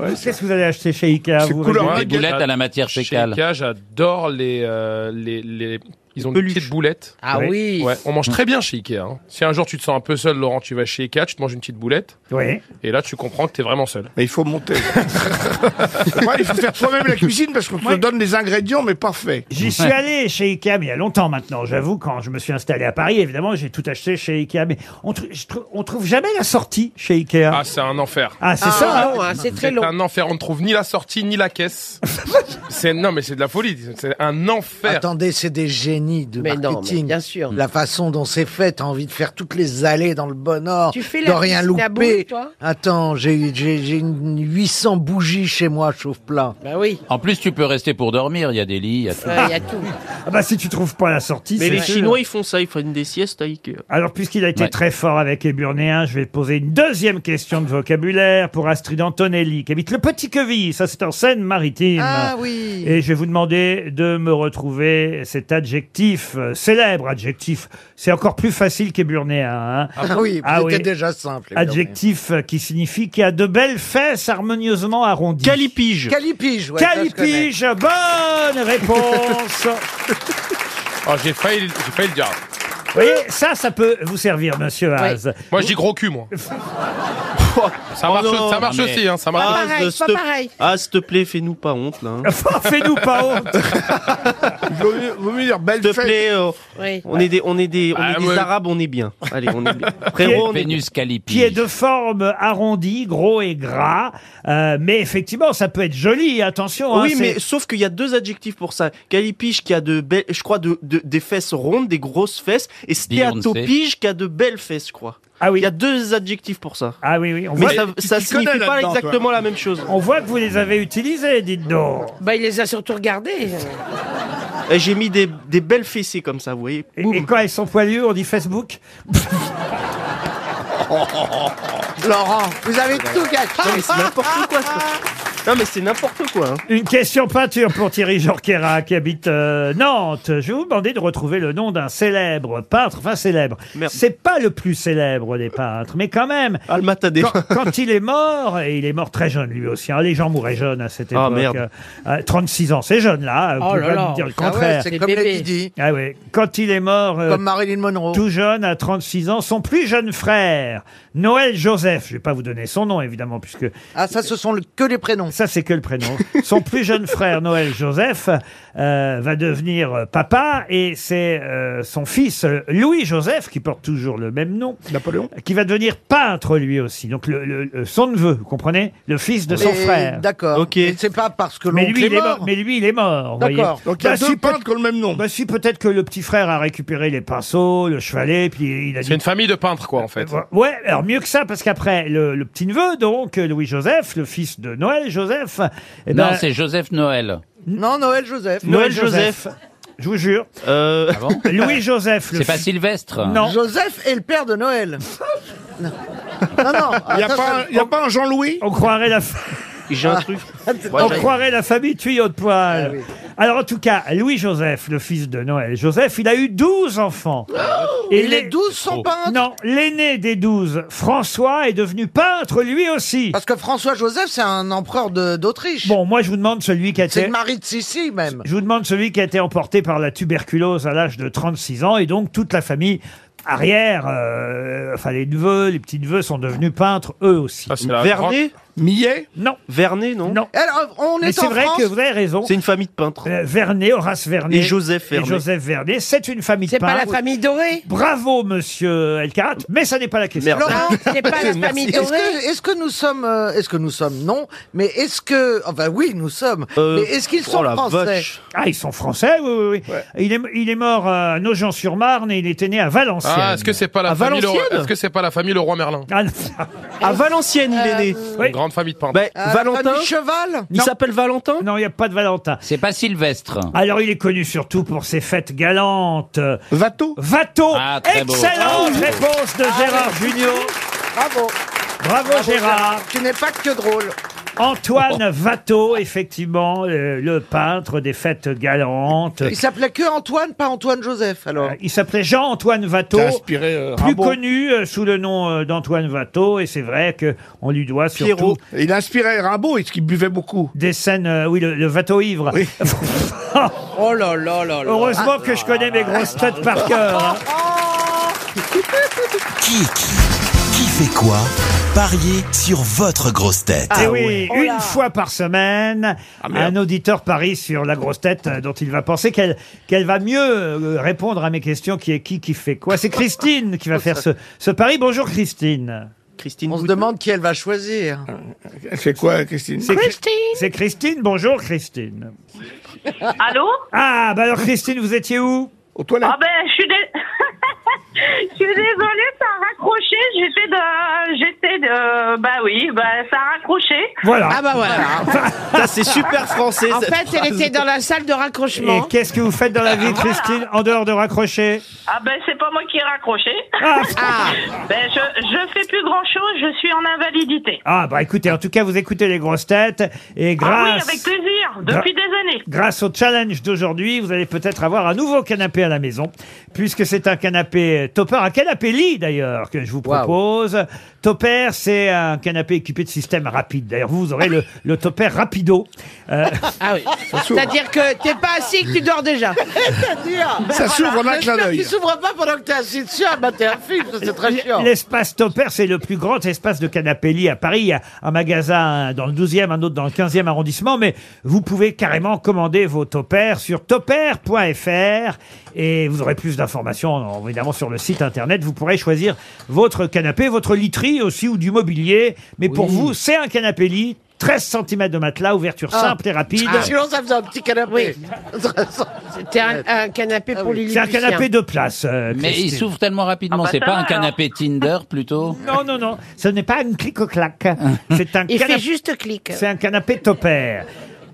Speaker 2: Qu'est-ce que vous allez acheter chez Ikea vous, Régis
Speaker 6: Moi, chez Ikea, j'adore les, euh, les, les- Ils ont des petites boulettes.
Speaker 2: Ah oui.
Speaker 6: Ouais, on mange très bien chez Ikea. hein. Si un jour tu te sens un peu seul, Laurent, tu vas chez Ikea, tu te manges une petite boulette.
Speaker 2: Oui.
Speaker 6: Et là, tu comprends que t'es vraiment seul.
Speaker 4: Mais il faut monter. Ouais, il faut faire soi-même la cuisine parce qu'on te donne les ingrédients, mais pas faits.
Speaker 2: J'y suis allé chez Ikea, mais il y a longtemps maintenant, j'avoue, quand je me suis installé à Paris, évidemment, j'ai tout acheté chez Ikea, mais on, tr- je trou- on trouve jamais la sortie chez Ikea.
Speaker 6: Ah, c'est un enfer.
Speaker 2: Ah, c'est Ah, ça, non, hein. hein, c'est très long.
Speaker 6: un enfer. On ne trouve ni la sortie ni la caisse. c'est non, mais c'est de la folie. C'est un enfer.
Speaker 9: Attendez, c'est des génies de
Speaker 6: Mais non,
Speaker 9: marketing. bien sûr. La façon dont c'est fait, t'as envie de faire toutes les allées dans le bon ordre,
Speaker 8: Tu fais
Speaker 9: de
Speaker 8: la piscine
Speaker 9: rien
Speaker 8: à
Speaker 9: louper.
Speaker 8: boules, toi
Speaker 9: Attends, j'ai j'ai- j'ai une 800 bougies chez moi, chauffe-plat.
Speaker 8: Bah oui.
Speaker 5: En plus, tu peux rester pour dormir. Il y a des lits, il y a tout.
Speaker 8: Il y a tout.
Speaker 2: Ah bah si tu trouves pas la sortie,
Speaker 7: Mais
Speaker 2: c'est
Speaker 7: les
Speaker 2: sûr.
Speaker 7: Chinois, ils font ça, ils font des siestes à Ikea.
Speaker 2: Alors, puisqu'il a été
Speaker 7: Ouais.
Speaker 2: très fort avec Éburnéen, je vais poser une deuxième question de vocabulaire pour Astrid Antonelli, qui habite le Petit Queville. Ça, c'est en Seine-Maritime.
Speaker 9: Ah oui.
Speaker 2: Et je vais vous demander de me retrouver cet adjectif, euh, célèbre adjectif. C'est encore plus facile qu'Éburnéen. hein.
Speaker 9: Ah oui, c'était déjà simple, Éburnéen.
Speaker 2: Adjectif euh, qui signifie qu'il a de belles fesses harmonieusement arrondies. Calipige.
Speaker 9: Calipige, ouais, ça, je
Speaker 2: Calipige, bonne Ah, réponse.
Speaker 6: Oh, j'ai failli, j'ai failli le dire.
Speaker 2: Vous voyez, ça, ça peut vous servir, monsieur Haas.
Speaker 6: Moi, je dis gros cul, moi. ça marche,
Speaker 7: Oh non.
Speaker 6: ça marche
Speaker 7: Ah, mais-
Speaker 6: aussi, hein, ça marche.
Speaker 7: Ah,
Speaker 6: aussi.
Speaker 7: s'il te- Ah, s'il te plaît, fais-nous pas honte, là. hein.
Speaker 2: Fais-nous pas honte.
Speaker 4: Vaut mieux- vaut mieux dire belle
Speaker 7: S'il te plaît, euh,
Speaker 8: Oui.
Speaker 7: on est des, on est des, on
Speaker 6: Ah,
Speaker 7: est des
Speaker 6: ouais.
Speaker 7: arabes, on est bien. Allez, on est bien. Frérot, on est bien.
Speaker 2: Qui est de forme arrondie, gros et gras. Euh, mais effectivement, ça peut être joli, attention. hein,
Speaker 7: Oui,
Speaker 2: c'est-
Speaker 7: mais sauf qu'il y a deux adjectifs pour ça. Calipige qui a de belles, je crois, de, de- des fesses rondes, des grosses fesses, et Stéatopige qui a de belles fesses, je crois.
Speaker 2: Ah oui.
Speaker 7: Il y a deux adjectifs pour ça.
Speaker 2: Ah oui, oui. On
Speaker 7: Mais
Speaker 2: voit-
Speaker 7: ça,
Speaker 2: Tu-
Speaker 7: ça
Speaker 2: tu
Speaker 7: signifie
Speaker 2: connais
Speaker 7: pas
Speaker 2: là-dedans,
Speaker 7: exactement
Speaker 2: toi.
Speaker 7: la même chose.
Speaker 2: On voit que vous les avez utilisés, dites donc.
Speaker 8: Bah, il les a surtout regardés.
Speaker 7: Et Eh, J'ai mis des, des belles fessées comme ça, vous voyez.
Speaker 2: Et, et quand elles sont poilues, on dit Facebook.
Speaker 9: Laurent, vous avez tout gâché.
Speaker 7: Non, mais c'est n'importe quoi. ça. Non, mais c'est n'importe quoi. hein.
Speaker 2: Une question peinture pour Thierry Jorquera qui habite euh, Nantes. Je vais vous demander de retrouver le nom d'un célèbre peintre, enfin célèbre. C'est pas le plus célèbre des peintres, mais quand même.
Speaker 7: Ah,
Speaker 2: Quand, quand il est mort, et il est mort très jeune lui aussi. hein, les gens mouraient jeunes à cette époque.
Speaker 7: Ah, merde.
Speaker 2: euh, euh, 36 ans, c'est jeune là. vous
Speaker 9: Oh
Speaker 2: pouvez
Speaker 9: là
Speaker 2: pas
Speaker 9: là.
Speaker 2: me dire le
Speaker 9: Ah ouais,
Speaker 2: contraire.
Speaker 9: c'est Les comme les bébés. Didi.
Speaker 2: Ah ouais. Quand il est mort. euh,
Speaker 9: Comme Marilyn Monroe.
Speaker 2: tout jeune, à 36 ans, son plus jeune frère, Noël Joseph, je vais pas vous donner son nom évidemment, puisque...
Speaker 9: Ah ça, ce sont que les prénoms.
Speaker 2: Ça, c'est que le prénom. son plus jeune frère, Noël Joseph, euh, va devenir euh, papa, et c'est euh, son fils, euh, Louis Joseph, qui porte toujours le même nom,
Speaker 4: Napoléon.
Speaker 2: qui va devenir peintre lui aussi. Donc le, le- le- son neveu, vous comprenez Le fils de son
Speaker 9: Mais
Speaker 2: frère.
Speaker 9: D'accord.
Speaker 7: Ok.
Speaker 9: Mais C'est pas parce que
Speaker 2: Mais
Speaker 9: l'oncle
Speaker 2: lui,
Speaker 9: est
Speaker 2: il est
Speaker 9: mort.
Speaker 2: mort. mais lui, il est mort. vous
Speaker 9: D'accord.
Speaker 2: voyez.
Speaker 9: Donc, il y a deux
Speaker 4: peintres qui ont le même nom.
Speaker 2: Bah si, peut-être que le petit frère a récupéré les pinceaux, le chevalet, puis il a dit... Euh,
Speaker 6: C'est une famille de peintres, quoi, en fait.
Speaker 2: Ouais, alors mieux que ça, parce qu'après, le, le petit neveu, donc, euh, Louis-Joseph, le fils de Noël Joseph. eh ben,
Speaker 5: Non, c'est Joseph Noël.
Speaker 9: Non, Noël Joseph.
Speaker 2: Noël Joseph. Je vous jure. Ah
Speaker 7: Euh...
Speaker 2: Louis-Joseph. le
Speaker 5: C'est pas
Speaker 2: fils-
Speaker 5: Sylvestre.
Speaker 2: Non.
Speaker 9: Joseph est le père de Noël. non. non, non.
Speaker 4: Il n'y a,
Speaker 9: Ah, ça,
Speaker 4: pas
Speaker 9: ça-
Speaker 4: un- il y a pas un Jean-Louis
Speaker 2: On croirait la... fa-
Speaker 7: J'ai un truc.
Speaker 9: Ah.
Speaker 2: On croirait la famille tuyau de poil. Alors, en tout cas, Louis-Joseph, le fils de Noël Joseph, il a eu 12 enfants. Oh.
Speaker 9: Et Oh les 12 sont peintres
Speaker 2: Non, l'aîné des 12, François, est devenu peintre lui aussi.
Speaker 9: Parce que François Joseph, c'est un empereur de- d'Autriche.
Speaker 2: Bon, moi, je vous demande celui qui a
Speaker 9: C'est
Speaker 2: été...
Speaker 9: le mari de Sissi, même.
Speaker 2: Je vous demande celui qui a été emporté par la tuberculose à l'âge de 36 ans et donc toute la famille arrière, euh, enfin les neveux, les petits-neveux sont devenus peintres eux aussi.
Speaker 7: Vernet
Speaker 4: Millet
Speaker 2: Non.
Speaker 7: Vernet, non
Speaker 2: Non.
Speaker 9: Alors, on
Speaker 2: Mais
Speaker 9: est
Speaker 2: c'est
Speaker 9: en
Speaker 2: vrai
Speaker 9: France.
Speaker 2: que vous avez raison.
Speaker 7: C'est une famille de peintres.
Speaker 2: Euh, Vernet, Horace Vernet.
Speaker 7: Et Joseph
Speaker 2: Et
Speaker 7: Vernet.
Speaker 2: Joseph Vernet, c'est une famille
Speaker 8: C'est
Speaker 2: peintre.
Speaker 8: pas la famille dorée
Speaker 2: Bravo Bravo, monsieur Elkarat, mais ça n'est pas la question.
Speaker 9: Laurent, Est-ce que, est-ce que nous sommes, euh, est-ce que nous sommes, non, mais est-ce que, enfin oui, nous sommes,
Speaker 2: Euh,
Speaker 9: mais est-ce qu'ils
Speaker 2: oh
Speaker 9: sont français
Speaker 2: Ah, ils sont français, oui, oui, oui. Il, est, il est mort à Nogent-sur-Marne et il était né à Valenciennes.
Speaker 6: Ah, est-ce que c'est pas la
Speaker 2: À
Speaker 6: famille
Speaker 2: Valenciennes Ah,
Speaker 6: Leroy- Est-ce que c'est pas la famille Leroy Merlin
Speaker 7: À Valenciennes, il est né.
Speaker 6: Une grande famille de peintres.
Speaker 2: Bah,
Speaker 7: Ben,
Speaker 2: Euh,
Speaker 7: Valentin.
Speaker 9: Euh, cheval
Speaker 7: Il s'appelle Valentin
Speaker 2: Non, il n'y a pas de Valentin.
Speaker 5: C'est pas Sylvestre.
Speaker 2: Alors, il est connu surtout pour ses fêtes galantes. Vato Vato
Speaker 5: Ah, très beau.
Speaker 2: Excellente
Speaker 5: Ah,
Speaker 2: réponse de Gérard Junior.
Speaker 9: Bravo.
Speaker 2: Bravo, Gérard.
Speaker 9: Tu n'es pas que drôle.
Speaker 2: Antoine Watteau, effectivement, euh, le peintre des fêtes galantes.
Speaker 9: Il s'appelait que Antoine, pas Antoine Joseph, alors.
Speaker 2: Euh, Il s'appelait Jean-Antoine Watteau,
Speaker 9: T'as inspiré, euh,
Speaker 2: plus
Speaker 9: Rimbaud.
Speaker 2: connu euh, sous le nom euh, d'Antoine Watteau, et c'est vrai que on lui doit surtout...
Speaker 4: Pierrot.
Speaker 2: Il inspirait Rimbaud, et ce qu'il buvait beaucoup. Des scènes, euh, oui, le, le Watteau ivre.
Speaker 9: Oh là là là là.
Speaker 2: Heureusement que je connais mes grosses têtes par cœur. hein.
Speaker 1: Qui Qui fait quoi Pariez sur votre grosse tête.
Speaker 7: Ah
Speaker 2: Eh oui,
Speaker 9: Oh
Speaker 2: une fois par semaine, un auditeur parie sur la grosse tête euh, dont il va penser qu'elle qu'elle va mieux euh, répondre à mes questions qui est qui qui fait quoi. C'est Christine qui va faire ce, ce pari. Bonjour Christine.
Speaker 7: Oh, Christine
Speaker 9: On se demande qui elle va choisir.
Speaker 2: Elle fait quoi Christine Euh, C'est
Speaker 9: Christine
Speaker 2: C'est Christine. Bonjour Christine.
Speaker 13: Allô
Speaker 2: Ah bah alors Christine, vous étiez où Au toilette.
Speaker 13: Ah ben, je suis dé- je suis désolée, ça a raccroché. J'étais de, j'étais de, bah oui, bah ça a raccroché.
Speaker 2: Voilà.
Speaker 8: Ah bah voilà.
Speaker 7: Ça, c'est super français.
Speaker 8: En
Speaker 7: cette
Speaker 8: fait, elle
Speaker 7: phrase.
Speaker 8: était dans Ah, la salle de
Speaker 2: Et
Speaker 8: raccrochement.
Speaker 2: qu'est-ce que vous faites dans la vie Christine en dehors de raccrocher
Speaker 13: Ah ben c'est pas moi qui ai raccroché.
Speaker 2: Ah.
Speaker 8: Ah.
Speaker 13: Ben je, je fais plus grand chose. Je suis en invalidité.
Speaker 2: Ah bah écoutez, en tout cas vous écoutez les grosses têtes et
Speaker 13: Ah oui,
Speaker 2: grâce
Speaker 13: avec plaisir, depuis des années.
Speaker 2: Grâce au challenge d'aujourd'hui, vous allez peut-être avoir un nouveau canapé à la maison, puisque c'est un canapé topper, un canapé lit d'ailleurs, que je vous propose. Topper, c'est un canapé équipé de système rapide. D'ailleurs, vous aurez le, le topper rapido. Euh,
Speaker 8: Ah oui. C'est-à-dire que t'es pas assis et que tu dors déjà. Ben
Speaker 4: Ça s'ouvre en un clin d'œil.
Speaker 9: Tu s'ouvres pas pendant que t'es assis dessus à mater un film, ça, c'est très chiant.
Speaker 2: L'espace Topper, c'est le plus grand espace de canapé lit à Paris. Il y a un magasin dans le 12e, un autre dans le 15e arrondissement, mais vous pouvez carrément commander vos Topper sur topper.fr et vous aurez plus d'informations évidemment sur le site internet. Vous pourrez choisir votre canapé, votre literie aussi ou du mobilier. Mais pour vous, c'est un canapé lit. 13 cm de matelas, ouverture simple et rapide.
Speaker 9: Ah, sinon, ça faisait un petit canapé. Ah
Speaker 8: C'était un, un canapé pour Lily
Speaker 2: C'est un
Speaker 8: Lucien.
Speaker 2: canapé de place. euh,
Speaker 5: Mais il
Speaker 2: Christine.
Speaker 5: s'ouvre tellement rapidement.
Speaker 2: Ah bah
Speaker 5: c'est
Speaker 2: ça
Speaker 5: pas
Speaker 2: va,
Speaker 5: un canapé Tinder plutôt
Speaker 2: Non, non, non. Ce n'est pas une clic au clac. C'est un
Speaker 8: Il
Speaker 2: canapé.
Speaker 8: fait juste clic.
Speaker 2: C'est un canapé topper.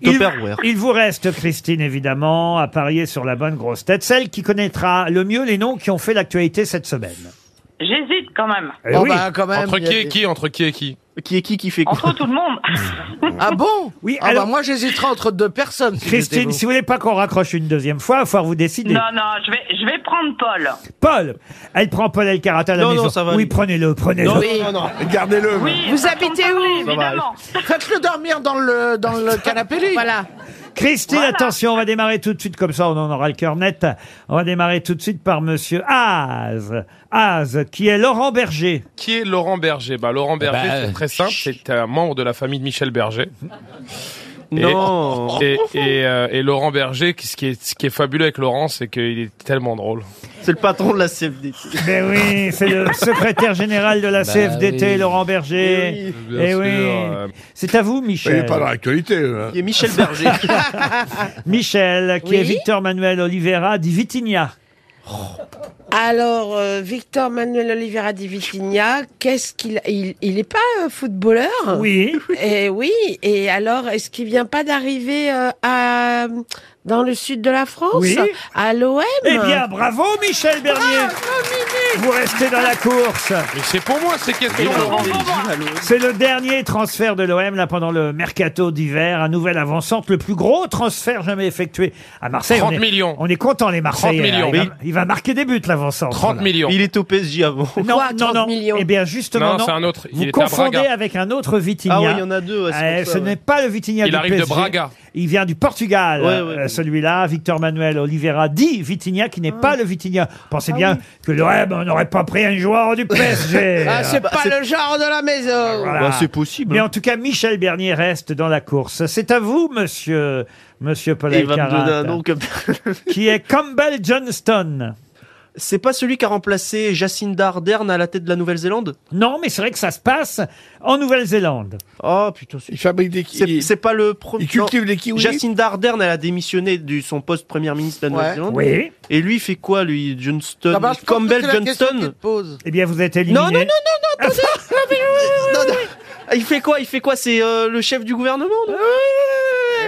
Speaker 2: Il,
Speaker 7: Tupperware.
Speaker 2: il vous reste, Christine, évidemment, à parier sur la bonne grosse tête, celle qui connaîtra le mieux les noms qui ont fait l'actualité cette semaine.
Speaker 13: J'hésite quand même.
Speaker 2: Eh
Speaker 9: Oh,
Speaker 2: oui.
Speaker 9: bah,
Speaker 6: Entre qui et qui Entre qui et qui
Speaker 7: Qui est qui qui fait quoi
Speaker 13: Entre tout le monde.
Speaker 9: Ah bon
Speaker 2: Oui,
Speaker 9: ah
Speaker 2: alors-
Speaker 9: bah moi j'hésiterais entre deux personnes. si j'étais
Speaker 2: Christine,
Speaker 9: vous.
Speaker 2: si vous voulez pas qu'on raccroche une deuxième fois, il va falloir vous décider.
Speaker 13: Non non, je vais, je vais prendre Paul.
Speaker 2: Paul, elle prend Paul El Karata à la
Speaker 7: Non, non,
Speaker 2: maison.
Speaker 7: ça va
Speaker 2: oui,
Speaker 7: aller.
Speaker 2: prenez-le, prenez-le.
Speaker 7: Non, non, non, non. Gardez-le.
Speaker 13: Oui,
Speaker 8: Vous habitez où
Speaker 13: évidemment.
Speaker 9: Faites-le dormir dans le, dans le canapé lit.
Speaker 8: Voilà.
Speaker 2: Christine, attention, on va démarrer tout de suite comme ça, on en aura le cœur net. On va démarrer tout de suite par Monsieur Az, Az, qui est Laurent Berger.
Speaker 6: Qui est Laurent Berger bah,
Speaker 2: Eh
Speaker 6: Laurent Berger,
Speaker 5: Bah,
Speaker 2: ben,
Speaker 6: c'est
Speaker 2: euh,
Speaker 6: très simple, c'est un membre de la famille de Michel Berger. Et-
Speaker 7: Non.
Speaker 6: Et, et, euh, et Laurent Berger, qui- ce qui, est, ce qui est fabuleux avec Laurent, c'est qu'il est tellement drôle.
Speaker 7: C'est le patron de la CFDT.
Speaker 2: Mais Ben oui, c'est le secrétaire général de la
Speaker 6: Bah
Speaker 2: CFDT,
Speaker 6: oui.
Speaker 2: Laurent
Speaker 6: Eh
Speaker 2: Berger.
Speaker 6: oui.
Speaker 2: Eh
Speaker 6: Bien
Speaker 2: oui.
Speaker 6: sûr, euh.
Speaker 2: C'est à vous,
Speaker 4: Il
Speaker 2: Michel.
Speaker 4: n'est pas dans l'actualité. là.
Speaker 7: Il est Michel Berger.
Speaker 2: Michel, qui
Speaker 8: Oui
Speaker 2: est Victor Manuel Oliveira di Vitigna.
Speaker 8: Alors, euh, Victor Manuel Oliveira di Vitigna, qu'est-ce qu'il. Il, il est pas euh, footballeur
Speaker 2: Oui.
Speaker 8: Et oui. Et alors, est-ce qu'il vient pas d'arriver euh, à. Dans le sud de la France
Speaker 2: Oui.
Speaker 8: À l'OM
Speaker 2: Eh bien, bravo, Michel Bernier. Vous restez dans la course.
Speaker 6: Mais c'est pour moi ces questions, Laurent.
Speaker 2: C'est le dernier transfert de l'OM là pendant le mercato d'hiver, un nouvel avançante, le plus gros transfert jamais effectué à Marseille.
Speaker 6: 30
Speaker 2: on est,
Speaker 6: millions.
Speaker 2: On est content les Marseillais.
Speaker 6: 30 millions.
Speaker 2: là. Il,
Speaker 6: Mais-
Speaker 2: va, il va marquer des buts l'avançante.
Speaker 6: 30 millions.
Speaker 7: Il est au PSG avant.
Speaker 2: Non, non, non. Eh bien, justement,
Speaker 6: Non,
Speaker 2: non.
Speaker 6: c'est un autre. Il
Speaker 2: Vous
Speaker 6: était à
Speaker 2: confondez
Speaker 6: Braga.
Speaker 2: avec un autre Vitinha.
Speaker 7: Ah ouais, il y en a deux, ouais, c'est
Speaker 2: Euh,
Speaker 7: pour ça,
Speaker 2: ce
Speaker 7: ouais.
Speaker 2: n'est pas le Vitinha
Speaker 6: Il
Speaker 2: du
Speaker 6: arrive de
Speaker 2: PSG.
Speaker 6: Braga.
Speaker 2: Il vient du Portugal,
Speaker 7: Ouais, ouais,
Speaker 2: euh, celui-là. Victor Manuel Oliveira dit Vitinha, qui n'est
Speaker 8: Ah
Speaker 2: pas le Vitinha. Pensez bien que l'OM n'aurait pas pris un joueur du PSG.
Speaker 8: Ah, c'est
Speaker 7: bah,
Speaker 8: pas
Speaker 7: c'est-
Speaker 8: le genre de la maison
Speaker 2: Ah, Voilà.
Speaker 7: Bah, c'est possible.
Speaker 2: Mais en tout cas, Michel Bernier reste dans la course. C'est à vous, monsieur, monsieur Paul
Speaker 7: Il va me
Speaker 2: Alcarat,
Speaker 7: donner un nom comme...
Speaker 2: qui est Campbell Johnston.
Speaker 7: C'est pas celui qui a remplacé Jacinda Ardern à la tête de la Nouvelle-Zélande
Speaker 2: Non, mais c'est vrai que ça se passe en Nouvelle-Zélande.
Speaker 7: Oh putain,
Speaker 4: il fabrique des
Speaker 7: kiwis. C'est pas le premier.
Speaker 4: Il cultive
Speaker 7: non.
Speaker 4: des kiwis
Speaker 7: Jacinda Ardern, elle a démissionné de son poste Premier ministre de la
Speaker 4: Ouais.
Speaker 7: Nouvelle-Zélande.
Speaker 4: Oui.
Speaker 7: Et lui, il fait quoi, lui Johnston
Speaker 9: Ah bah, je pense
Speaker 7: Campbell
Speaker 9: que c'est la question qu'il
Speaker 7: Johnston
Speaker 9: te pose.
Speaker 2: Eh bien, vous êtes éliminé.
Speaker 7: Non, non, non, non, non, attendez. Non, non. Il fait quoi Il fait quoi C'est euh, le chef du gouvernement non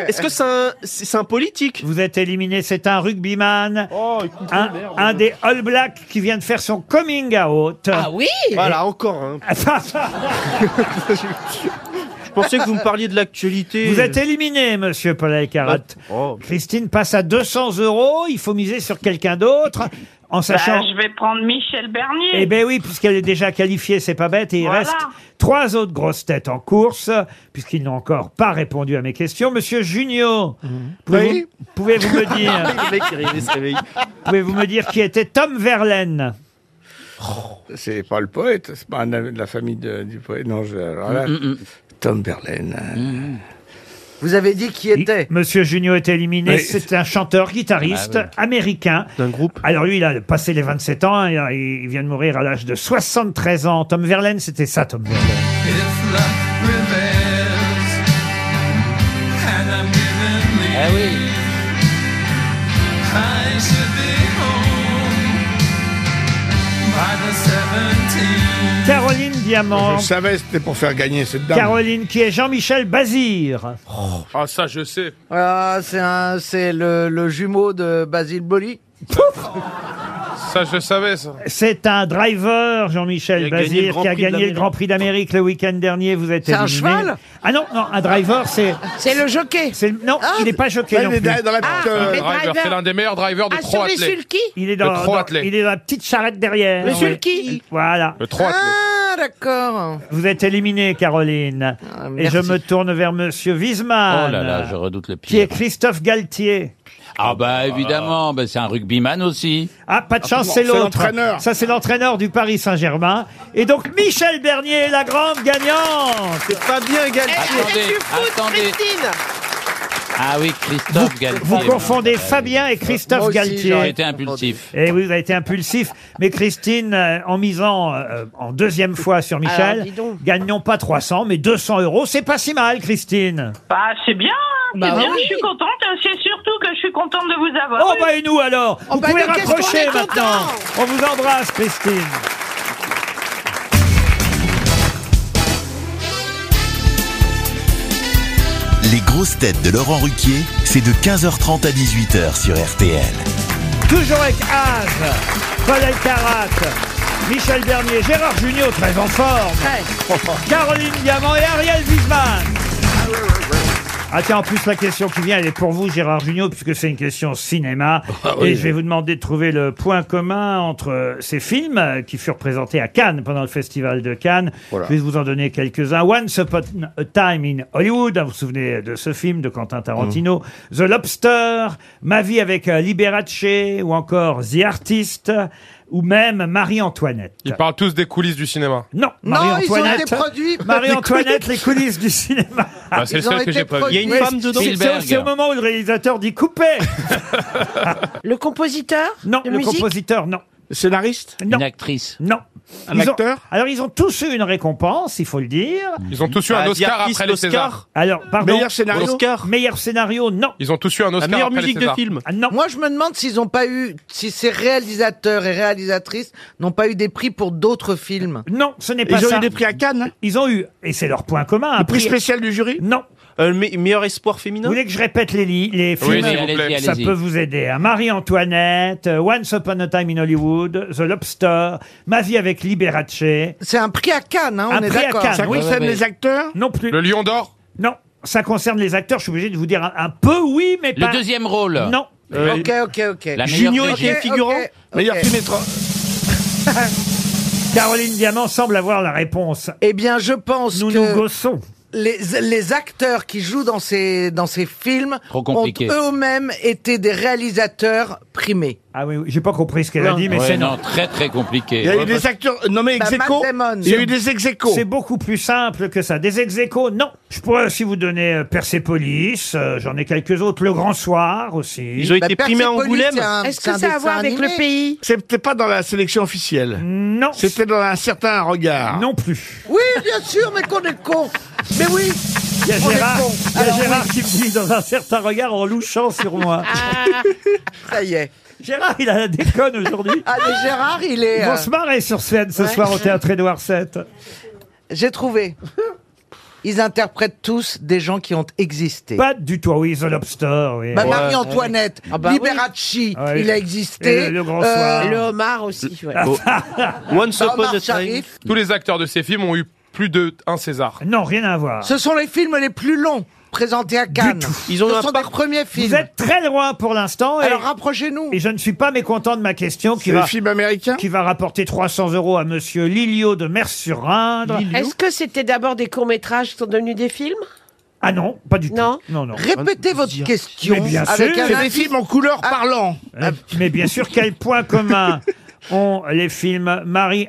Speaker 7: Est-ce que c'est un, c'est c'est un politique
Speaker 2: Vous êtes éliminé, c'est un rugbyman. un,
Speaker 7: Oh, merde.
Speaker 2: un des All Blacks qui vient de faire son coming out. Ah,
Speaker 7: Ah oui Voilà, encore un. Je pensais que vous me parliez de l'actualité. Oh.
Speaker 2: Vous êtes éliminé, monsieur Paul Carotte. Christine passe à 200 euros. Il faut miser sur quelqu'un d'autre. En sachant.
Speaker 13: Bah, je vais prendre Michel Bernier.
Speaker 2: Eh ben oui, puisqu'elle est déjà qualifiée, c'est pas bête. Et il
Speaker 13: Voilà.
Speaker 2: reste trois autres grosses têtes en course, puisqu'ils n'ont encore pas répondu à mes questions. Monsieur Junio, pouvez-vous
Speaker 7: Mhm. Oui.
Speaker 2: pouvez-vous me
Speaker 7: Le mec, il
Speaker 2: dire,
Speaker 7: réveille, il se réveille.
Speaker 2: pouvez-vous me dire qui était Tom Verlaine
Speaker 4: C'est pas le poète, c'est pas un ami de la famille de- du poète. Non, je, alors là,
Speaker 2: Mm,
Speaker 4: Tom Berlaine.
Speaker 2: Vous avez dit qui était Monsieur Junio est éliminé.
Speaker 4: Oui.
Speaker 2: C'est un chanteur, guitariste
Speaker 4: Ah
Speaker 2: américain. D'un groupe Alors lui, il a passé les 27 ans. Il, a- il vient de mourir à l'âge de 73 ans. Tom Verlaine, c'était ça, Tom Verlaine.
Speaker 5: Ah
Speaker 13: Ah,
Speaker 5: oui.
Speaker 2: Caroline Diamant.
Speaker 4: Je savais, c'était pour faire gagner cette dame.
Speaker 2: Caroline, qui est Jean-Michel Bazir.
Speaker 6: Ah, ça, je sais.
Speaker 9: Ah, c'est un, c'est le, le jumeau de Basile Boli.
Speaker 6: Ça, je savais, ça.
Speaker 2: C'est un driver,
Speaker 6: Il
Speaker 2: Jean-Michel
Speaker 6: a gagné le
Speaker 2: Bazir,
Speaker 6: Grand
Speaker 2: qui a
Speaker 6: Prix de
Speaker 2: gagné le
Speaker 6: l'Amérique.
Speaker 2: Grand Prix d'Amérique le week-end dernier. Vous êtes
Speaker 9: C'est un
Speaker 2: éliminé.
Speaker 9: cheval
Speaker 2: Ah non, non, un driver, c'est. C'est le jockey. Non, il n'est pas jockey.
Speaker 4: Bah,
Speaker 6: Ah, il
Speaker 2: non
Speaker 6: est
Speaker 2: plus.
Speaker 6: dans la petite, Ah, euh, le driver, driver. c'est l'un des meilleurs drivers de Ah, trois sur les athlètes. sulky
Speaker 2: Il est
Speaker 6: De
Speaker 2: dans,
Speaker 6: trois
Speaker 2: dans-
Speaker 6: athlètes.
Speaker 2: il est dans la petite charrette derrière. Ah,
Speaker 9: Le
Speaker 2: Oui.
Speaker 9: sulky.
Speaker 2: Voilà.
Speaker 6: Le
Speaker 9: Ah, d'accord.
Speaker 2: Vous êtes éliminé, Caroline. Et
Speaker 5: merci.
Speaker 2: je me tourne vers Monsieur Wiesmann.
Speaker 5: Oh là là, je redoute le pire.
Speaker 2: Qui est Christophe Galtier.
Speaker 5: Ah bah évidemment, bah, c'est un rugbyman aussi.
Speaker 2: Ah, pas de
Speaker 5: Ah,
Speaker 2: chance,
Speaker 5: non,
Speaker 2: c'est
Speaker 5: c'est
Speaker 2: l'autre.
Speaker 5: l'entraîneur.
Speaker 2: Ça, c'est l'entraîneur du Paris Saint-Germain. Et donc, Michel Bernier, est la grande gagnante. C'est
Speaker 7: pas bien gagné.
Speaker 13: Eh,
Speaker 5: Attendez, attendez. Ah oui, Christophe Galtier.
Speaker 2: Vous confondez Fabien et Christophe
Speaker 5: J'ai
Speaker 2: Galtier.
Speaker 5: été impulsif.
Speaker 2: Et oui, vous avez été impulsif. Mais Christine, euh, en misant euh, en deuxième fois sur
Speaker 13: Alors,
Speaker 2: Michel,
Speaker 13: dis donc.
Speaker 2: gagnons pas 300, mais 200 euros. C'est pas si mal, Christine.
Speaker 13: Bah, c'est bien. hein, c'est
Speaker 2: Bah
Speaker 13: bien,
Speaker 2: oui.
Speaker 13: je suis contente. hein, C'est surtout que je suis contente de vous avoir.
Speaker 2: Oh
Speaker 13: eu.
Speaker 2: bah et nous alors
Speaker 13: Oh,
Speaker 2: Vous
Speaker 13: bah,
Speaker 2: pouvez
Speaker 13: nous, qu'est-ce qu'on
Speaker 2: rapprocher
Speaker 13: est
Speaker 2: maintenant On vous embrasse Christine
Speaker 1: Les grosses têtes de Laurent Ruquier, c'est de 15h30 à 18h sur RTL.
Speaker 2: Toujours avec Az, Paul Elkarat, Michel Bernier, Gérard Junior, très en forme, Caroline Diamant et Ariel Wiesman. Ah tiens, en plus la question qui vient, elle est pour vous Gérard Junior, puisque c'est une question cinéma.
Speaker 4: Ah oui.
Speaker 2: Et je vais vous demander de trouver le point commun entre euh, ces films euh, qui furent présentés à Cannes pendant le festival de Cannes. Je vais vous en donner quelques-uns. Once Upon a Time in Hollywood, hein, vous vous souvenez de ce film de Quentin Tarantino.
Speaker 4: Mmh.
Speaker 2: The Lobster, Ma vie avec euh, Liberace, ou encore The Artist, ou même Marie-Antoinette.
Speaker 6: Ils parlent tous des coulisses du cinéma.
Speaker 2: Non,
Speaker 6: Non,
Speaker 2: Marie-Antoinette.
Speaker 6: ils ont été produits par-
Speaker 2: Marie-Antoinette, les coulisses du cinéma.
Speaker 6: Bah, c'est le Ils seul ont que été j'ai pas vu. produits.
Speaker 2: Mais
Speaker 6: femme dedans.
Speaker 2: c'est- C'est
Speaker 6: Spielberg.
Speaker 2: aussi au moment où le réalisateur dit couper.
Speaker 8: Le compositeur
Speaker 2: Non,
Speaker 8: de
Speaker 2: le
Speaker 8: musique
Speaker 2: compositeur, non. Le scénariste Non. Une
Speaker 5: actrice
Speaker 2: Non.
Speaker 6: Un
Speaker 2: Ils ont-
Speaker 6: acteur
Speaker 2: Alors, ils ont tous eu une récompense, il faut le dire.
Speaker 6: Ils ont tous eu un Bah, Oscar Diarchis, après les l'Oscar. Césars.
Speaker 2: Alors, pardon.
Speaker 6: Meilleur scénario Oscar.
Speaker 2: Meilleur scénario, non.
Speaker 6: Ils ont tous eu un Oscar. après les Césars.
Speaker 2: Ah, non.
Speaker 9: Moi, je me demande s'ils ont pas eu, si ces réalisateurs et réalisatrices n'ont pas eu des prix pour d'autres films.
Speaker 2: Non, ce n'est pas
Speaker 9: Ils ont
Speaker 2: ça.
Speaker 9: eu des
Speaker 2: prix à Cannes Ils ont eu, et c'est leur point commun, un
Speaker 9: Le hein. prix spécial
Speaker 2: du jury Non.
Speaker 7: Euh, le me- meilleur espoir féminin
Speaker 2: Vous voulez que je répète les, li- les films
Speaker 7: Oui, s'il vous plaît.
Speaker 2: Ça
Speaker 7: allez-y.
Speaker 2: peut vous aider. hein. Marie-Antoinette, euh, Once Upon a Time in Hollywood, The Lobster, Ma vie avec Liberace.
Speaker 9: C'est un prix à Cannes, hein, on
Speaker 2: Un
Speaker 9: est
Speaker 2: prix à
Speaker 9: d'accord.
Speaker 2: Cannes. Ça concerne Ouais, ouais, les ouais.
Speaker 9: acteurs
Speaker 2: Non plus.
Speaker 6: Le Lion d'Or
Speaker 2: Non, ça concerne les acteurs. Je suis obligé de vous dire un, un peu oui, mais
Speaker 5: Le
Speaker 2: pas.
Speaker 5: deuxième rôle.
Speaker 2: Non.
Speaker 5: Euh,
Speaker 9: Ok, ok, ok.
Speaker 5: La meilleure Junio était
Speaker 9: Ok,
Speaker 5: figurant
Speaker 9: ok, ok.
Speaker 2: Meilleur film étrange. Caroline Diamant semble avoir la réponse.
Speaker 9: Eh bien, je pense
Speaker 2: Nous
Speaker 9: que
Speaker 2: nous gossons.
Speaker 9: les, les acteurs qui jouent dans ces, dans ces films
Speaker 5: Trop
Speaker 9: ont
Speaker 5: compliqué.
Speaker 9: eux-mêmes été des réalisateurs primés.
Speaker 2: Ah oui, oui, j'ai pas compris ce qu'elle a dit, mais
Speaker 5: Ouais,
Speaker 2: c'est
Speaker 5: non, très très compliqué.
Speaker 2: Il y a eu des acteurs nommés
Speaker 5: Bah,
Speaker 2: ex aequo.
Speaker 5: Matt Damon.
Speaker 2: Il y a eu des ex aequo. C'est beaucoup plus simple que ça. Des ex aequo, non. Je pourrais aussi vous donner euh, Persepolis, euh, j'en ai quelques autres. Le Grand Soir aussi.
Speaker 7: Ils ont Bah, été primés à Persepolis, Angoulême. c'est un-
Speaker 8: Est-ce que ça a à voir avec le pays
Speaker 4: C'était pas dans la sélection officielle.
Speaker 2: Non.
Speaker 4: C'était dans un certain regard.
Speaker 2: Non plus.
Speaker 9: Oui, bien sûr, mais qu'on est con. Mais oui.
Speaker 2: Il y a
Speaker 9: on est
Speaker 2: Gérard,
Speaker 9: con.
Speaker 2: il y a
Speaker 9: Alors,
Speaker 2: Gérard
Speaker 9: oui.
Speaker 2: qui me dit dans un certain regard en louchant sur moi.
Speaker 9: Ça y est.
Speaker 2: Gérard, Ah, il a la déconne aujourd'hui.
Speaker 9: Ah, mais Gérard, il est.
Speaker 2: Ils
Speaker 9: euh,
Speaker 2: vont se marrer sur scène ce
Speaker 9: Ouais.
Speaker 2: soir au théâtre Édouard VII.
Speaker 9: J'ai trouvé. Ils interprètent tous des gens qui ont existé.
Speaker 2: Pas du tout, Ah oui, The Lobster. Oui.
Speaker 9: Bah, Marie-Antoinette,
Speaker 2: Ah bah oui.
Speaker 9: Liberace,
Speaker 2: Ah oui.
Speaker 9: il a existé.
Speaker 2: Et Ah, le- le grand
Speaker 9: Euh,
Speaker 2: soir.
Speaker 8: Le homard aussi. ouais.
Speaker 6: Once
Speaker 9: Bernard
Speaker 6: upon a time.
Speaker 9: Sharif.
Speaker 6: Tous les acteurs de ces films ont eu plus de un César.
Speaker 2: Non, rien à voir.
Speaker 9: Ce sont les films les plus longs présentés à Cannes.
Speaker 6: Ils ont
Speaker 9: Ce
Speaker 6: un
Speaker 9: sont
Speaker 6: par-
Speaker 9: des premiers films.
Speaker 2: Vous êtes très loin pour l'instant.
Speaker 9: Alors,
Speaker 2: rapprochez-nous. Et je ne suis pas mécontent de ma question qui
Speaker 4: C'est
Speaker 2: va
Speaker 4: le film américain
Speaker 2: qui va rapporter 300 euros à Monsieur Lilio de Mers-sur-Indre.
Speaker 8: Est-ce que c'était d'abord des courts-métrages qui sont devenus des films
Speaker 2: Ah non, pas du
Speaker 8: Non.
Speaker 2: tout. Non, non.
Speaker 9: Répétez votre question.
Speaker 2: Mais bien
Speaker 9: avec
Speaker 2: sûr.
Speaker 9: un
Speaker 2: C'est des
Speaker 9: indice.
Speaker 4: films en couleur
Speaker 9: Ah,
Speaker 4: parlant.
Speaker 2: Euh, Mais bien sûr, quel point commun ont les films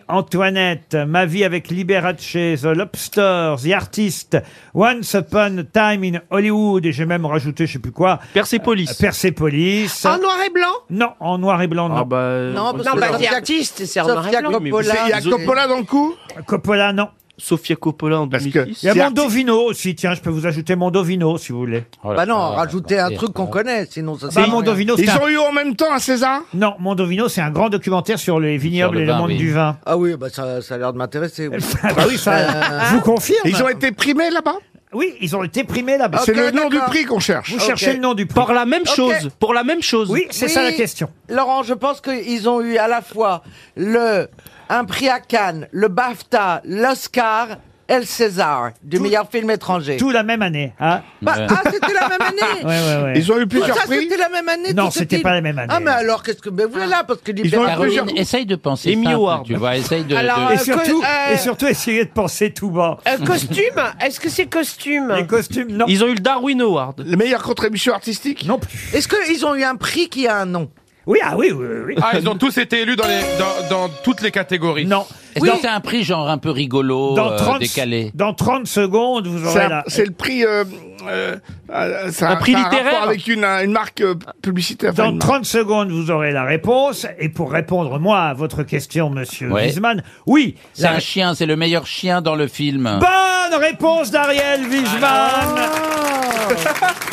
Speaker 2: Marie-Antoinette, Ma vie avec Liberace, The Lobster, The Artist, Once Upon a Time in Hollywood, et j'ai même rajouté, je sais plus quoi.
Speaker 7: Persepolis.
Speaker 2: euh, Persepolis.
Speaker 8: En noir et blanc
Speaker 2: Non, en noir et blanc, non.
Speaker 11: Euh,
Speaker 8: Non, parce que c'est artiste, c'est en noir et blanc.
Speaker 4: dans le coup
Speaker 2: Coppola, Ah non.
Speaker 7: Sofia Coppola en 2006.
Speaker 2: Il y a Mondovino aussi, tiens, je peux vous ajouter Mondovino si vous voulez.
Speaker 9: Bah non, rajoutez un truc qu'on connaît, sinon ça
Speaker 2: Bah, Mondovino, c'est
Speaker 4: Ils
Speaker 2: un-
Speaker 4: ont eu en même temps un César
Speaker 2: Non, Mondovino, c'est un grand documentaire sur les vignobles
Speaker 9: le
Speaker 2: et le
Speaker 9: vin,
Speaker 2: monde
Speaker 9: oui.
Speaker 2: du vin.
Speaker 9: Ah oui, bah ça, ça a l'air de m'intéresser. oui. Euh,
Speaker 2: Ah oui, ça, je vous confirme.
Speaker 4: Ils ont été primés là-bas
Speaker 2: Oui, ils ont été primés là-bas.
Speaker 4: C'est le nom du prix qu'on cherche.
Speaker 2: bah, Vous cherchez le nom du prix. Pour
Speaker 7: la même chose. Pour la même chose.
Speaker 2: Oui, c'est ça la
Speaker 9: Oui,
Speaker 2: question.
Speaker 9: Laurent, je pense qu'ils ont eu à la fois le un prix à Cannes, le BAFTA, l'Oscar et le César du meilleur film étranger.
Speaker 2: Tout la même année. hein.
Speaker 9: Bah, Ah, c'était la même année
Speaker 2: Ouais, ouais, ouais.
Speaker 4: Ils ont eu plusieurs
Speaker 9: ça,
Speaker 4: prix
Speaker 9: c'était la même année
Speaker 2: Non,
Speaker 9: tous ces
Speaker 2: c'était
Speaker 9: films.
Speaker 2: pas la même année. Ah.
Speaker 9: Ah, mais alors, qu'est-ce que... Ben voilà, parce que Libération...
Speaker 5: Caroline, essaye de penser
Speaker 7: Emmy
Speaker 5: simple,
Speaker 7: Award.
Speaker 5: tu vois, essaye de...
Speaker 8: Alors,
Speaker 5: de-
Speaker 2: Et
Speaker 8: euh,
Speaker 2: surtout,
Speaker 8: co- euh,
Speaker 2: et surtout, essayez de penser tout bas.
Speaker 8: Euh, costume Est-ce que c'est costume
Speaker 2: Les costumes, non.
Speaker 7: Ils ont eu le Darwin Award.
Speaker 4: Les meilleures contributions artistiques
Speaker 2: Non plus.
Speaker 9: Est-ce qu'ils ont eu un prix qui a un nom
Speaker 2: Oui, ah oui, oui, oui.
Speaker 6: Ah, ils ont tous été élus dans, les, dans, dans toutes les catégories.
Speaker 2: Non.
Speaker 5: Est-ce que t'as un prix genre un peu rigolo,
Speaker 2: Dans
Speaker 5: euh,
Speaker 2: 30
Speaker 5: décalé
Speaker 2: Dans 30 secondes, vous
Speaker 4: C'est
Speaker 2: aurez
Speaker 4: un-
Speaker 2: la.
Speaker 4: C'est le prix. euh, euh, euh, c'est
Speaker 7: Un prix
Speaker 4: c'est
Speaker 7: littéraire
Speaker 4: rapport avec une, une marque euh, publicitaire. Enfin,
Speaker 2: Dans
Speaker 4: une
Speaker 2: 30 secondes, vous aurez la réponse. Et pour répondre, moi, à votre question, monsieur
Speaker 5: Ouais.
Speaker 2: Wiesmann, oui.
Speaker 5: C'est
Speaker 2: La...
Speaker 5: un chien, c'est le meilleur chien dans le film.
Speaker 2: Ah Bonne réponse d'Ariel Wiesmann.
Speaker 5: Ah.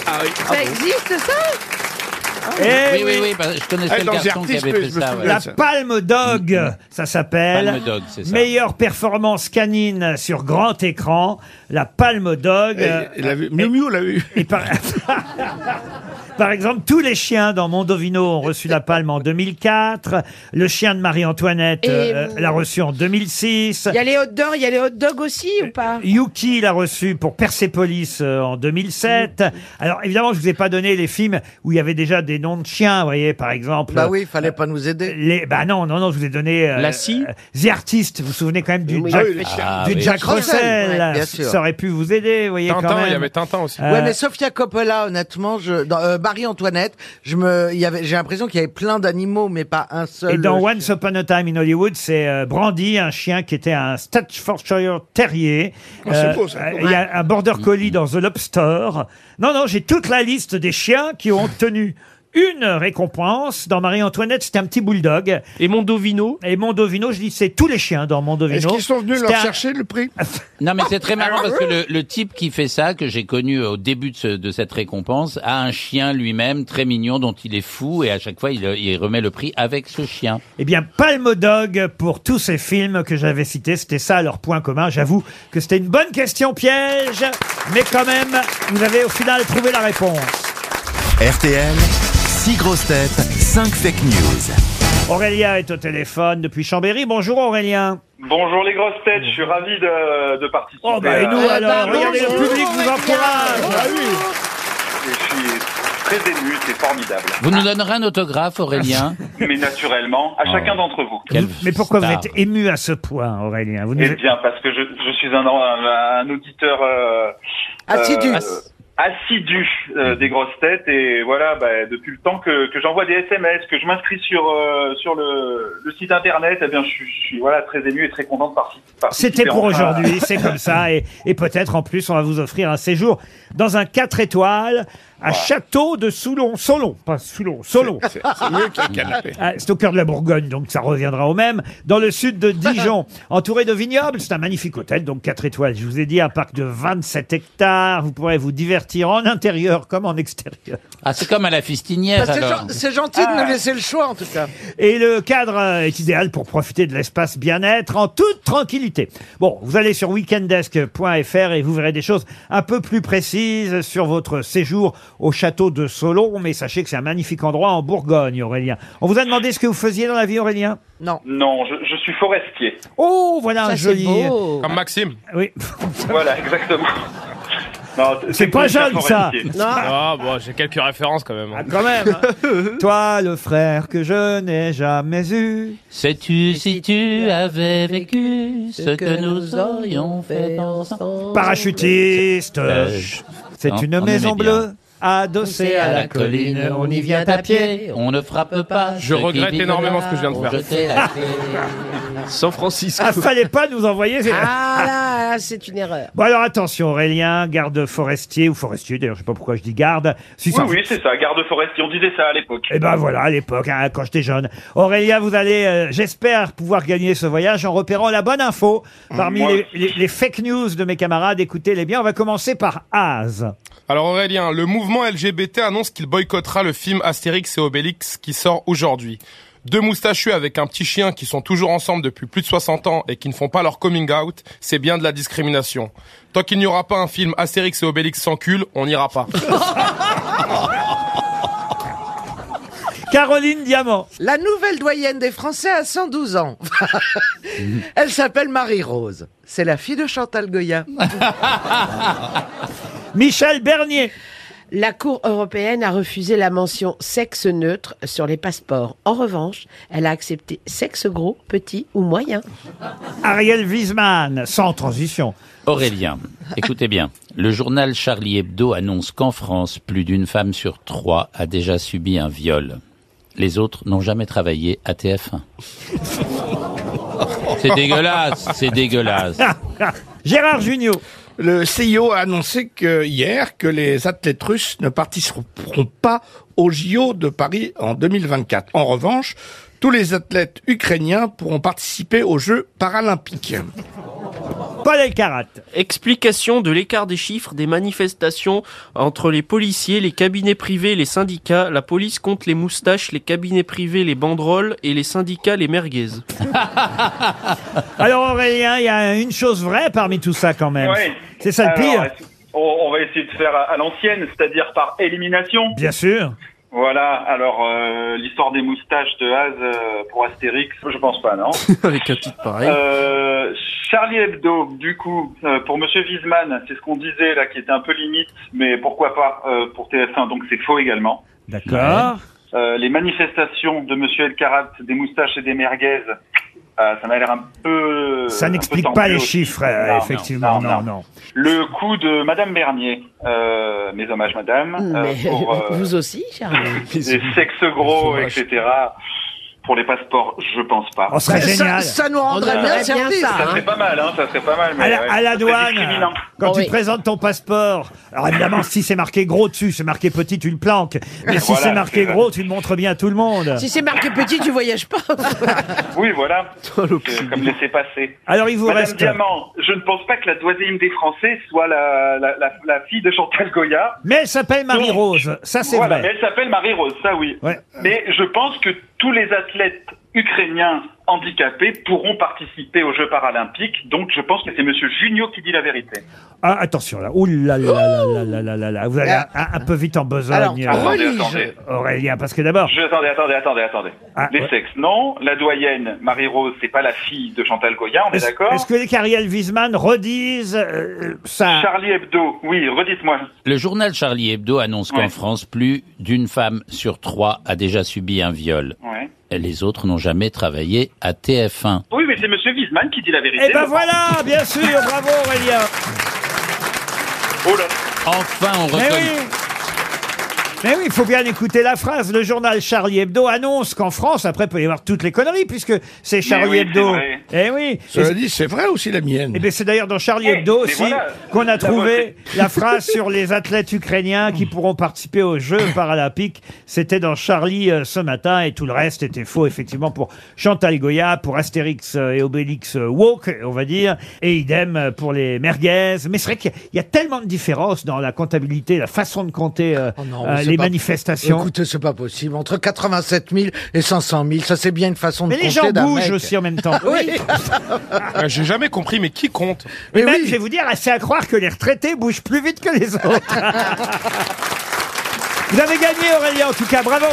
Speaker 2: Ah
Speaker 8: Ça existe, ça
Speaker 2: Eh
Speaker 5: oui, oui, oui, bah, je connaissais
Speaker 4: Eh,
Speaker 5: le
Speaker 4: dans
Speaker 5: garçon
Speaker 4: les
Speaker 5: qui avait
Speaker 4: artistes,
Speaker 5: fait
Speaker 4: je me
Speaker 5: ça.
Speaker 4: souviens.
Speaker 5: ouais.
Speaker 2: La Palme Dog, ça s'appelle.
Speaker 5: Palme Dog, c'est ça.
Speaker 2: Meilleure performance canine sur grand écran. La Palme Dog.
Speaker 4: marque.
Speaker 2: euh,
Speaker 4: Et- et l'a vu- Miu Miu l'a eu.
Speaker 2: Et par... par exemple, tous les chiens dans Mondovino ont reçu la palme en 2004. Le chien de Marie-Antoinette
Speaker 8: Et-
Speaker 2: euh, l'a reçu en 2006.
Speaker 8: Il y a les hot dogs, il y a les hot dogs aussi ou pas
Speaker 2: Yuki l'a reçu pour Persepolis euh, en 2007. Alors évidemment, je vous ai pas donné les films où il y avait déjà des noms de chiens, vous voyez, par exemple.
Speaker 9: Bah oui, il fallait pas nous
Speaker 2: euh,
Speaker 9: aider.
Speaker 2: Les, bah non, non, non, je vous ai donné euh,
Speaker 7: La scie
Speaker 2: euh, The Artist, vous vous souvenez quand même du
Speaker 9: Oui,
Speaker 2: Jack,
Speaker 9: oui, les
Speaker 5: chiens. Ah,
Speaker 2: du
Speaker 5: oui.
Speaker 2: Jack Russell,
Speaker 9: Russell, ouais, bien sûr.
Speaker 2: ça aurait pu vous aider, vous voyez quand
Speaker 6: Tintin,
Speaker 2: même.
Speaker 6: il y avait Tintin aussi.
Speaker 2: Euh,
Speaker 9: Ouais, mais Sofia Coppola, honnêtement, je, dans, euh, Marie-Antoinette, je me, il y avait, j'ai l'impression qu'il y avait plein d'animaux, mais pas un seul.
Speaker 2: Et dans
Speaker 9: euh,
Speaker 2: Once Upon a Time in Hollywood, c'est euh, Brandy, un chien qui était un Staffordshire Terrier. Euh,
Speaker 4: Oh, c'est beau, ça. Mm-hmm.
Speaker 2: Il y a un Border Collie dans The Lobster. Non, non, j'ai toute la liste des chiens qui ont obtenu une récompense. Dans Marie-Antoinette, c'était un petit bulldog.
Speaker 7: Et Mondovino.
Speaker 2: Et Mondovino, je dis, c'est tous les chiens dans Mondovino.
Speaker 4: Est-ce qu'ils sont venus
Speaker 2: C'était
Speaker 4: leur
Speaker 2: un-
Speaker 4: chercher le prix
Speaker 5: Non, mais c'est très marrant parce que le, le type qui fait ça, que j'ai connu au début de, ce- de cette récompense, a un chien lui-même très mignon dont il est fou et à chaque fois il, il remet le prix avec ce chien.
Speaker 2: Eh bien, Palme Dog pour tous ces films que j'avais cités. C'était ça leur point commun. J'avoue que c'était une bonne question piège, mais quand même, vous avez au final trouvé la réponse.
Speaker 1: RTL, 6 grosses têtes, 5 fake news.
Speaker 2: Aurélien est au téléphone depuis Chambéry. Bonjour Aurélien.
Speaker 11: Bonjour les grosses têtes, je suis ravi de, de participer.
Speaker 2: Oh bah et nous
Speaker 11: à-
Speaker 2: alors, regardez le public vous encourage.
Speaker 11: Je suis très ému, c'est formidable.
Speaker 5: Vous nous donnerez un autographe, Aurélien
Speaker 11: Mais naturellement, à
Speaker 2: Ah.
Speaker 5: Oh.
Speaker 11: chacun d'entre vous.
Speaker 5: Quel
Speaker 2: Mais pourquoi
Speaker 5: star.
Speaker 2: vous êtes ému à ce point Aurélien Vous nous-
Speaker 11: Eh bien, parce que je, je suis un, un- un auditeur euh,
Speaker 9: Assidu.
Speaker 11: euh, assidu euh, des grosses têtes et voilà, bah, depuis le temps que, que j'envoie des SMS, que je m'inscris sur euh, sur le, le site internet, eh bien, je, suis- je suis voilà très ému et très content de parti- participer.
Speaker 2: C'était pour
Speaker 11: enfin.
Speaker 2: aujourd'hui, c'est comme ça. Et, et peut-être en plus, on va vous offrir un séjour dans un 4 étoiles à Château de Soulon. Solon, pas Soulon, Solon.
Speaker 4: C'est- c'est- c'est mieux qu'un canapé.
Speaker 2: Ah, C'est au cœur de la Bourgogne, donc ça reviendra au même. Dans le sud de Dijon, entouré de vignobles, c'est un magnifique hôtel, donc 4 étoiles. Je vous ai dit, un parc de 27 hectares. Vous pourrez vous divertir en intérieur comme en extérieur.
Speaker 5: Ah, c'est comme à la fistinière,
Speaker 2: Bah, c'est
Speaker 5: alors.
Speaker 2: gen-
Speaker 9: C'est gentil de
Speaker 2: Ah.
Speaker 9: nous laisser le choix, en tout cas.
Speaker 2: Et le cadre euh, est idéal pour profiter de l'espace bien-être en toute tranquillité. Bon, vous allez sur weekendesk.fr et vous verrez des choses un peu plus précises sur votre séjour au château de Solon. Mais sachez que c'est un magnifique endroit en Bourgogne, Aurélien. On vous a demandé ce que vous faisiez dans la vie, Aurélien
Speaker 9: Non.
Speaker 11: Non, je, je suis forestier.
Speaker 2: Oh, voilà un joli. euh,
Speaker 6: Comme Maxime.
Speaker 2: Oui.
Speaker 11: voilà, exactement. Non,
Speaker 2: C'est pas
Speaker 6: Christian
Speaker 2: jeune, ça.
Speaker 6: Forestier.
Speaker 2: Non. Ah,
Speaker 6: Ah, bon, j'ai quelques références quand même.
Speaker 2: Quand même. hein. Toi, le frère que je n'ai jamais eu.
Speaker 5: Sais-tu si tu avais vécu ce que nous aurions fait
Speaker 2: ensemble Parachutiste.
Speaker 5: Euh,
Speaker 2: C'est
Speaker 5: Oh. on-
Speaker 2: une
Speaker 5: on
Speaker 2: maison
Speaker 5: aimait bien.
Speaker 2: bleue adossée à la colline. On y vient à pied.
Speaker 5: on ne frappe pas.
Speaker 2: Je regrette énormément ce que je viens de faire.
Speaker 5: San Francisco.
Speaker 2: Ah, fallait pas nous envoyer.
Speaker 8: Ah là, là, c'est une erreur.
Speaker 2: Bon alors attention Aurélien, garde forestier ou forestier d'ailleurs, je sais pas pourquoi je dis garde. Si
Speaker 11: oui,
Speaker 2: ça-
Speaker 11: oui, c'est ça, garde forestier, on disait ça à l'époque.
Speaker 2: Eh ben voilà, à l'époque, hein, quand j'étais jeune. Aurélien, vous allez, euh, j'espère, pouvoir gagner ce voyage en repérant la bonne info parmi
Speaker 6: Moi
Speaker 2: les, les- les fake news de mes camarades. Écoutez-les bien, on va commencer par Az.
Speaker 6: Alors Aurélien, le mouvement LGBT annonce qu'il boycottera le film Astérix et Obélix qui sort aujourd'hui. Deux moustachus avec un petit chien qui sont toujours ensemble depuis plus de 60 ans et qui ne font pas leur coming out, c'est bien de la discrimination. Tant qu'il n'y aura pas un film Astérix et Obélix sans cul, on n'ira pas.
Speaker 2: Caroline Diamant.
Speaker 9: La nouvelle doyenne des Français a 112 ans. Elle s'appelle Marie-Rose. C'est la fille de Chantal Goya.
Speaker 2: Michel Bernier.
Speaker 8: La Cour européenne a refusé la mention sexe neutre sur les passeports. En revanche, elle a accepté sexe gros, petit ou moyen.
Speaker 2: Ariel Wiesman, sans transition.
Speaker 5: Aurélien, écoutez bien. Le journal Charlie Hebdo annonce qu'en France, plus d'une femme sur trois a déjà subi un viol. Les autres n'ont jamais travaillé à TF1. C'est dégueulasse, c'est dégueulasse.
Speaker 2: Gérard Junior.
Speaker 4: Le CIO a annoncé que, hier que les athlètes russes ne participeront pas aux JO de Paris en 2024. En revanche, tous les athlètes ukrainiens pourront participer aux Jeux paralympiques.
Speaker 2: Pas les carates.
Speaker 7: Explication de l'écart des chiffres des manifestations entre les policiers, les cabinets privés et les syndicats. La police compte les moustaches, les cabinets privés les banderoles et les syndicats les merguez.
Speaker 2: Alors Aurélien, il y a une chose vraie parmi tout ça quand même.
Speaker 11: Ouais.
Speaker 2: C'est ça le
Speaker 11: Alors,
Speaker 2: pire.
Speaker 11: On, on va essayer de faire à, à l'ancienne, c'est-à-dire par élimination.
Speaker 2: Bien sûr.
Speaker 11: Voilà, alors euh, l'histoire des moustaches de Haz euh, pour Astérix, je pense pas, non
Speaker 7: Avec un titre pareil.
Speaker 11: Euh, Charlie Hebdo, du coup, euh, pour Monsieur Wiesmann, c'est ce qu'on disait là, qui était un peu limite, mais pourquoi pas euh, pour TF1, donc c'est faux également.
Speaker 2: D'accord.
Speaker 11: Euh, les manifestations de Monsieur El Karat, des moustaches et des merguez, euh, ça m'a l'air un peu.
Speaker 2: Ça
Speaker 11: un peu
Speaker 2: n'explique
Speaker 11: tendu
Speaker 2: pas les
Speaker 11: aussi.
Speaker 2: chiffres, euh,
Speaker 11: Non, non,
Speaker 2: effectivement. Non, non.
Speaker 11: le coup de Madame Bernier, euh, mes hommages Madame, euh,
Speaker 8: Mais
Speaker 11: pour euh,
Speaker 8: vous aussi, Charles.
Speaker 11: les sexes gros, etc. Pour les passeports, je pense pas.
Speaker 2: On Oh, serait Ça- génial. ça nous rendrait bien service.
Speaker 11: Ça,
Speaker 2: hein.
Speaker 11: serait pas mal, hein, ça serait pas mal. Mais
Speaker 2: À la,
Speaker 11: ouais,
Speaker 2: à la
Speaker 11: ça serait
Speaker 2: douane,
Speaker 11: discriminant.
Speaker 2: quand tu présentes ton passeport, alors évidemment, si c'est marqué gros dessus, c'est marqué petit, tu le planques. Mais si
Speaker 11: Voilà,
Speaker 2: c'est marqué
Speaker 11: c'est ça.
Speaker 2: gros, tu le montres bien à tout le monde.
Speaker 8: Si c'est marqué petit, tu voyages pas.
Speaker 11: Oui, voilà. C'est Comme laisser passer.
Speaker 2: Alors, il vous
Speaker 11: Madame
Speaker 2: reste-
Speaker 11: Diamant, je ne pense pas que la doisine des Français soit la, la, la, la fille de Chantal Goya.
Speaker 2: Mais elle s'appelle Marie-Rose, ça c'est
Speaker 11: Voilà, mais
Speaker 2: vrai.
Speaker 11: elle s'appelle Marie-Rose, ça oui.
Speaker 2: Ouais.
Speaker 11: Mais je pense que tous les athlètes ukrainiens handicapés pourront participer aux Jeux paralympiques, donc je pense que c'est Monsieur Junio qui dit la vérité.
Speaker 2: Ah, attention là, ouh là là là là là là là là, vous allez
Speaker 8: Ah.
Speaker 2: un, un peu vite en besogne,
Speaker 11: Alors,
Speaker 2: euh,
Speaker 11: religieux. Ah, attendez, attendez.
Speaker 2: Aurélien, parce que d'abord,
Speaker 11: Je, attendez, attendez, attendez, attendez.
Speaker 2: Ah,
Speaker 11: les
Speaker 2: ouais.
Speaker 11: sexes, non. La doyenne, Marie-Rose, c'est pas la fille de Chantal Goya, on est
Speaker 2: est-ce
Speaker 11: Ah, d'accord
Speaker 2: est-ce que les Cariel Wiesman redisent euh, ça
Speaker 11: Charlie Hebdo, oui, redites-moi.
Speaker 5: Le journal Charlie Hebdo annonce qu'en
Speaker 11: Ouais.
Speaker 5: France, plus d'une femme sur trois a déjà subi un viol.
Speaker 11: Ouais.
Speaker 5: Et les autres n'ont jamais travaillé à TF1.
Speaker 11: Oui, mais c'est Monsieur Wiesmann qui dit la vérité.
Speaker 2: Eh ben
Speaker 11: je pense.
Speaker 2: voilà, bien sûr, bravo Aurélien.
Speaker 11: Oh là
Speaker 5: Enfin, on
Speaker 2: Mais
Speaker 5: reconnaît.
Speaker 2: oui mais oui, il faut bien écouter la phrase. Le journal Charlie Hebdo annonce qu'en France, après, il peut y avoir toutes les conneries, puisque c'est Charlie
Speaker 4: oui, c'est
Speaker 2: Hebdo.
Speaker 4: vrai.
Speaker 2: Eh oui.
Speaker 4: Cela
Speaker 2: Et-
Speaker 4: dit, c'est vrai aussi la mienne.
Speaker 2: Eh bien, c'est d'ailleurs dans Charlie Hebdo aussi
Speaker 4: voilà,
Speaker 2: qu'on a
Speaker 4: la
Speaker 2: trouvé
Speaker 4: beauté.
Speaker 2: la phrase sur les athlètes ukrainiens qui pourront participer aux Jeux paralympiques. C'était dans Charlie euh, ce matin et tout le reste était faux, effectivement, pour Chantal Goya, pour Astérix euh, et Obélix euh, Woke, on va dire, et idem euh, pour les merguez. Mais c'est vrai qu'il y a- il y a tellement de différences dans la comptabilité, la façon de compter euh, euh, les manifestations.
Speaker 9: Écoutez, c'est pas possible. Entre 87 000 et 500 000, ça c'est bien une façon
Speaker 2: Mais
Speaker 9: de
Speaker 2: les
Speaker 9: compter
Speaker 2: gens
Speaker 9: d'un
Speaker 2: bougent
Speaker 9: mec.
Speaker 2: aussi en même temps.
Speaker 9: oui.
Speaker 6: Ah, J'ai jamais compris, mais qui compte
Speaker 2: Mais même, je vais vous dire, c'est à croire que les retraités bougent plus vite que les autres. vous avez gagné, Aurélien, en tout cas, bravo.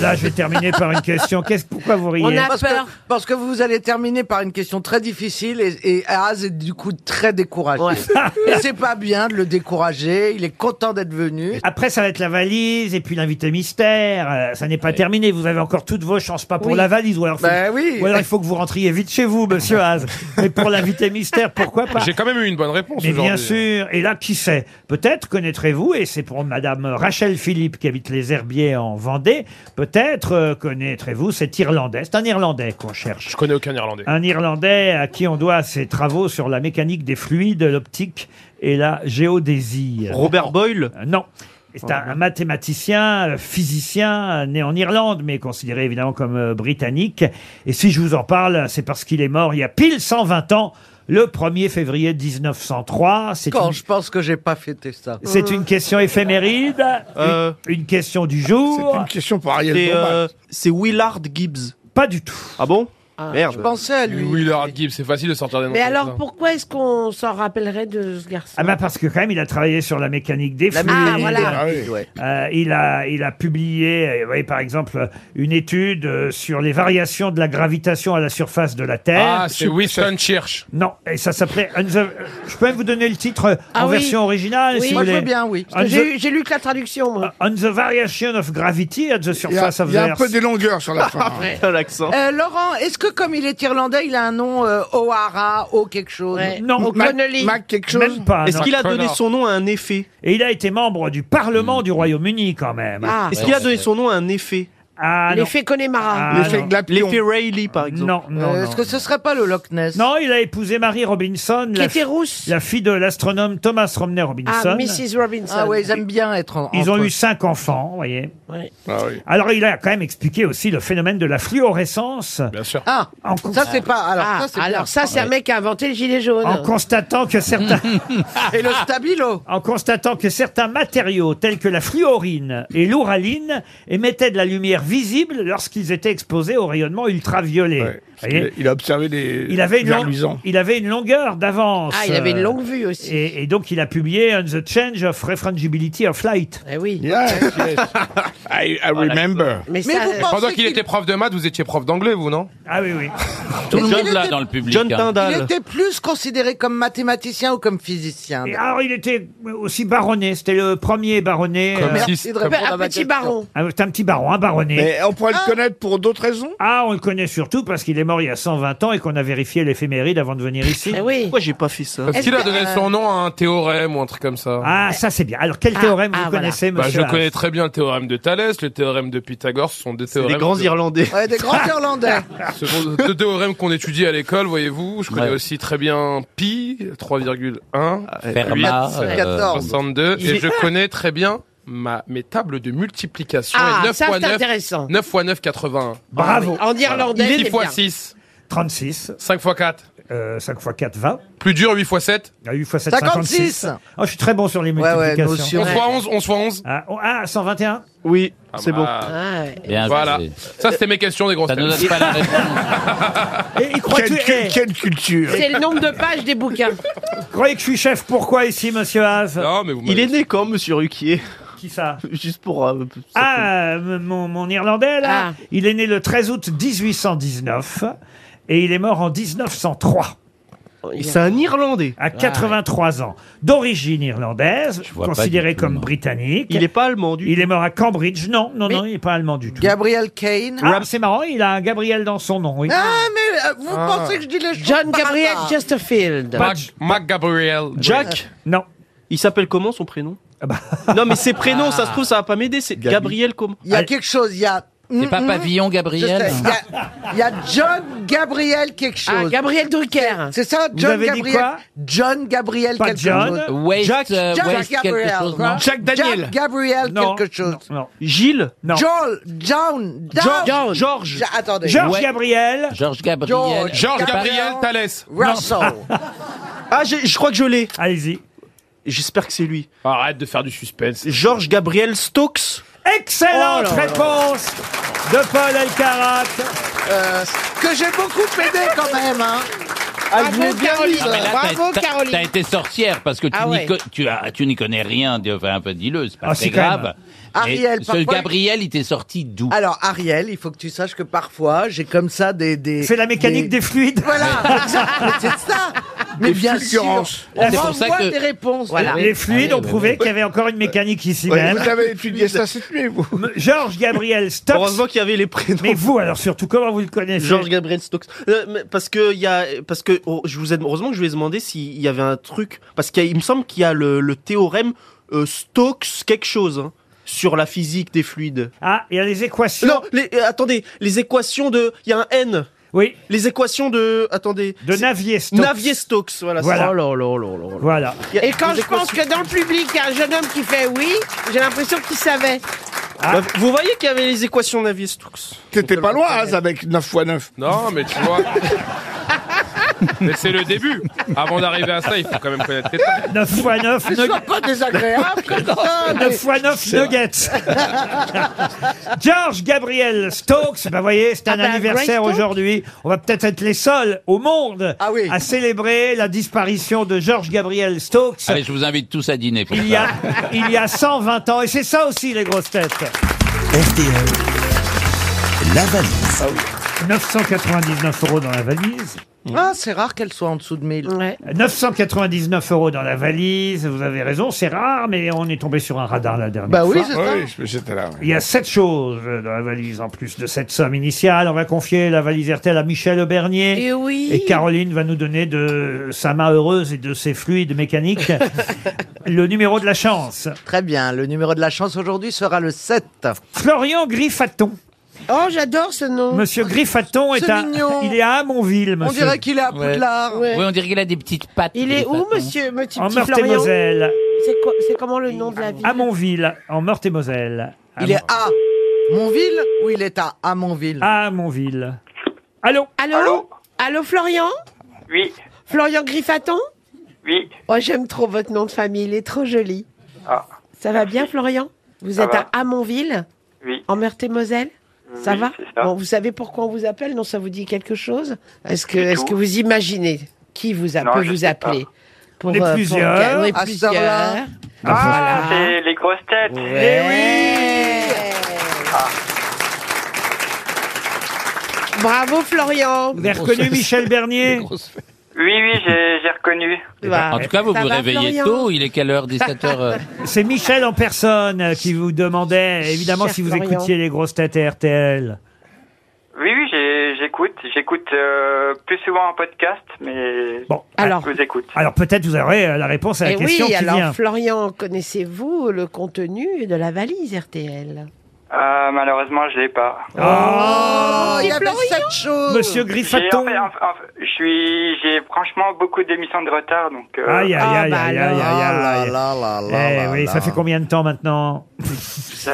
Speaker 2: Là, je vais terminer par une question. Qu'est-ce, pourquoi vous riez
Speaker 9: parce Que, parce que vous allez terminer par une question très difficile et, et Haas est du coup très découragé. et c'est pas bien de le décourager. Il est content d'être venu.
Speaker 2: Après, ça va être la valise et puis l'invité mystère. Euh, ça n'est pas terminé. Vous avez encore toutes vos chances, pas pour
Speaker 9: Oui.
Speaker 2: la valise. Ou alors, faut-
Speaker 9: Ben oui.
Speaker 2: ou alors il faut que vous rentriez vite chez vous, monsieur Haas. Mais pour l'invité mystère, pourquoi pas
Speaker 6: J'ai quand même eu une bonne réponse
Speaker 2: Mais
Speaker 6: aujourd'hui.
Speaker 2: bien sûr, et là, qui sait Peut-être connaîtrez-vous, et c'est pour Madame Rachel Philippe qui habite les Herbiers en Vendée, peut-être euh, connaîtrez-vous cet Irlandais. C'est un Irlandais qu'on cherche.
Speaker 6: Je connais aucun Irlandais.
Speaker 2: Un Irlandais à qui on doit ses travaux sur la mécanique des fluides, l'optique et la géodésie.
Speaker 7: Robert Boyle
Speaker 2: Non. C'est un, un mathématicien, euh, physicien, euh, né en Irlande, mais considéré évidemment comme euh, britannique. Et si je vous en parle, c'est parce qu'il est mort il y a pile 120 ans, le 1er février 1903. C'est
Speaker 9: Quand
Speaker 2: une-
Speaker 9: je pense que j'ai pas fêté ça.
Speaker 2: c'est une question éphéméride, une, une question du jour. C'est une
Speaker 4: question pour
Speaker 7: C'est euh, c'est Willard Gibbs.
Speaker 2: Pas du tout.
Speaker 7: Ah bon
Speaker 6: Merde.
Speaker 7: Merde.
Speaker 6: Willard Gibbs, c'est facile de sortir des noms.
Speaker 8: Mais
Speaker 6: comme
Speaker 8: alors,
Speaker 6: ça.
Speaker 8: pourquoi est-ce qu'on s'en rappellerait de ce garçon
Speaker 2: Ah bah parce que quand même, il a travaillé sur la mécanique des
Speaker 8: La
Speaker 2: fluides.
Speaker 8: mécanique des Ah
Speaker 9: oui. fluides, ouais.
Speaker 2: Euh, il, a, il a publié, euh, vous voyez, par exemple, une étude euh, sur les variations de la gravitation à la surface de la Terre.
Speaker 6: Ah, c'est Winston Church.
Speaker 2: Non, et ça s'appelait... On the- euh, Je peux même vous donner le titre euh, en version originale,
Speaker 8: Ah Oui,
Speaker 2: si
Speaker 8: moi
Speaker 2: vous
Speaker 8: je
Speaker 2: voulez.
Speaker 8: veux bien, oui. Parce
Speaker 2: On
Speaker 8: que
Speaker 2: the,
Speaker 8: J'ai j'ai lu que la traduction, moi.
Speaker 2: on the variation of gravity at the
Speaker 4: Il y a,
Speaker 2: surface of
Speaker 4: il y a
Speaker 2: the
Speaker 4: un peu
Speaker 2: Earth.
Speaker 4: des longueurs sur la fin. hein.
Speaker 7: Putain, l'accent.
Speaker 9: Euh, Laurent, est-ce que comme il est irlandais, il a un nom euh, O'Hara, O quelque chose
Speaker 2: Non.
Speaker 4: Euh,
Speaker 9: O'Connelly.
Speaker 2: Même pas.
Speaker 7: Est-ce
Speaker 2: non.
Speaker 7: qu'il a donné son nom à un effet Hmm.
Speaker 2: Et il a été membre du Parlement du Royaume-Uni quand même.
Speaker 8: Ah.
Speaker 7: Est-ce qu'il a donné son nom hein. à un effet
Speaker 2: Ah, non.
Speaker 8: L'effet Connemara.
Speaker 2: Ah, non.
Speaker 7: L'effet Rayleigh, par exemple.
Speaker 2: Non, non,
Speaker 9: Euh,
Speaker 2: non.
Speaker 9: Est-ce que ce serait pas le Loch Ness
Speaker 2: Non, il a épousé Marie Robinson,
Speaker 8: Qui
Speaker 2: la,
Speaker 8: était
Speaker 2: fi-
Speaker 8: rousse.
Speaker 2: la fille de l'astronome Thomas Romney Robinson.
Speaker 8: Ah, Mrs. Robinson.
Speaker 9: Ah ouais, ils aiment bien être en.
Speaker 2: Ils ont
Speaker 9: entre
Speaker 2: eu
Speaker 9: eux.
Speaker 2: cinq enfants, vous voyez.
Speaker 8: Ouais.
Speaker 4: Ah oui.
Speaker 2: Alors, il a quand même expliqué aussi le phénomène de la fluorescence
Speaker 6: Bien sûr.
Speaker 9: Ah,
Speaker 2: en,
Speaker 9: ça
Speaker 2: cons-
Speaker 9: c'est pas. Alors
Speaker 8: Ah,
Speaker 9: ça c'est.
Speaker 8: alors
Speaker 9: bien.
Speaker 8: ça, c'est un mec qui a inventé le gilet jaune.
Speaker 2: en constatant que certains,
Speaker 9: Et le stabilo.
Speaker 2: en constatant que certains matériaux tels que la fluorine et l'ouraline émettaient de la lumière visible lorsqu'ils étaient exposés au rayonnement ultraviolet.
Speaker 4: Ouais.
Speaker 2: Vous
Speaker 4: Parce
Speaker 2: voyez
Speaker 4: qu'il- Il a observé des
Speaker 2: il avait, une
Speaker 4: vers
Speaker 2: long-
Speaker 4: luisants.
Speaker 2: il avait une longueur d'avance.
Speaker 8: Ah, il avait une
Speaker 2: euh,
Speaker 8: longue vue aussi.
Speaker 2: Et, et donc, il a publié On the Change of Refrangibility of Light.
Speaker 8: Eh oui.
Speaker 4: Yes, yes. I, I remember.
Speaker 8: Mais,
Speaker 9: Mais
Speaker 8: ça,
Speaker 9: vous
Speaker 8: euh,
Speaker 9: pensez
Speaker 6: Pendant qu'il était prof de maths, vous étiez prof d'anglais, vous, non
Speaker 2: Ah oui, oui.
Speaker 5: Tout le
Speaker 9: Mais
Speaker 5: monde
Speaker 9: il
Speaker 5: là
Speaker 9: était-
Speaker 5: dans le public.
Speaker 7: John
Speaker 5: hein.
Speaker 9: Il
Speaker 7: Tyndall.
Speaker 9: était plus considéré comme mathématicien ou comme physicien.
Speaker 2: Et alors, il était aussi baronnet. C'était le premier baronnet.
Speaker 6: Comme
Speaker 2: euh,
Speaker 6: si-
Speaker 9: Merci de répondre à
Speaker 8: un
Speaker 9: ma
Speaker 8: petit
Speaker 9: question.
Speaker 8: baron. Ah.
Speaker 2: ah, C'est un petit baron, un baronnet.
Speaker 4: Mais on pourrait le connaître pour d'autres raisons.
Speaker 2: Ah, on le connaît surtout parce qu'il est mort il y a 120 ans et qu'on a vérifié l'éphéméride avant de venir ici.
Speaker 8: Eh oui. euh,
Speaker 7: Pourquoi j'ai pas fait ça
Speaker 6: Est-ce qu'il a
Speaker 9: Est-ce que-
Speaker 6: donné son nom à un théorème ou un truc comme ça
Speaker 2: euh, Ah, ça c'est bien. Alors, quel
Speaker 8: Ah,
Speaker 2: théorème
Speaker 8: ah,
Speaker 2: vous
Speaker 8: voilà.
Speaker 2: connaissez,
Speaker 6: Bah,
Speaker 2: monsieur
Speaker 6: je connais
Speaker 2: Haas
Speaker 6: très bien le théorème de Thalès, le théorème de Pythagore, ce sont des
Speaker 7: C'est
Speaker 6: théorèmes.
Speaker 7: des grands
Speaker 6: de-
Speaker 7: Irlandais.
Speaker 9: Ouais, des grands Irlandais.
Speaker 6: Ce sont deux théorèmes qu'on étudie à l'école, voyez-vous. Je connais
Speaker 5: Ouais. Ah,
Speaker 6: aussi très bien pi, 3,1,
Speaker 5: Fermat, euh,
Speaker 9: Huit, quatorze.
Speaker 6: 62,
Speaker 8: Il est-
Speaker 6: et je connais très bien ma, mes tables de multiplication.
Speaker 8: Ah,
Speaker 6: et 9
Speaker 8: ça,
Speaker 6: fois
Speaker 8: c'est
Speaker 6: 9,
Speaker 8: intéressant. Ah,
Speaker 6: 9 fois 9, 81.
Speaker 2: Bravo.
Speaker 8: En irlandais, c'est
Speaker 6: 6 fois
Speaker 8: bien.
Speaker 6: 6,
Speaker 2: 36,
Speaker 6: 5 fois 4.
Speaker 2: euh, 5 x 4, 20.
Speaker 6: Plus dur, 8 fois 7,
Speaker 2: Ah, 8 fois 7,
Speaker 9: 56.
Speaker 2: 56. Oh, je suis très bon sur les
Speaker 9: Ouais, ouais,
Speaker 2: multiplications.
Speaker 9: nous aussi,
Speaker 6: 11
Speaker 9: Ouais.
Speaker 6: fois 11, 11 fois 11.
Speaker 2: ah, oh, ah, 121
Speaker 7: Oui, c'est bon.
Speaker 6: bah,
Speaker 8: Ah, ouais.
Speaker 5: Bien,
Speaker 6: Voilà.
Speaker 5: c'est-
Speaker 6: Ça, c'était mes questions des grosses
Speaker 5: Ça nous
Speaker 6: têtes.
Speaker 5: donne pas la réponse.
Speaker 2: Et il croit
Speaker 4: Quelle,
Speaker 2: que,
Speaker 4: cul-
Speaker 2: eh,
Speaker 4: quelle culture
Speaker 8: C'est le nombre de pages des bouquins.
Speaker 2: croyez que je suis chef pourquoi ici, monsieur Haas
Speaker 6: Non, mais vous
Speaker 7: Il
Speaker 6: m'avez-
Speaker 7: est né quand, monsieur Ruquier
Speaker 2: Qui ça
Speaker 7: Juste pour. euh,
Speaker 2: Ah, m- mon, mon Irlandais, là,
Speaker 8: Ah.
Speaker 2: il est né le 13 août 1819 et il est mort en 1903,
Speaker 8: Oh,
Speaker 7: C'est un Irlandais.
Speaker 2: à 83 ans. D'origine irlandaise,
Speaker 5: vois pas
Speaker 2: considéré
Speaker 5: du tout,
Speaker 2: comme
Speaker 5: moi.
Speaker 2: britannique.
Speaker 7: Il est pas allemand du
Speaker 2: Il est mort à Cambridge. Non, non, non, il n'est pas allemand du tout.
Speaker 9: Gabriel Kane.
Speaker 2: Ah, c'est marrant, il a un Gabriel dans son nom, oui.
Speaker 9: Ah, mais euh, vous
Speaker 2: Ah.
Speaker 9: pensez que je dis les choses
Speaker 8: John
Speaker 9: par
Speaker 8: Gabriel
Speaker 9: hasard
Speaker 8: Chesterfield.
Speaker 7: Mac, Gabriel. Jack
Speaker 2: Non. Ah bah.
Speaker 7: Il s'appelle comment son prénom Non, mais ses prénoms,
Speaker 8: Ah.
Speaker 7: ça se trouve, ça va pas m'aider. C'est Gabriel comment
Speaker 9: Il y a quelque chose, il y a.
Speaker 7: C'est pas Pavillon Gabriel
Speaker 9: Je sais, Il y a- il y, a John Gabriel quelque chose.
Speaker 8: Ah, Gabriel Drucker.
Speaker 9: C'est ça,
Speaker 8: Vous
Speaker 9: John
Speaker 8: avez dit
Speaker 9: Gabriel.
Speaker 8: quoi
Speaker 9: John Gabriel
Speaker 8: Pas
Speaker 9: quelque
Speaker 8: John.
Speaker 9: chose.
Speaker 8: Wait,
Speaker 9: Jack,
Speaker 8: euh,
Speaker 9: Jack
Speaker 8: wait, quelque
Speaker 9: Gabriel.
Speaker 8: chose,
Speaker 9: quoi.
Speaker 8: non Jack Daniel.
Speaker 9: Jack Gabriel
Speaker 8: Non.
Speaker 9: quelque chose.
Speaker 7: Gilles
Speaker 9: Joel, John,
Speaker 7: John-
Speaker 9: John,
Speaker 7: George.
Speaker 9: Ja- attendez.
Speaker 7: George
Speaker 2: Gabriel.
Speaker 5: Georges Gabriel.
Speaker 9: George,
Speaker 7: Georges
Speaker 9: Gabriel,
Speaker 6: Thalès.
Speaker 9: Russell.
Speaker 7: Ah, j'ai- je crois que je l'ai.
Speaker 2: Allez-y.
Speaker 7: J'espère que c'est lui.
Speaker 6: Arrête de faire du suspense.
Speaker 7: Georges Gabriel Stokes.
Speaker 2: Excellente
Speaker 7: Oh là là.
Speaker 2: réponse de Paul Elkarat.
Speaker 9: Euh, que j'ai beaucoup aidé quand même. Hein. Bravo, Caroline.
Speaker 5: Ah, mais là, t'as-
Speaker 9: Bravo,
Speaker 5: t'as-
Speaker 9: Caroline.
Speaker 5: T'as été sorcière parce que tu
Speaker 9: Ah
Speaker 5: n'y
Speaker 9: ouais.
Speaker 5: co- tu as- tu n'y connais rien. de- Enfin, un peu dis-le, c'est pas
Speaker 9: Ah,
Speaker 5: très
Speaker 9: si, quand
Speaker 5: grave.
Speaker 9: même.
Speaker 5: Mais
Speaker 9: Ariel,
Speaker 5: ce
Speaker 9: parfois-
Speaker 5: Gabriel, il t'est sorti d'où
Speaker 9: Alors, Ariel, il faut que tu saches que parfois, j'ai comme ça des. des
Speaker 5: C'est la mécanique des
Speaker 2: fluides.
Speaker 9: Voilà, exactement, c'est ça. Mais
Speaker 2: Des
Speaker 9: bien sûr.
Speaker 2: fulgurances.
Speaker 9: On
Speaker 2: C'est pour ça
Speaker 9: m'envoie
Speaker 2: que- Ah,
Speaker 9: des réponses.
Speaker 2: Les fluides ont prouvé qu'il y avait encore une mécanique ici même.
Speaker 4: vous avez étudié ça cette nuit, vous.
Speaker 2: Georges Gabriel Stokes.
Speaker 7: Heureusement qu'il y avait les prénoms.
Speaker 2: Mais vous, alors surtout, comment vous le connaissez
Speaker 7: Georges Gabriel Stokes. Euh, mais parce que il y a, parce que oh, je vous ai, heureusement que je vous ai demandé s'il y avait un truc, parce qu'il y a- il me semble qu'il y a le, le théorème euh, Stokes quelque chose hein, sur la physique des fluides.
Speaker 2: Ah, il y a les équations.
Speaker 7: Non, les- euh, attendez, les équations de, il y a un n.
Speaker 2: Oui.
Speaker 7: Les équations de, attendez.
Speaker 2: De Navier-Stokes.
Speaker 7: Navier-Stokes, voilà. c'est
Speaker 2: Voilà.
Speaker 4: Oh
Speaker 7: ça.
Speaker 2: Voilà.
Speaker 7: Il y a
Speaker 8: Et quand
Speaker 7: des
Speaker 8: je pense que dans le public, il y a un jeune homme qui fait oui, j'ai l'impression qu'il savait.
Speaker 7: Bah, vous voyez qu'il y avait les équations Navier-Stokes.
Speaker 4: Ah. T'étais pas loin, hein, avec 9 x 9.
Speaker 6: Non, mais tu vois. mais c'est le début. Avant d'arriper à ça, il faut quand même connaître les temps.
Speaker 2: 9 x 9
Speaker 9: Ne sois pas désagréable. putain, mais-
Speaker 2: 9 x 9 nuggets. George Gabriel Stokes, ben voyez, c'est un
Speaker 9: Ah ben,
Speaker 2: anniversaire
Speaker 9: Grace Stokes.
Speaker 2: aujourd'hui. On va peut-être être les seuls au monde
Speaker 9: Ah
Speaker 2: à célébrer la disparition de George Gabriel Stokes.
Speaker 7: Ah,
Speaker 5: Allez, Ah, je vous invite tous à dîner pour
Speaker 2: il y
Speaker 5: ça.
Speaker 2: a, il y a 120 ans. Et c'est ça aussi, les grosses têtes.
Speaker 1: RTL, la
Speaker 2: Ah
Speaker 1: valise.
Speaker 2: 999 euros dans la valise.
Speaker 9: Ah, c'est rare qu'elle soit en dessous de 1000.
Speaker 2: 999 euros dans la valise. Vous avez raison, c'est rare, mais on est tombé sur un radar la dernière
Speaker 9: Bah
Speaker 2: fois.
Speaker 9: oui, c'est ça.
Speaker 4: Ah, Oui, j'étais là.
Speaker 2: Il y a sept choses dans la valise en plus de cette somme initiale. On va confier la valise RTL à Michel Aubernier.
Speaker 8: Et Eh oui.
Speaker 2: Caroline va nous donner de sa main heureuse et de ses fluides mécaniques le numéro de la chance.
Speaker 9: Très bien, le numéro de la chance aujourd'hui sera le 7.
Speaker 2: Florian Griffaton.
Speaker 8: Oh, j'adore ce nom.
Speaker 2: Monsieur Griffaton est,
Speaker 8: C'est
Speaker 2: à,
Speaker 8: mignon.
Speaker 2: il est à Amonville, monsieur.
Speaker 8: Ouais.
Speaker 5: Oui, on dirait qu'il a des petites pattes.
Speaker 8: Il est où, monsieur, monsieur
Speaker 2: En
Speaker 8: petit Florian
Speaker 2: Meurthe-et-Moselle.
Speaker 8: C'est quoi- C'est comment le nom de la ville
Speaker 2: Amonville, en Meurthe-et-Moselle.
Speaker 9: Il est à Montville ou il est à Amonville
Speaker 2: À Amonville. Allô
Speaker 8: Allô Allô, Florian
Speaker 11: Oui.
Speaker 8: Florian Griffaton
Speaker 11: Oui.
Speaker 8: Oh, j'aime trop votre nom de famille, il est trop joli.
Speaker 11: Ah,
Speaker 8: Ça va bien, Florian Vous
Speaker 11: Ça
Speaker 8: êtes
Speaker 11: va.
Speaker 8: à Amonville
Speaker 11: Oui.
Speaker 8: En Meurthe-et-Moselle Ça
Speaker 11: Oui,
Speaker 8: va
Speaker 11: c'est ça.
Speaker 8: Bon, Vous savez pourquoi on vous appelle Non, ça vous dit quelque chose Est-ce que,
Speaker 11: Du
Speaker 8: est
Speaker 11: tout.
Speaker 8: que vous imaginez qui vous a,
Speaker 11: Non,
Speaker 8: peut
Speaker 11: je
Speaker 8: vous
Speaker 11: sais
Speaker 8: appeler
Speaker 11: pas.
Speaker 8: pour,
Speaker 2: On est
Speaker 8: euh, pour-
Speaker 2: plusieurs.
Speaker 8: on est
Speaker 2: À ce heure-là.
Speaker 8: plusieurs.
Speaker 11: Ah, c'est les grosses têtes.
Speaker 8: Bravo, Florian
Speaker 2: Vous avez reconnu Michel Bernier
Speaker 11: Oui, oui, j'ai j'ai reconnu.
Speaker 5: En tout cas, vous vous réveillez tôt. Il est quelle heure euh 17h
Speaker 2: C'est Michel en personne euh, qui vous demandait, évidemment,
Speaker 11: Cher
Speaker 2: si vous
Speaker 11: Florian.
Speaker 2: écoutiez les grosses têtes et RTL.
Speaker 11: Oui, oui, j'ai- j'écoute. J'écoute euh, plus souvent en podcast, mais
Speaker 2: bon,
Speaker 11: alors, je vous écoute.
Speaker 2: Alors peut-être vous aurez euh, la réponse à la
Speaker 8: Et
Speaker 2: question
Speaker 8: Eh oui,
Speaker 2: qui
Speaker 8: alors
Speaker 2: vient.
Speaker 8: Florian, connaissez-vous le contenu de la valise RTL
Speaker 11: Euh, malheureusement, je l'ai pas.
Speaker 2: Oh,
Speaker 9: Oh, il y avait cette chose.
Speaker 2: Monsieur Griffaton.
Speaker 11: J'ai- en fait, en fait, Je suis, j'ai franchement beaucoup d'émissions de retard, donc.
Speaker 8: Ah,
Speaker 11: euh,
Speaker 2: Aïe, aïe,
Speaker 9: Ah,
Speaker 2: aïe,
Speaker 9: bah
Speaker 8: bah
Speaker 2: aïe, aïe, aïe, aïe. Eh
Speaker 9: là,
Speaker 2: oui,
Speaker 9: là.
Speaker 2: ça fait combien de temps maintenant
Speaker 11: Ça,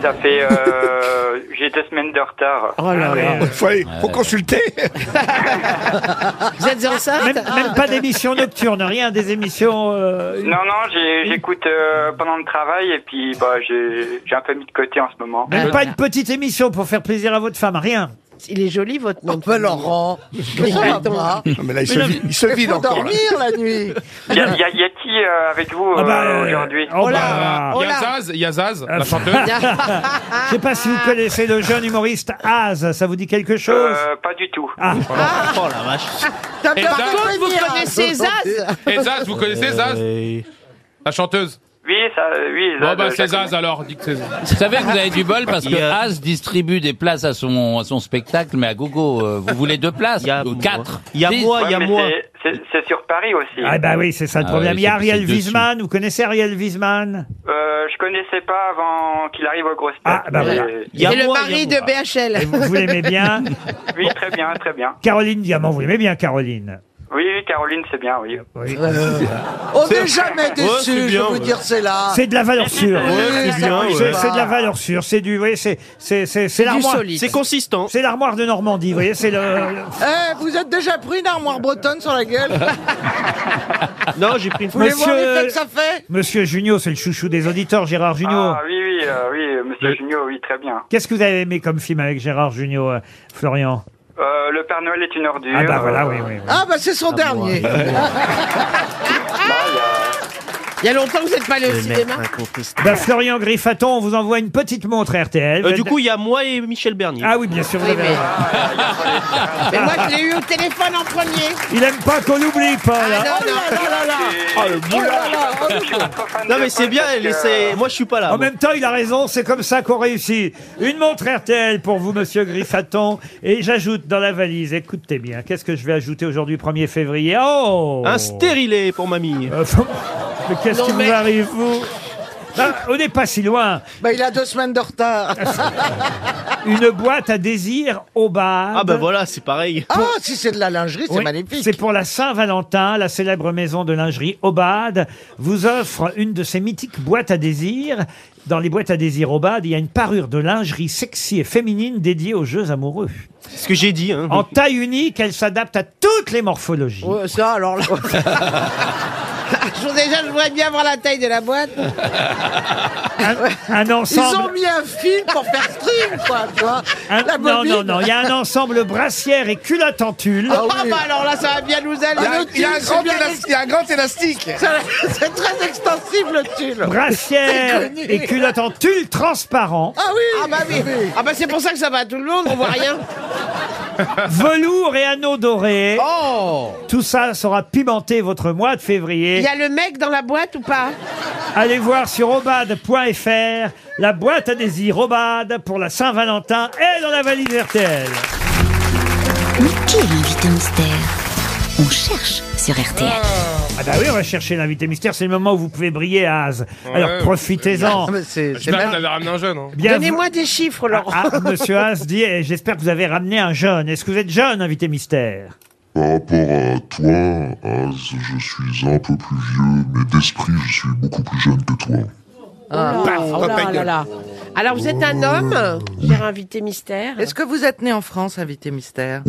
Speaker 11: ça fait, euh, j'ai deux semaines de retard.
Speaker 2: Oh
Speaker 8: Oh
Speaker 2: Ah
Speaker 4: Il faut, aller- faut consulter.
Speaker 8: Vous êtes enceinte
Speaker 2: même, même pas d'émission nocturne, rien, des émissions... euh,
Speaker 11: Non, non, j'ai- j'écoute euh, pendant le travail et puis bah, j'ai j'ai un peu mis de côté en ce moment.
Speaker 5: Ah,
Speaker 2: Même pas une petite émission pour faire plaisir à votre femme, rien.
Speaker 8: Il est joli votre
Speaker 4: ben,
Speaker 8: nom.
Speaker 9: Oh, Laurent.
Speaker 8: Griffaton.
Speaker 4: Non, Ah, mais là, il se,
Speaker 2: Mais non,
Speaker 4: vide- il se
Speaker 9: Il
Speaker 4: vide
Speaker 9: faut
Speaker 4: encore. là.
Speaker 9: dormir la nuit.
Speaker 11: Y a, y a- y a qui euh, avec vous
Speaker 2: Ah bah,
Speaker 11: euh,
Speaker 2: euh,
Speaker 11: aujourd'hui
Speaker 2: oh bah,
Speaker 6: Il y a Zaz, il y a Zaz, la chanteuse.
Speaker 2: Je sais pas si vous connaissez le jeune humoriste Az, ça vous dit quelque chose
Speaker 11: Euh, Pas du tout.
Speaker 2: Ah.
Speaker 7: Oh la vache.
Speaker 9: T'as
Speaker 6: Et
Speaker 9: peur
Speaker 6: Zaz
Speaker 9: de
Speaker 8: Vous
Speaker 9: venir.
Speaker 8: connaissez Zaz
Speaker 6: Euh. Et Zaz, vous connaissez Zaz La chanteuse
Speaker 16: Oui, ça, oui.
Speaker 6: Bon,
Speaker 16: ça-
Speaker 6: bah,
Speaker 11: euh,
Speaker 16: ça-
Speaker 6: c'est
Speaker 16: ça-
Speaker 6: Zaz alors, dis que c'est Zaz.
Speaker 5: Vous savez que vous avez du bol parce que Ah,
Speaker 6: Il y a-
Speaker 5: As distribue des places à son, à son spectacle, mais à gogo, euh, vous voulez deux places Ou quatre Dix
Speaker 16: Ouais, mais c'est- c'est- C'est sur Paris aussi.
Speaker 2: Ah bah oui, c'est ça le
Speaker 5: Ah
Speaker 2: problème.
Speaker 5: oui,
Speaker 2: Il y a
Speaker 5: c'est-
Speaker 2: Ariel
Speaker 5: c'est dessus.
Speaker 2: Wiesman, vous connaissez Ariel Wiesman
Speaker 16: Euh, je connaissais pas avant qu'il arrive au grosses têtes. Ah,
Speaker 2: bah voilà. Il y a
Speaker 8: C'est le mari de BHL.
Speaker 2: Vous, vous l'aimez bien
Speaker 16: Oui, très bien, très bien.
Speaker 2: Caroline Diamant, vous l'aimez bien Caroline
Speaker 16: Oui, oui, Caroline, c'est bien, oui.
Speaker 9: Euh, On n'est jamais déçu, je vais vous dire, c'est là.
Speaker 2: C'est de la valeur sûre.
Speaker 9: Oui, ça marche
Speaker 2: C'est-
Speaker 9: pas.
Speaker 2: c'est de la valeur sûre. C'est du, vous voyez, c'est c'est c'est c'est
Speaker 9: du
Speaker 2: l'armoire.
Speaker 9: solide. C'est
Speaker 2: consistant. C'est l'armoire de Normandie. Vous voyez, c'est le. le-
Speaker 9: Eh, vous êtes déjà pris une armoire bretonne sur la gueule
Speaker 2: Non, j'ai pris
Speaker 9: Vous voulez voir l'effet que ça fait
Speaker 2: Monsieur Junio, c'est le chouchou des auditeurs, Gérard Junio.
Speaker 16: Ah oui, oui, euh, oui, Monsieur Junio, oui, très bien.
Speaker 2: Qu'est-ce que vous avez aimé comme film avec Gérard Junio, euh, Florian
Speaker 16: Euh, le Père Noël est une ordure. euh,
Speaker 2: Ah bah voilà, oui, oui.
Speaker 9: Ah bah c'est son dernier.
Speaker 8: Il y a longtemps que vous n'êtes pas allé au cinéma.
Speaker 2: Bah, Florian Griffaton, on vous envoie une petite montre RTL.
Speaker 7: Euh, du coup, il
Speaker 2: y a moi et Michel Bernier. Ah oui, bien sûr, vous
Speaker 8: Oui,
Speaker 2: avez
Speaker 8: mais-
Speaker 2: raison.
Speaker 8: Mais moi, je l'ai eu au téléphone en premier.
Speaker 2: Il aime pas qu'on l'oublie, Paul.
Speaker 8: Ah, non, non, non, non, non.
Speaker 7: Oh, Non, mais c'est bien, elle essaie- moi je suis pas là.
Speaker 2: En même temps, il a raison, c'est comme ça qu'on réussit. Une montre RTL pour vous, monsieur Griffaton. Et j'ajoute dans la valise, écoutez bien, qu'est-ce que je vais ajouter aujourd'hui, 1er février Oh Euh,
Speaker 7: Un stérilet pour mamie.
Speaker 2: Mais qu'est-ce
Speaker 7: Non,
Speaker 2: qui
Speaker 7: mais-
Speaker 2: vous arrive, vous Ah, On n'est pas si loin.
Speaker 9: Bah il a deux semaines de retard.
Speaker 2: Une boîte à désir au bar.
Speaker 7: Ah bah voilà, c'est pareil.
Speaker 9: Ah si c'est de la lingerie, c'est
Speaker 2: Oui,
Speaker 9: magnifique.
Speaker 2: C'est pour la Saint-Valentin, la célèbre maison de lingerie Obad vous offre une de ses mythiques boîtes à désirs. Dans les boîtes à désirs Obad, il y a une parure de lingerie sexy et féminine dédiée aux jeux amoureux.
Speaker 7: C'est ce que j'ai dit. Hein.
Speaker 2: En taille unique, elle s'adapte à toutes les morphologies.
Speaker 8: Ouais, ça, alors là. Je vous- Déjà, je voudrais bien voir la taille de la boîte.
Speaker 2: Un, un
Speaker 9: Ils
Speaker 2: ensemble.
Speaker 9: ont mis un fil pour faire stream, quoi, tu vois.
Speaker 2: un-
Speaker 9: La
Speaker 2: non,
Speaker 9: bobine.
Speaker 2: non, non, il y a un ensemble brassière et culotte en tulle.
Speaker 8: Ah, bah alors là, ça va bien nous aller.
Speaker 9: Ah, il y a un grand élas- il y a un grand
Speaker 8: élastique. C'est très extensible le tulle.
Speaker 2: Brassière
Speaker 8: C'est connu.
Speaker 2: et culotte en tulle transparent.
Speaker 8: Ah oui Ah bah oui. Ah bah c'est pour ça que ça va à tout le monde, on voit rien.
Speaker 2: Velours et anneaux dorés. Tout ça saura pimenter votre mois de février.
Speaker 8: Oh. Il y a le mec dans la boîte ou pas
Speaker 2: Allez voir sur obad.fr la boîte à désirs Obad pour la Saint-Valentin est dans la valise RTL.
Speaker 14: Mais qui est l'invité mystère On cherche sur RTL.
Speaker 8: Oh.
Speaker 2: Ah bah oui, on va chercher l'invité mystère, c'est le moment où vous pouvez briller à Az. Alors profitez-en.
Speaker 6: J'espère que vous avez ramené un jeune. hein.
Speaker 2: Bien
Speaker 8: Donnez-moi des chiffres, Laurent.
Speaker 2: Ah, monsieur Haas dit, eh, j'espère que vous avez ramené un jeune. Est-ce que vous êtes jeune, invité mystère
Speaker 17: Par rapport à toi, Az, je suis un peu plus vieux, mais d'esprit, je suis beaucoup plus jeune que toi.
Speaker 8: Ah,
Speaker 17: Paf,
Speaker 8: oh
Speaker 17: dans ta
Speaker 8: là
Speaker 17: gueule.
Speaker 8: là là. Alors vous êtes un homme, cher invité mystère.
Speaker 9: Est-ce que vous êtes né en France, invité mystère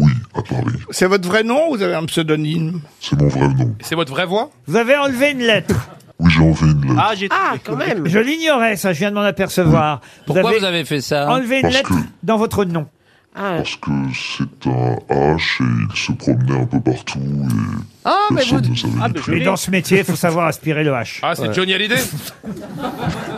Speaker 4: C'est votre vrai nom ou vous avez un pseudonyme
Speaker 17: C'est mon vrai nom.
Speaker 6: C'est votre vraie voix
Speaker 2: Vous avez enlevé une lettre.
Speaker 17: Oui, j'ai envie de le...
Speaker 7: Ah, j'ai
Speaker 8: Ah, quand même.
Speaker 2: Je l'ignorais, ça, je viens de m'en apercevoir.
Speaker 5: Pourquoi vous avez fait ça
Speaker 2: Enlevé une
Speaker 17: Parce
Speaker 2: lettre
Speaker 17: que-
Speaker 2: dans votre nom.
Speaker 8: Ah.
Speaker 17: Parce que c'est un H et il se promenait un peu partout et
Speaker 9: Ah, mais vous...
Speaker 17: personne ne savait.
Speaker 2: Mais dans ce métier, il faut savoir aspirer le H.
Speaker 6: Ah, c'est
Speaker 2: Ouais.
Speaker 6: Johnny Hallyday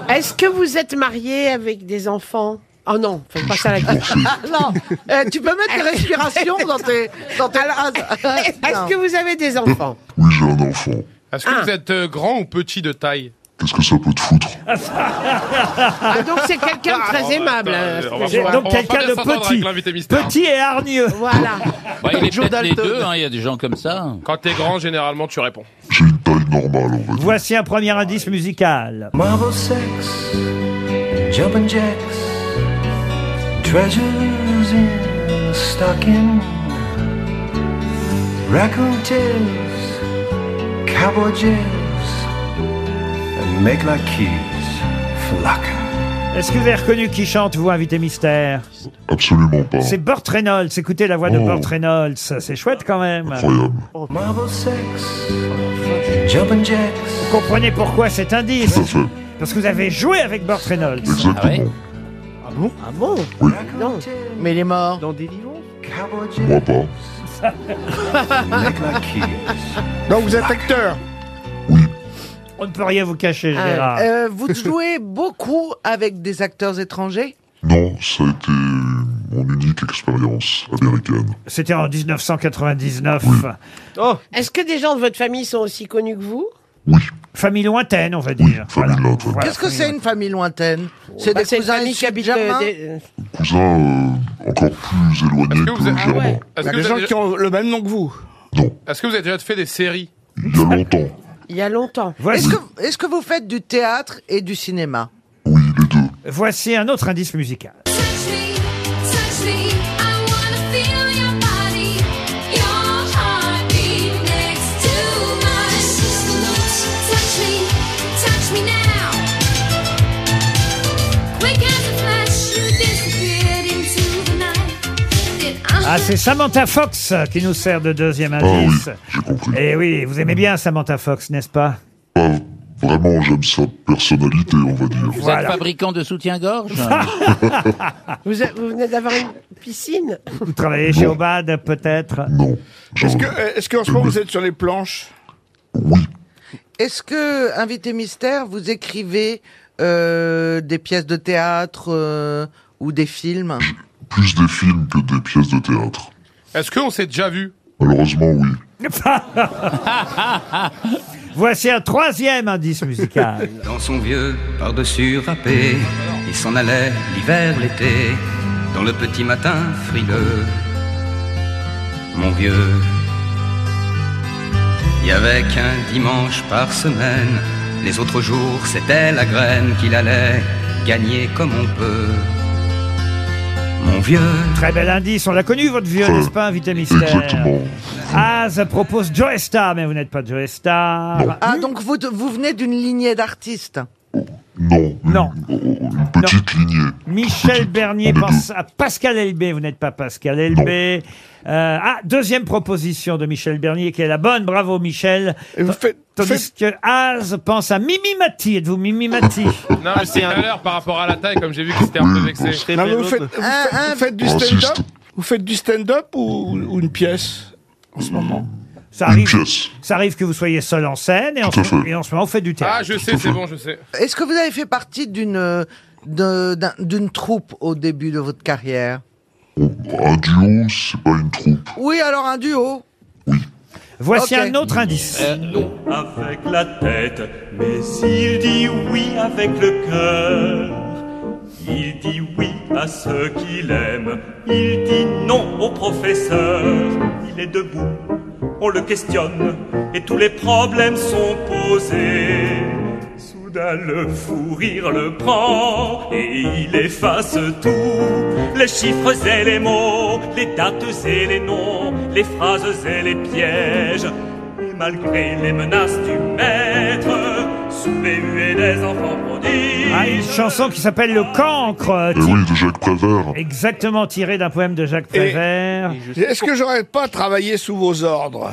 Speaker 8: Est-ce que vous êtes marié avec des enfants Oh non, faut pas ça à la Ah question.
Speaker 9: Non,
Speaker 8: Euh,
Speaker 9: eh, tu peux mettre tes respirations dans tes... Dans tes...
Speaker 8: Est-ce que vous avez des enfants
Speaker 17: Mmh. Oui, j'ai un enfant.
Speaker 6: Est-ce que vous êtes euh, grand ou petit de taille
Speaker 17: Qu'est-ce que ça peut te foutre
Speaker 8: Ah, donc c'est quelqu'un de très aimable. hein,
Speaker 6: Ah, Euh, on
Speaker 8: ce
Speaker 6: va-
Speaker 8: monsieur.
Speaker 6: on va bah, pas bien s'entendre avec l'invité mystère.
Speaker 2: Petit et hargneux.
Speaker 8: Voilà.
Speaker 5: Ouais, il est
Speaker 6: Joe
Speaker 5: peut-être les
Speaker 6: Dalton.
Speaker 5: deux, hein, il y a des gens comme ça.
Speaker 6: Quand t'es grand, généralement, tu réponds.
Speaker 2: Voici un premier indice musical.
Speaker 18: Marble sex, jumping jacks, treasures in a stocking, raccoon tails, cowboy jails, and make like keys flocking.
Speaker 2: Est-ce que vous avez reconnu qui chante, vous, invité mystère
Speaker 17: Absolument pas. Oh.
Speaker 2: C'est Burt Reynolds. Écoutez la voix de Burt Reynolds. C'est chouette quand même. Oh.
Speaker 18: Marble sex, jumping jacks.
Speaker 2: Vous comprenez pourquoi cet indice Parce que vous avez joué avec Burt Reynolds. Ah
Speaker 9: bon Ah bon Non. Mais il est mort. Dans des livres
Speaker 17: Moi pas.
Speaker 4: Donc vous êtes acteur
Speaker 2: On ne peut rien vous cacher,
Speaker 9: Ah,
Speaker 2: Gérard.
Speaker 9: euh, vous jouez beaucoup avec des acteurs étrangers
Speaker 17: Non, ça a été mon unique expérience américaine.
Speaker 2: C'était en 1999.
Speaker 6: Oh.
Speaker 8: Est-ce que des gens de votre famille sont aussi connus que vous
Speaker 2: Famille lointaine, on va dire. Voilà. Voilà.
Speaker 9: Qu'est-ce que c'est une famille lointaine Bah, C'est des cousins issus
Speaker 8: Euh,
Speaker 9: de germains
Speaker 17: Cousin euh, encore plus éloigné que,
Speaker 6: Ah,
Speaker 17: Germain.
Speaker 6: Est-ce que
Speaker 4: Des
Speaker 6: vous
Speaker 4: gens
Speaker 6: avez-
Speaker 4: qui ont le même nom que vous.
Speaker 6: Est-ce que vous avez déjà fait des séries
Speaker 17: Il y a longtemps.
Speaker 9: Il y a longtemps. Est-ce que, est-ce que vous faites du théâtre et du cinéma
Speaker 2: Voici un autre indice musical. Ah, c'est Samantha Fox qui nous sert de
Speaker 17: Ah
Speaker 2: deuxième indice. Et oui, vous aimez bien Samantha Fox, n'est-ce pas
Speaker 17: Pas vraiment, j'aime sa personnalité, on va dire.
Speaker 5: Vous êtes fabricant de soutien-gorge
Speaker 8: Vous, a- vous venez d'avoir une piscine
Speaker 2: Vous travaillez chez Obad, peut-être
Speaker 17: Non.
Speaker 4: Est-ce que, euh, est-ce qu'en ce moment vous êtes sur les planches
Speaker 9: Est-ce que, invité mystère, vous écrivez euh, des pièces de théâtre euh, ou des films
Speaker 17: Plus des films que des pièces de théâtre.
Speaker 6: Est-ce qu'on s'est déjà vu
Speaker 17: Malheureusement, oui.
Speaker 2: Voici un troisième indice musical.
Speaker 19: Dans son vieux par-dessus râpé, il s'en allait l'hiver, l'été, dans le petit matin frileux. Mon vieux, il y avait qu'un dimanche par semaine, les autres jours c'était la graine qu'il allait gagner comme on peut. Mon vieux.
Speaker 2: Très bel indice, on l'a connu, votre vieux, n'est-ce pas, invité mystère
Speaker 17: Euh, Exactement.
Speaker 2: Ah, ça propose Joe Star, mais vous n'êtes pas Joe Star.
Speaker 9: Ah, donc vous, vous venez d'une lignée d'artistes
Speaker 17: Non.
Speaker 2: Non.
Speaker 17: Une petite lignée.
Speaker 2: Michel Bernier pense à Pascal Elbé, vous n'êtes pas Pascal Elbé. Euh, ah, deuxième proposition de Michel Bernier qui est la bonne, bravo Michel. Tandis que Az pense à Mimi Mati, êtes-vous Mimi Mati
Speaker 17: Euh.
Speaker 6: Non, mais Ah, c'est tout à l'heure par rapport à la taille, comme j'ai vu que c'était un peu vexé.
Speaker 4: Non, mais vous, faites, vous, faites, vous faites du stand-up Vous faites du stand-up ou, ou une pièce en ce moment
Speaker 2: Ça arrive, ça arrive que vous soyez seul en scène et en,
Speaker 4: Tout à
Speaker 2: ce-
Speaker 4: fait.
Speaker 2: et en ce moment on fait du théâtre.
Speaker 6: Ah, je sais, c'est bon, je sais.
Speaker 9: Est-ce que vous avez fait partie d'une euh, de- d'un- d'une troupe au début de votre carrière
Speaker 17: Un duo, c'est pas une troupe.
Speaker 9: Oui, alors un duo.
Speaker 2: Voici
Speaker 9: Ok.
Speaker 2: un autre indice.
Speaker 20: Euh, non avec la tête, mais il dit oui avec le cœur. Il dit oui à ceux qu'il aime, il dit non au professeur. Il est debout, on le questionne, et tous les problèmes sont posés. Soudain le fou rire le prend, et il efface tout. Les chiffres et les mots, les dates et les noms, les phrases et les pièges. Et malgré les menaces du maître, sous les huées des enfants prodiges,
Speaker 2: Ah, une chanson qui s'appelle Le Cancre. euh,
Speaker 17: Et
Speaker 2: ti-
Speaker 17: oui, de Jacques Prévert.
Speaker 2: Exactement tirée d'un poème de Jacques
Speaker 4: Et-
Speaker 2: Prévert.
Speaker 4: Est-ce que j'aurais pas travaillé sous vos ordres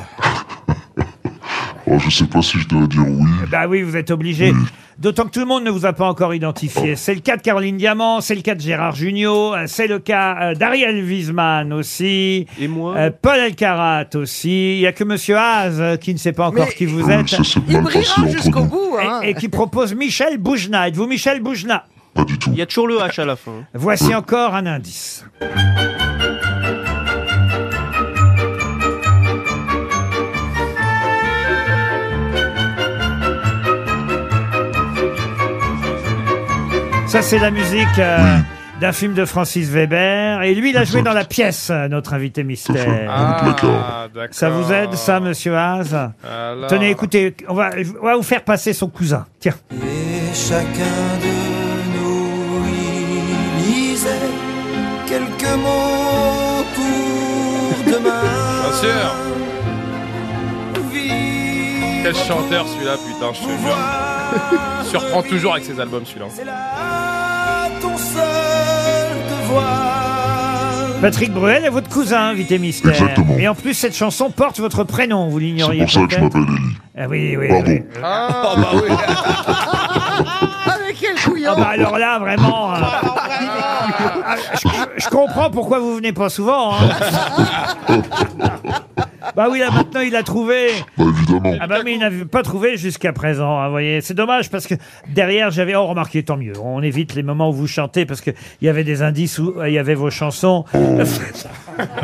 Speaker 17: Oh, je sais pas si je dois dire oui.
Speaker 2: Bah oui, vous êtes obligé. D'autant que tout le monde ne vous a pas encore
Speaker 17: Oh.
Speaker 2: identifié. C'est le cas de Caroline Diamant, c'est le cas de Gérard Jugnot, euh, c'est le cas euh, d'Ariel Wiesman aussi. Et moi Paul Elkarat aussi. Il y a que Monsieur Haas euh, qui ne sait pas encore qui vous
Speaker 17: Oui,
Speaker 2: êtes.
Speaker 17: ça s'est Il mal passé brillera entre jusqu'au nous. bout,
Speaker 4: hein.
Speaker 2: Et, et qui propose Michel Boujna. Êtes-vous Michel Boujna
Speaker 17: Pas du tout.
Speaker 7: Il y a toujours le H à la fin.
Speaker 2: Voici encore un indice. Ça, c'est la musique euh, d'un film de Francis Weber. Et lui, il a joué dans la pièce, euh, notre invité mystère.
Speaker 6: Ah, d'accord.
Speaker 2: Ça vous aide, ça, monsieur Haas
Speaker 6: Alors.
Speaker 2: Tenez, écoutez, on va, on va vous faire passer son cousin. Tiens.
Speaker 18: Et chacun de nous y lisait quelques mots pour demain.
Speaker 6: Bien sûr. Quel chanteur celui-là, putain, je te jure. Surprend toujours avec ses albums celui-là.
Speaker 18: Ton seul devoir.
Speaker 2: Patrick Bruel est votre cousin, invité mystère.
Speaker 17: Exactement.
Speaker 2: Et en plus, cette chanson porte votre prénom, vous
Speaker 17: C'est
Speaker 2: l'ignoriez
Speaker 17: pour ça que je
Speaker 2: peut-être.
Speaker 17: m'appelle Ellie.
Speaker 2: Ah oui, oui.
Speaker 17: Pardon.
Speaker 2: oui.
Speaker 6: Oh,
Speaker 18: Avec quel
Speaker 2: Ah bah alors là, vraiment, euh, ah, je, je- je comprends pourquoi vous venez pas souvent. hein. bah oui, là maintenant il a trouvé.
Speaker 17: évidemment.
Speaker 2: Ah bah mais il n'avait pas trouvé jusqu'à présent. hein, vous voyez, c'est dommage parce que derrière j'avais oh remarqué tant mieux. On évite les moments où vous chantez parce que il y avait des indices où euh, il y avait vos chansons.
Speaker 17: Oh.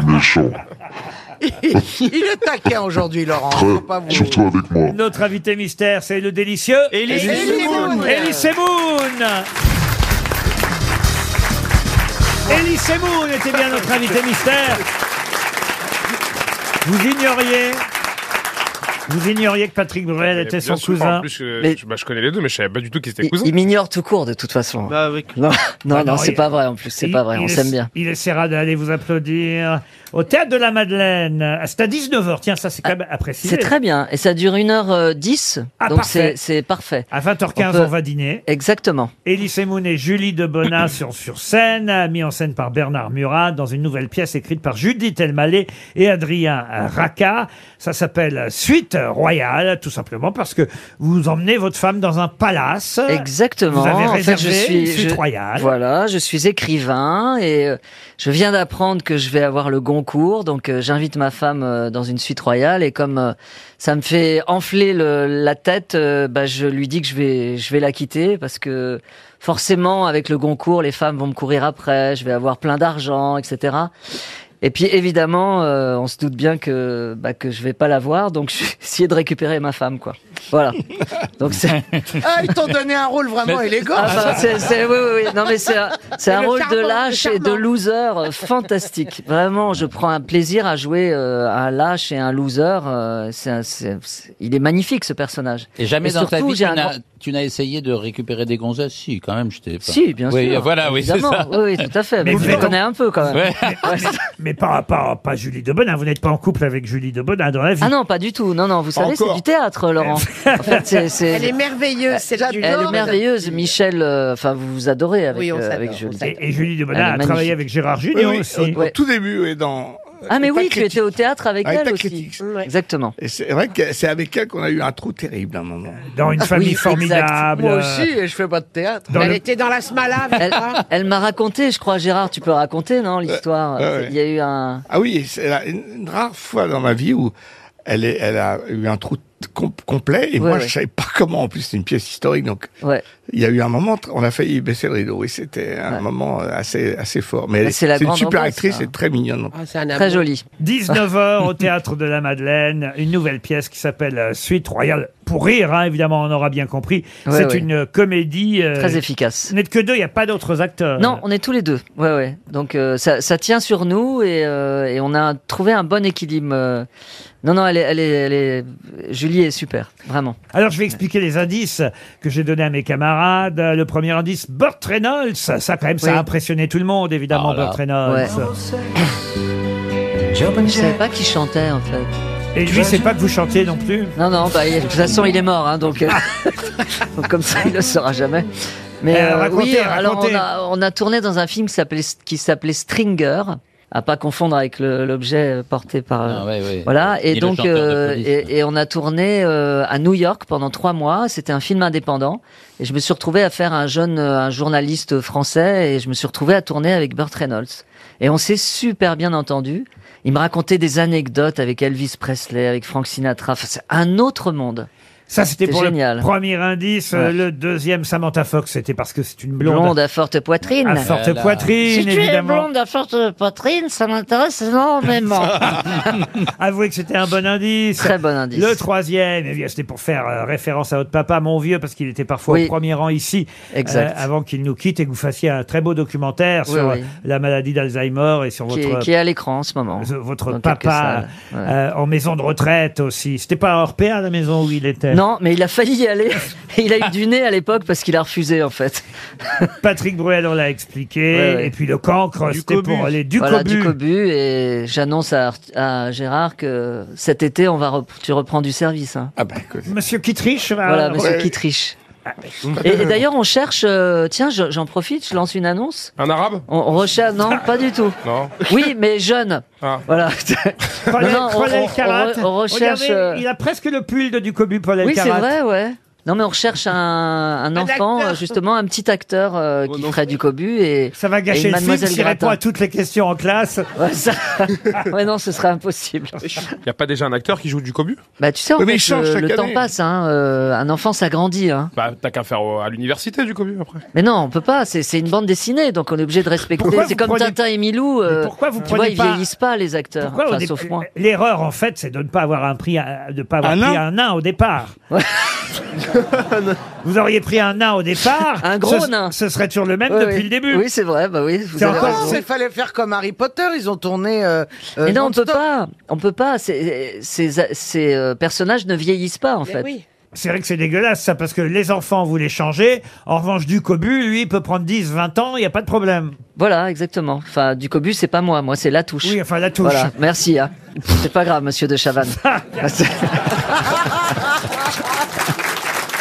Speaker 17: Méchant.
Speaker 9: Il est taquin aujourd'hui, Laurent. Faut pas vous...
Speaker 17: Surtout avec moi.
Speaker 2: Notre invité mystère, c'est le délicieux
Speaker 9: Élie Semoun.
Speaker 2: Élie Semoun. Élie Semoun était bien notre invité mystère. Vous ignoriez. Vous ignoriez que Patrick Bruel était son
Speaker 6: Bien sûr, enfin,
Speaker 2: cousin.
Speaker 6: En plus, euh, je, bah, je connais les deux, mais je savais pas du tout qu'ils étaient
Speaker 21: Il,
Speaker 6: cousins.
Speaker 21: il m'ignore tout court de toute façon. Non, non,
Speaker 2: Ah
Speaker 21: non, c'est
Speaker 2: il-
Speaker 21: pas vrai en plus, c'est
Speaker 2: il-
Speaker 21: pas vrai,
Speaker 2: il
Speaker 21: on
Speaker 2: essa-
Speaker 21: s'aime bien.
Speaker 2: Il essaiera d'aller vous applaudir au Théâtre de la Madeleine. Ah, C'est à 19h, tiens, ça c'est quand même apprécié.
Speaker 21: Ah, C'est très bien, et ça dure 1h10,
Speaker 2: Ah,
Speaker 21: donc
Speaker 2: parfait.
Speaker 21: c'est c'est parfait.
Speaker 2: À 20h15, on,
Speaker 21: peut-
Speaker 2: va dîner.
Speaker 21: Exactement.
Speaker 2: Élie Semoun et Julie Debona sont sur scène, mis en scène par Bernard Murat, dans une nouvelle pièce écrite par Judith Elmaleh et Adrien Racca. Ça s'appelle Suite Royale, tout simplement parce que vous emmenez votre femme dans un palace.
Speaker 21: Exactement.
Speaker 2: Vous avez
Speaker 21: En fait,
Speaker 2: réservé
Speaker 21: je suis-
Speaker 2: une suite
Speaker 21: je-
Speaker 2: royale.
Speaker 21: Voilà, je suis écrivain et euh, je viens d'apprendre que je vais avoir le Goncourt, donc euh, j'invite ma femme euh, dans une suite royale et comme euh, ça me fait enfler le- la tête, euh, bah, je lui dis que je vais, je vais la quitter parce que forcément avec le Goncourt, les femmes vont me courir après, je vais avoir plein d'argent, etc. Et puis évidemment, euh, on se doute bien que bah, que je vais pas l'avoir, donc je vais essayer de récupérer ma femme, quoi. Voilà. Donc c'est.
Speaker 9: Ah, ils t'ont donné un rôle vraiment
Speaker 21: Mais-
Speaker 9: élégant.
Speaker 21: Ah bah, c'est- c'est- oui, oui, oui. Non, mais c'est un, c'est
Speaker 9: Et
Speaker 21: un
Speaker 9: le
Speaker 21: rôle de
Speaker 9: charmant,
Speaker 21: lâche
Speaker 9: le
Speaker 21: et de loser euh, fantastique. Vraiment, je prends un plaisir à jouer euh, un lâche et un loser. euh, c'est un- c'est- c'est- il est magnifique ce personnage.
Speaker 5: Et jamais
Speaker 21: Et
Speaker 5: dans ta
Speaker 21: surtout,
Speaker 5: vie, tu
Speaker 21: j'ai un
Speaker 5: n'as-
Speaker 21: grand-
Speaker 5: tu n'as essayé de récupérer des gonzesses Si, quand même, je t'ai pas.
Speaker 21: Si, bien
Speaker 5: oui,
Speaker 21: sûr.
Speaker 5: Voilà, oui, c'est
Speaker 21: évidemment.
Speaker 5: ça.
Speaker 21: Oui, oui, tout à fait.
Speaker 2: Mais
Speaker 21: Mais je
Speaker 2: vous
Speaker 21: le
Speaker 2: êtes-
Speaker 21: connais un peu quand même.
Speaker 2: Ouais. Mais pas, pas, pas Julie Debona, vous n'êtes pas en couple avec Julie Debona dans la vie.
Speaker 21: Ah non, pas du tout. Non, non, vous savez, c'est
Speaker 2: Encore.
Speaker 21: du théâtre, Laurent. En fait, c'est- c'est-
Speaker 8: Elle est merveilleuse, cette
Speaker 21: Elle est merveilleuse. Michel, euh, enfin, vous vous adorez avec,
Speaker 8: Oui, on
Speaker 21: euh,
Speaker 8: s'adore,
Speaker 21: avec
Speaker 8: on
Speaker 21: Julie.
Speaker 8: s'adore.
Speaker 2: Et Julie Debona a travaillé avec Gérard
Speaker 4: Oui,
Speaker 2: Junior
Speaker 4: oui,
Speaker 2: aussi.
Speaker 4: au, au tout début, et dans.
Speaker 21: Ah, mais
Speaker 4: État
Speaker 21: oui, tu
Speaker 4: critique.
Speaker 21: étais au théâtre avec
Speaker 4: Ah, État
Speaker 21: elle aussi.
Speaker 4: critique.
Speaker 21: Exactement.
Speaker 4: Et c'est vrai que c'est avec elle qu'on a eu un trou terrible à un moment.
Speaker 2: Dans
Speaker 21: Ah
Speaker 2: une famille formidable.
Speaker 9: Moi aussi, et je fais pas de théâtre.
Speaker 21: euh, Dans Elle le-
Speaker 9: était dans la smalave.
Speaker 21: Elle, elle m'a raconté, je crois, Gérard, tu peux raconter, non, l'histoire
Speaker 4: Ouais, ouais,
Speaker 21: Il y a eu un...
Speaker 4: Ah oui, c'est la- une, une rare fois dans ma vie où elle, est, elle a eu un trou t- com- complet et
Speaker 21: Ouais,
Speaker 4: moi
Speaker 21: ouais.
Speaker 4: je savais pas comment. En plus, c'est une pièce historique, donc il y a eu un moment, on a failli baisser le rideau. Oui, c'était un moment euh, assez assez fort. Mais
Speaker 21: Ah,
Speaker 4: elle-
Speaker 21: c'est
Speaker 4: c'est
Speaker 21: la
Speaker 4: une
Speaker 21: grande
Speaker 4: super
Speaker 21: ambiance,
Speaker 4: actrice,
Speaker 21: ça.
Speaker 4: et très mignonne.
Speaker 2: Ah,
Speaker 21: Très joli.
Speaker 2: 19h au Théâtre de la Madeleine, une nouvelle pièce qui s'appelle euh, Suite Royale pour rire, hein, évidemment, on aura bien compris.
Speaker 21: Ouais,
Speaker 2: C'est
Speaker 21: ouais.
Speaker 2: une euh, comédie... euh,
Speaker 21: Très efficace.
Speaker 2: Vous n'êtes que deux, il n'y a pas d'autres acteurs.
Speaker 21: Non, on est tous les deux. Ouais, ouais. Donc euh, ça, ça tient sur nous et, euh, et on a trouvé un bon équilibre. euh. Non, non, elle est, elle est, elle est- Julie est super, vraiment.
Speaker 2: Alors, je vais expliquer les indices que j'ai donnés à mes camarades. Le premier indice, Burt Reynolds. Ça, quand même, ça
Speaker 21: Oui.
Speaker 2: a impressionné tout le monde, évidemment,
Speaker 21: Ah là.
Speaker 2: Burt Reynolds.
Speaker 21: Je savais pas qui chantait en fait.
Speaker 2: Et lui, c'est pas que vous chantiez non plus
Speaker 21: Non, non, bah, il- de toute façon, il est mort, hein, donc, euh, donc comme ça, il le saura jamais. Mais
Speaker 2: Euh,
Speaker 21: euh,
Speaker 2: racontez,
Speaker 21: oui,
Speaker 2: racontez.
Speaker 21: alors on a, on a tourné dans un film qui s'appelait qui s'appelait Stringer, à pas confondre avec le- l'objet porté par.
Speaker 5: Ah,
Speaker 21: euh, Voilà, et
Speaker 5: Ni le
Speaker 21: donc
Speaker 5: chanteur de
Speaker 21: euh,
Speaker 5: police,
Speaker 21: et, et on a tourné euh, à New York pendant trois mois. C'était un film indépendant, et je me suis retrouvé à faire un jeune euh, un journaliste français, et je me suis retrouvé à tourner avec Burt Reynolds. Et on s'est super bien entendu. Il me racontait des anecdotes avec Elvis Presley, avec Frank Sinatra. Enfin, c'est un autre monde.
Speaker 2: Ça, c'était pour
Speaker 21: génial.
Speaker 2: le premier indice.
Speaker 21: Ouais.
Speaker 2: Le deuxième, Samantha Fox, c'était parce que c'est une blonde.
Speaker 21: Blonde à forte poitrine.
Speaker 2: À forte Voilà. poitrine,
Speaker 21: Si tu es
Speaker 2: évidemment.
Speaker 21: blonde à forte poitrine, ça m'intéresse énormément.
Speaker 2: Avouez que c'était un bon indice.
Speaker 21: Très bon indice.
Speaker 2: Le troisième, eh bien, c'était pour faire euh, référence à votre papa, mon vieux, parce qu'il était parfois
Speaker 21: Oui.
Speaker 2: au premier rang ici, euh,
Speaker 21: Exact.
Speaker 2: avant qu'il nous quitte, et que vous fassiez un très beau documentaire
Speaker 21: Oui,
Speaker 2: sur
Speaker 21: oui.
Speaker 2: euh, la maladie d'Alzheimer et sur
Speaker 21: qui, est,
Speaker 2: votre Euh,
Speaker 21: qui est à l'écran en ce moment.
Speaker 2: votre
Speaker 21: dans quelques
Speaker 2: papa
Speaker 21: salles. Ouais.
Speaker 2: euh, en maison de retraite aussi. C'était pas à Orpea la maison où il était.
Speaker 21: Non, mais il a failli y aller. Et il a eu du nez à l'époque parce qu'il a refusé en fait.
Speaker 2: Patrick Bruel, on l'a expliqué.
Speaker 21: Ouais, ouais.
Speaker 2: Et puis le cancre, c'était pour les Ducobus.
Speaker 21: Voilà, Ducobu. Et j'annonce à, Art- à Gérard que cet été, on va rep- tu reprends du service. hein.
Speaker 4: Ah bah écoute.
Speaker 2: Monsieur Kittrich.
Speaker 21: Voilà, monsieur Kittrich.
Speaker 6: Mmh.
Speaker 21: Et, et d'ailleurs, on cherche. euh, tiens, je- j'en profite, je lance une annonce.
Speaker 6: Un arabe
Speaker 21: On, on recherche. Non, pas du tout.
Speaker 6: Non. Ah.
Speaker 21: Oui, mais jeune. Voilà.
Speaker 2: Paul
Speaker 21: Non, non, on-
Speaker 2: Paul
Speaker 21: on-
Speaker 2: Elkarat.
Speaker 21: on re- on recherche,
Speaker 2: Regardez,
Speaker 21: euh,
Speaker 2: il a presque le pull de Ducobu, Paul
Speaker 21: Oui, c'est
Speaker 2: Elkarat.
Speaker 21: vrai, ouais. Non, mais on recherche un, un enfant,
Speaker 2: acteur.
Speaker 21: euh, justement, un petit acteur euh,
Speaker 6: Oh,
Speaker 21: qui ferait du cobu et.
Speaker 2: Ça va gâcher le film s'il répond à toutes les questions en classe.
Speaker 21: Ouais, ça- ouais, non, ce serait impossible.
Speaker 6: Il n'y a pas déjà un acteur qui joue du cobu
Speaker 21: Bah, tu sais, en
Speaker 6: Oui, mais
Speaker 21: fait,
Speaker 6: il change
Speaker 21: le,
Speaker 6: chaque
Speaker 21: le temps
Speaker 6: année.
Speaker 21: passe. Hein, euh, un enfant, ça grandit. Hein.
Speaker 6: Bah, t'as qu'à faire euh, à l'université du cobu après.
Speaker 21: Mais non, on peut pas. C'est c'est une bande dessinée, donc on est obligé de respecter.
Speaker 2: Pourquoi
Speaker 21: C'est
Speaker 2: vous
Speaker 21: comme
Speaker 2: prenez-
Speaker 21: Tintin et Milou. euh,
Speaker 2: pourquoi vous
Speaker 21: tu
Speaker 2: prenez
Speaker 21: vois, ils
Speaker 2: pas-
Speaker 21: vieillissent pas les acteurs.
Speaker 2: Pourquoi au
Speaker 21: Enfin,
Speaker 2: dé-
Speaker 21: sauf moi.
Speaker 2: L'erreur, en fait, c'est de ne pas avoir un prix, à- de pas avoir
Speaker 21: Un
Speaker 2: pris
Speaker 21: nain
Speaker 2: un nain au départ. vous auriez pris un nain au départ.
Speaker 21: Un gros
Speaker 2: ce,
Speaker 21: nain.
Speaker 2: Ce serait toujours le même
Speaker 21: Oui,
Speaker 2: depuis
Speaker 21: oui.
Speaker 2: le début.
Speaker 21: Oui, c'est vrai. Bah oui. vous
Speaker 2: C'est
Speaker 21: avez
Speaker 2: encore-
Speaker 21: raison.
Speaker 9: Il fallait faire comme Harry Potter, ils ont tourné. euh, euh,
Speaker 21: Mais non, on peut
Speaker 9: non-stop.
Speaker 21: pas. On peut pas. Ces, ces- ces, euh, personnages ne vieillissent pas en fait.
Speaker 2: C'est vrai que c'est dégueulasse, ça, parce que les enfants, vous les changez. En revanche, du cobu, lui, il peut prendre 10, 20 ans, il n'y a pas de problème.
Speaker 21: Voilà, exactement. Enfin, du cobu, c'est pas moi. Moi, c'est la touche.
Speaker 2: Oui, enfin, la touche.
Speaker 21: Voilà. Merci. hein. C'est pas grave, Monsieur de Chavannes.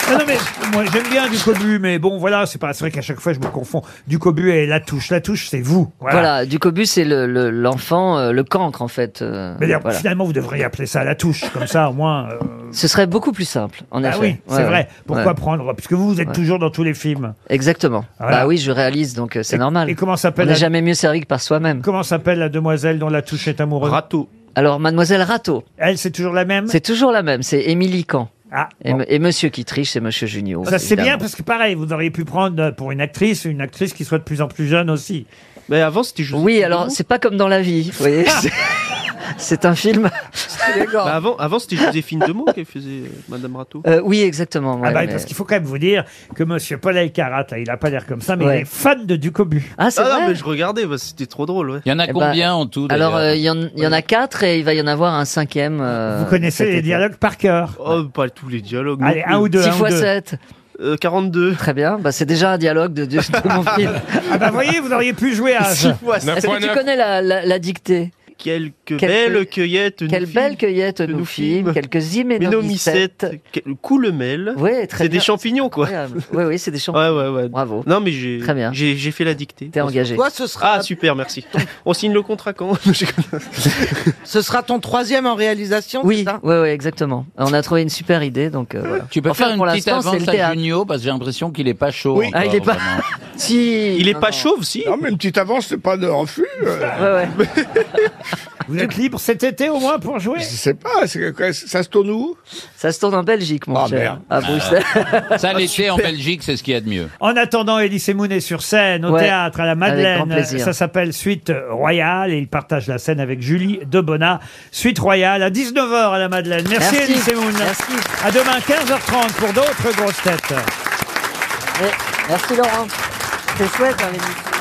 Speaker 2: Non, non, mais moi, j'aime bien du cobu, mais bon, voilà, c'est pas, c'est vrai qu'à chaque fois, je me confonds. Du cobu et la touche. La touche, c'est vous.
Speaker 21: Voilà. du cobu, c'est le- le- l'enfant, euh, le, cancre en fait. euh,
Speaker 2: Mais d'ailleurs,
Speaker 21: voilà.
Speaker 2: finalement, vous devriez appeler ça la touche, comme ça, au moins. euh,
Speaker 21: Ce serait beaucoup plus simple, en
Speaker 2: ah
Speaker 21: effet.
Speaker 2: oui, c'est
Speaker 21: Ouais, ouais.
Speaker 2: vrai. Pourquoi
Speaker 21: Ouais.
Speaker 2: prendre Puisque vous, vous êtes
Speaker 21: Ouais.
Speaker 2: toujours dans tous les films.
Speaker 21: Exactement.
Speaker 2: Ah, Voilà.
Speaker 21: Bah oui, je réalise, donc euh, c'est
Speaker 2: Et-
Speaker 21: normal.
Speaker 2: et comment s'appelle
Speaker 21: On n'est
Speaker 2: la-
Speaker 21: jamais mieux servi que par soi-même.
Speaker 2: Comment s'appelle la demoiselle dont la touche est amoureuse Rato.
Speaker 21: Alors, mademoiselle Rato.
Speaker 2: Elle, c'est toujours la même
Speaker 21: C'est toujours la même, c'est Émilie Kahn.
Speaker 2: Ah,
Speaker 21: et, m- et monsieur qui triche, c'est monsieur Junio.
Speaker 2: Ça, c'est bien
Speaker 21: évidemment.
Speaker 2: parce que pareil, vous auriez pu prendre euh, pour une actrice, une actrice qui soit de plus en plus jeune aussi.
Speaker 7: Mais avant, c'était juste.
Speaker 21: Oui, alors c'est pas comme dans la vie, vous voyez.
Speaker 2: Ah
Speaker 21: c'est- c'est un film.
Speaker 7: Bah, avant, avant c'était Joséphine Demeaux qui faisait euh, Madame Rato.
Speaker 21: Euh, oui, exactement. ouais,
Speaker 2: ah bah,
Speaker 21: mais-
Speaker 2: Parce qu'il faut quand même vous dire que monsieur Paul Elkarat, là, il a pas l'air comme ça, mais
Speaker 21: Ouais.
Speaker 2: il est fan de Ducobu.
Speaker 21: Ah, c'est
Speaker 7: non,
Speaker 21: vrai
Speaker 7: mais je regardais, bah, c'était trop drôle. Ouais.
Speaker 5: Il y en a
Speaker 21: Eh ben, Alors, euh, il y, en- il y en a quatre et il va y en avoir un cinquième. euh,
Speaker 2: Vous connaissez
Speaker 21: cet
Speaker 2: les
Speaker 21: été.
Speaker 2: dialogues par cœur.
Speaker 7: Oh, pas tous les dialogues.
Speaker 2: Allez,
Speaker 7: non plus. Euh,
Speaker 2: un ou deux,
Speaker 21: Six
Speaker 2: un ou
Speaker 21: fois
Speaker 2: deux.
Speaker 21: 7.
Speaker 7: 42.
Speaker 21: Très bien, bah, c'est déjà un dialogue de, de- de mon film.
Speaker 2: Ah bah voyez, vous auriez pu jouer à
Speaker 21: Six fois sept. Est-ce que tu connais la, la- la dictée
Speaker 7: Quelques
Speaker 21: Quelle-
Speaker 7: belles cueillettes nous
Speaker 21: Quelle belle cueillette nous fîmes, quelques hyménomycètes.
Speaker 7: Ménomycètes, que- coulemelles.
Speaker 21: Oui,
Speaker 7: C'est
Speaker 21: très
Speaker 7: des
Speaker 21: bien.
Speaker 7: champignons, quoi.
Speaker 21: Incroyable. Oui, oui, c'est des champignons.
Speaker 7: Ouais, ouais, ouais.
Speaker 21: Bravo.
Speaker 7: Non, mais j'ai
Speaker 21: Très bien.
Speaker 7: j'ai j'ai fait la dictée.
Speaker 21: T'es engagé.
Speaker 9: Toi, ce sera-
Speaker 7: Ah, super, merci. On signe le contrat quand
Speaker 9: Ce sera ton troisième en réalisation,
Speaker 21: Oui,
Speaker 9: c'est ça
Speaker 21: ouais, ouais, exactement. On a trouvé une super idée, donc euh, voilà.
Speaker 5: Tu peux
Speaker 21: Enfin,
Speaker 5: faire une
Speaker 21: pour
Speaker 5: petite
Speaker 21: l'instant, c'est
Speaker 5: avance
Speaker 21: le
Speaker 5: à
Speaker 21: théâtre.
Speaker 5: Junio parce que j'ai l'impression qu'il est pas chaud.
Speaker 21: Oui. Ah, il est pas- Si.
Speaker 7: Il est pas chauve, si.
Speaker 4: Non, mais une petite avance, c'est pas de refus. euh.
Speaker 2: Vous êtes libre cet été au moins pour jouer
Speaker 4: Je sais pas, c'est- quoi, ça se tourne où
Speaker 21: Ça se tourne en Belgique, mon
Speaker 4: Ah,
Speaker 21: cher.
Speaker 4: merde. Ah,
Speaker 21: À Bruxelles.
Speaker 5: Ça, l'été en Belgique, c'est ce qu'il y a de mieux.
Speaker 2: En attendant, Élise Moon est sur scène, au
Speaker 5: Ouais,
Speaker 2: théâtre, à la
Speaker 5: avec grand
Speaker 2: Madeleine.
Speaker 5: plaisir.
Speaker 2: Ça s'appelle Suite Royale et il partage la scène avec Julie Debona. Suite Royale à 19h à la Madeleine. Merci,
Speaker 21: Merci.
Speaker 2: Élise Moon.
Speaker 21: Merci.
Speaker 2: À demain, 15h30 pour d'autres grosses têtes.
Speaker 21: Merci Laurent. C'est chouette, hein, l'émission.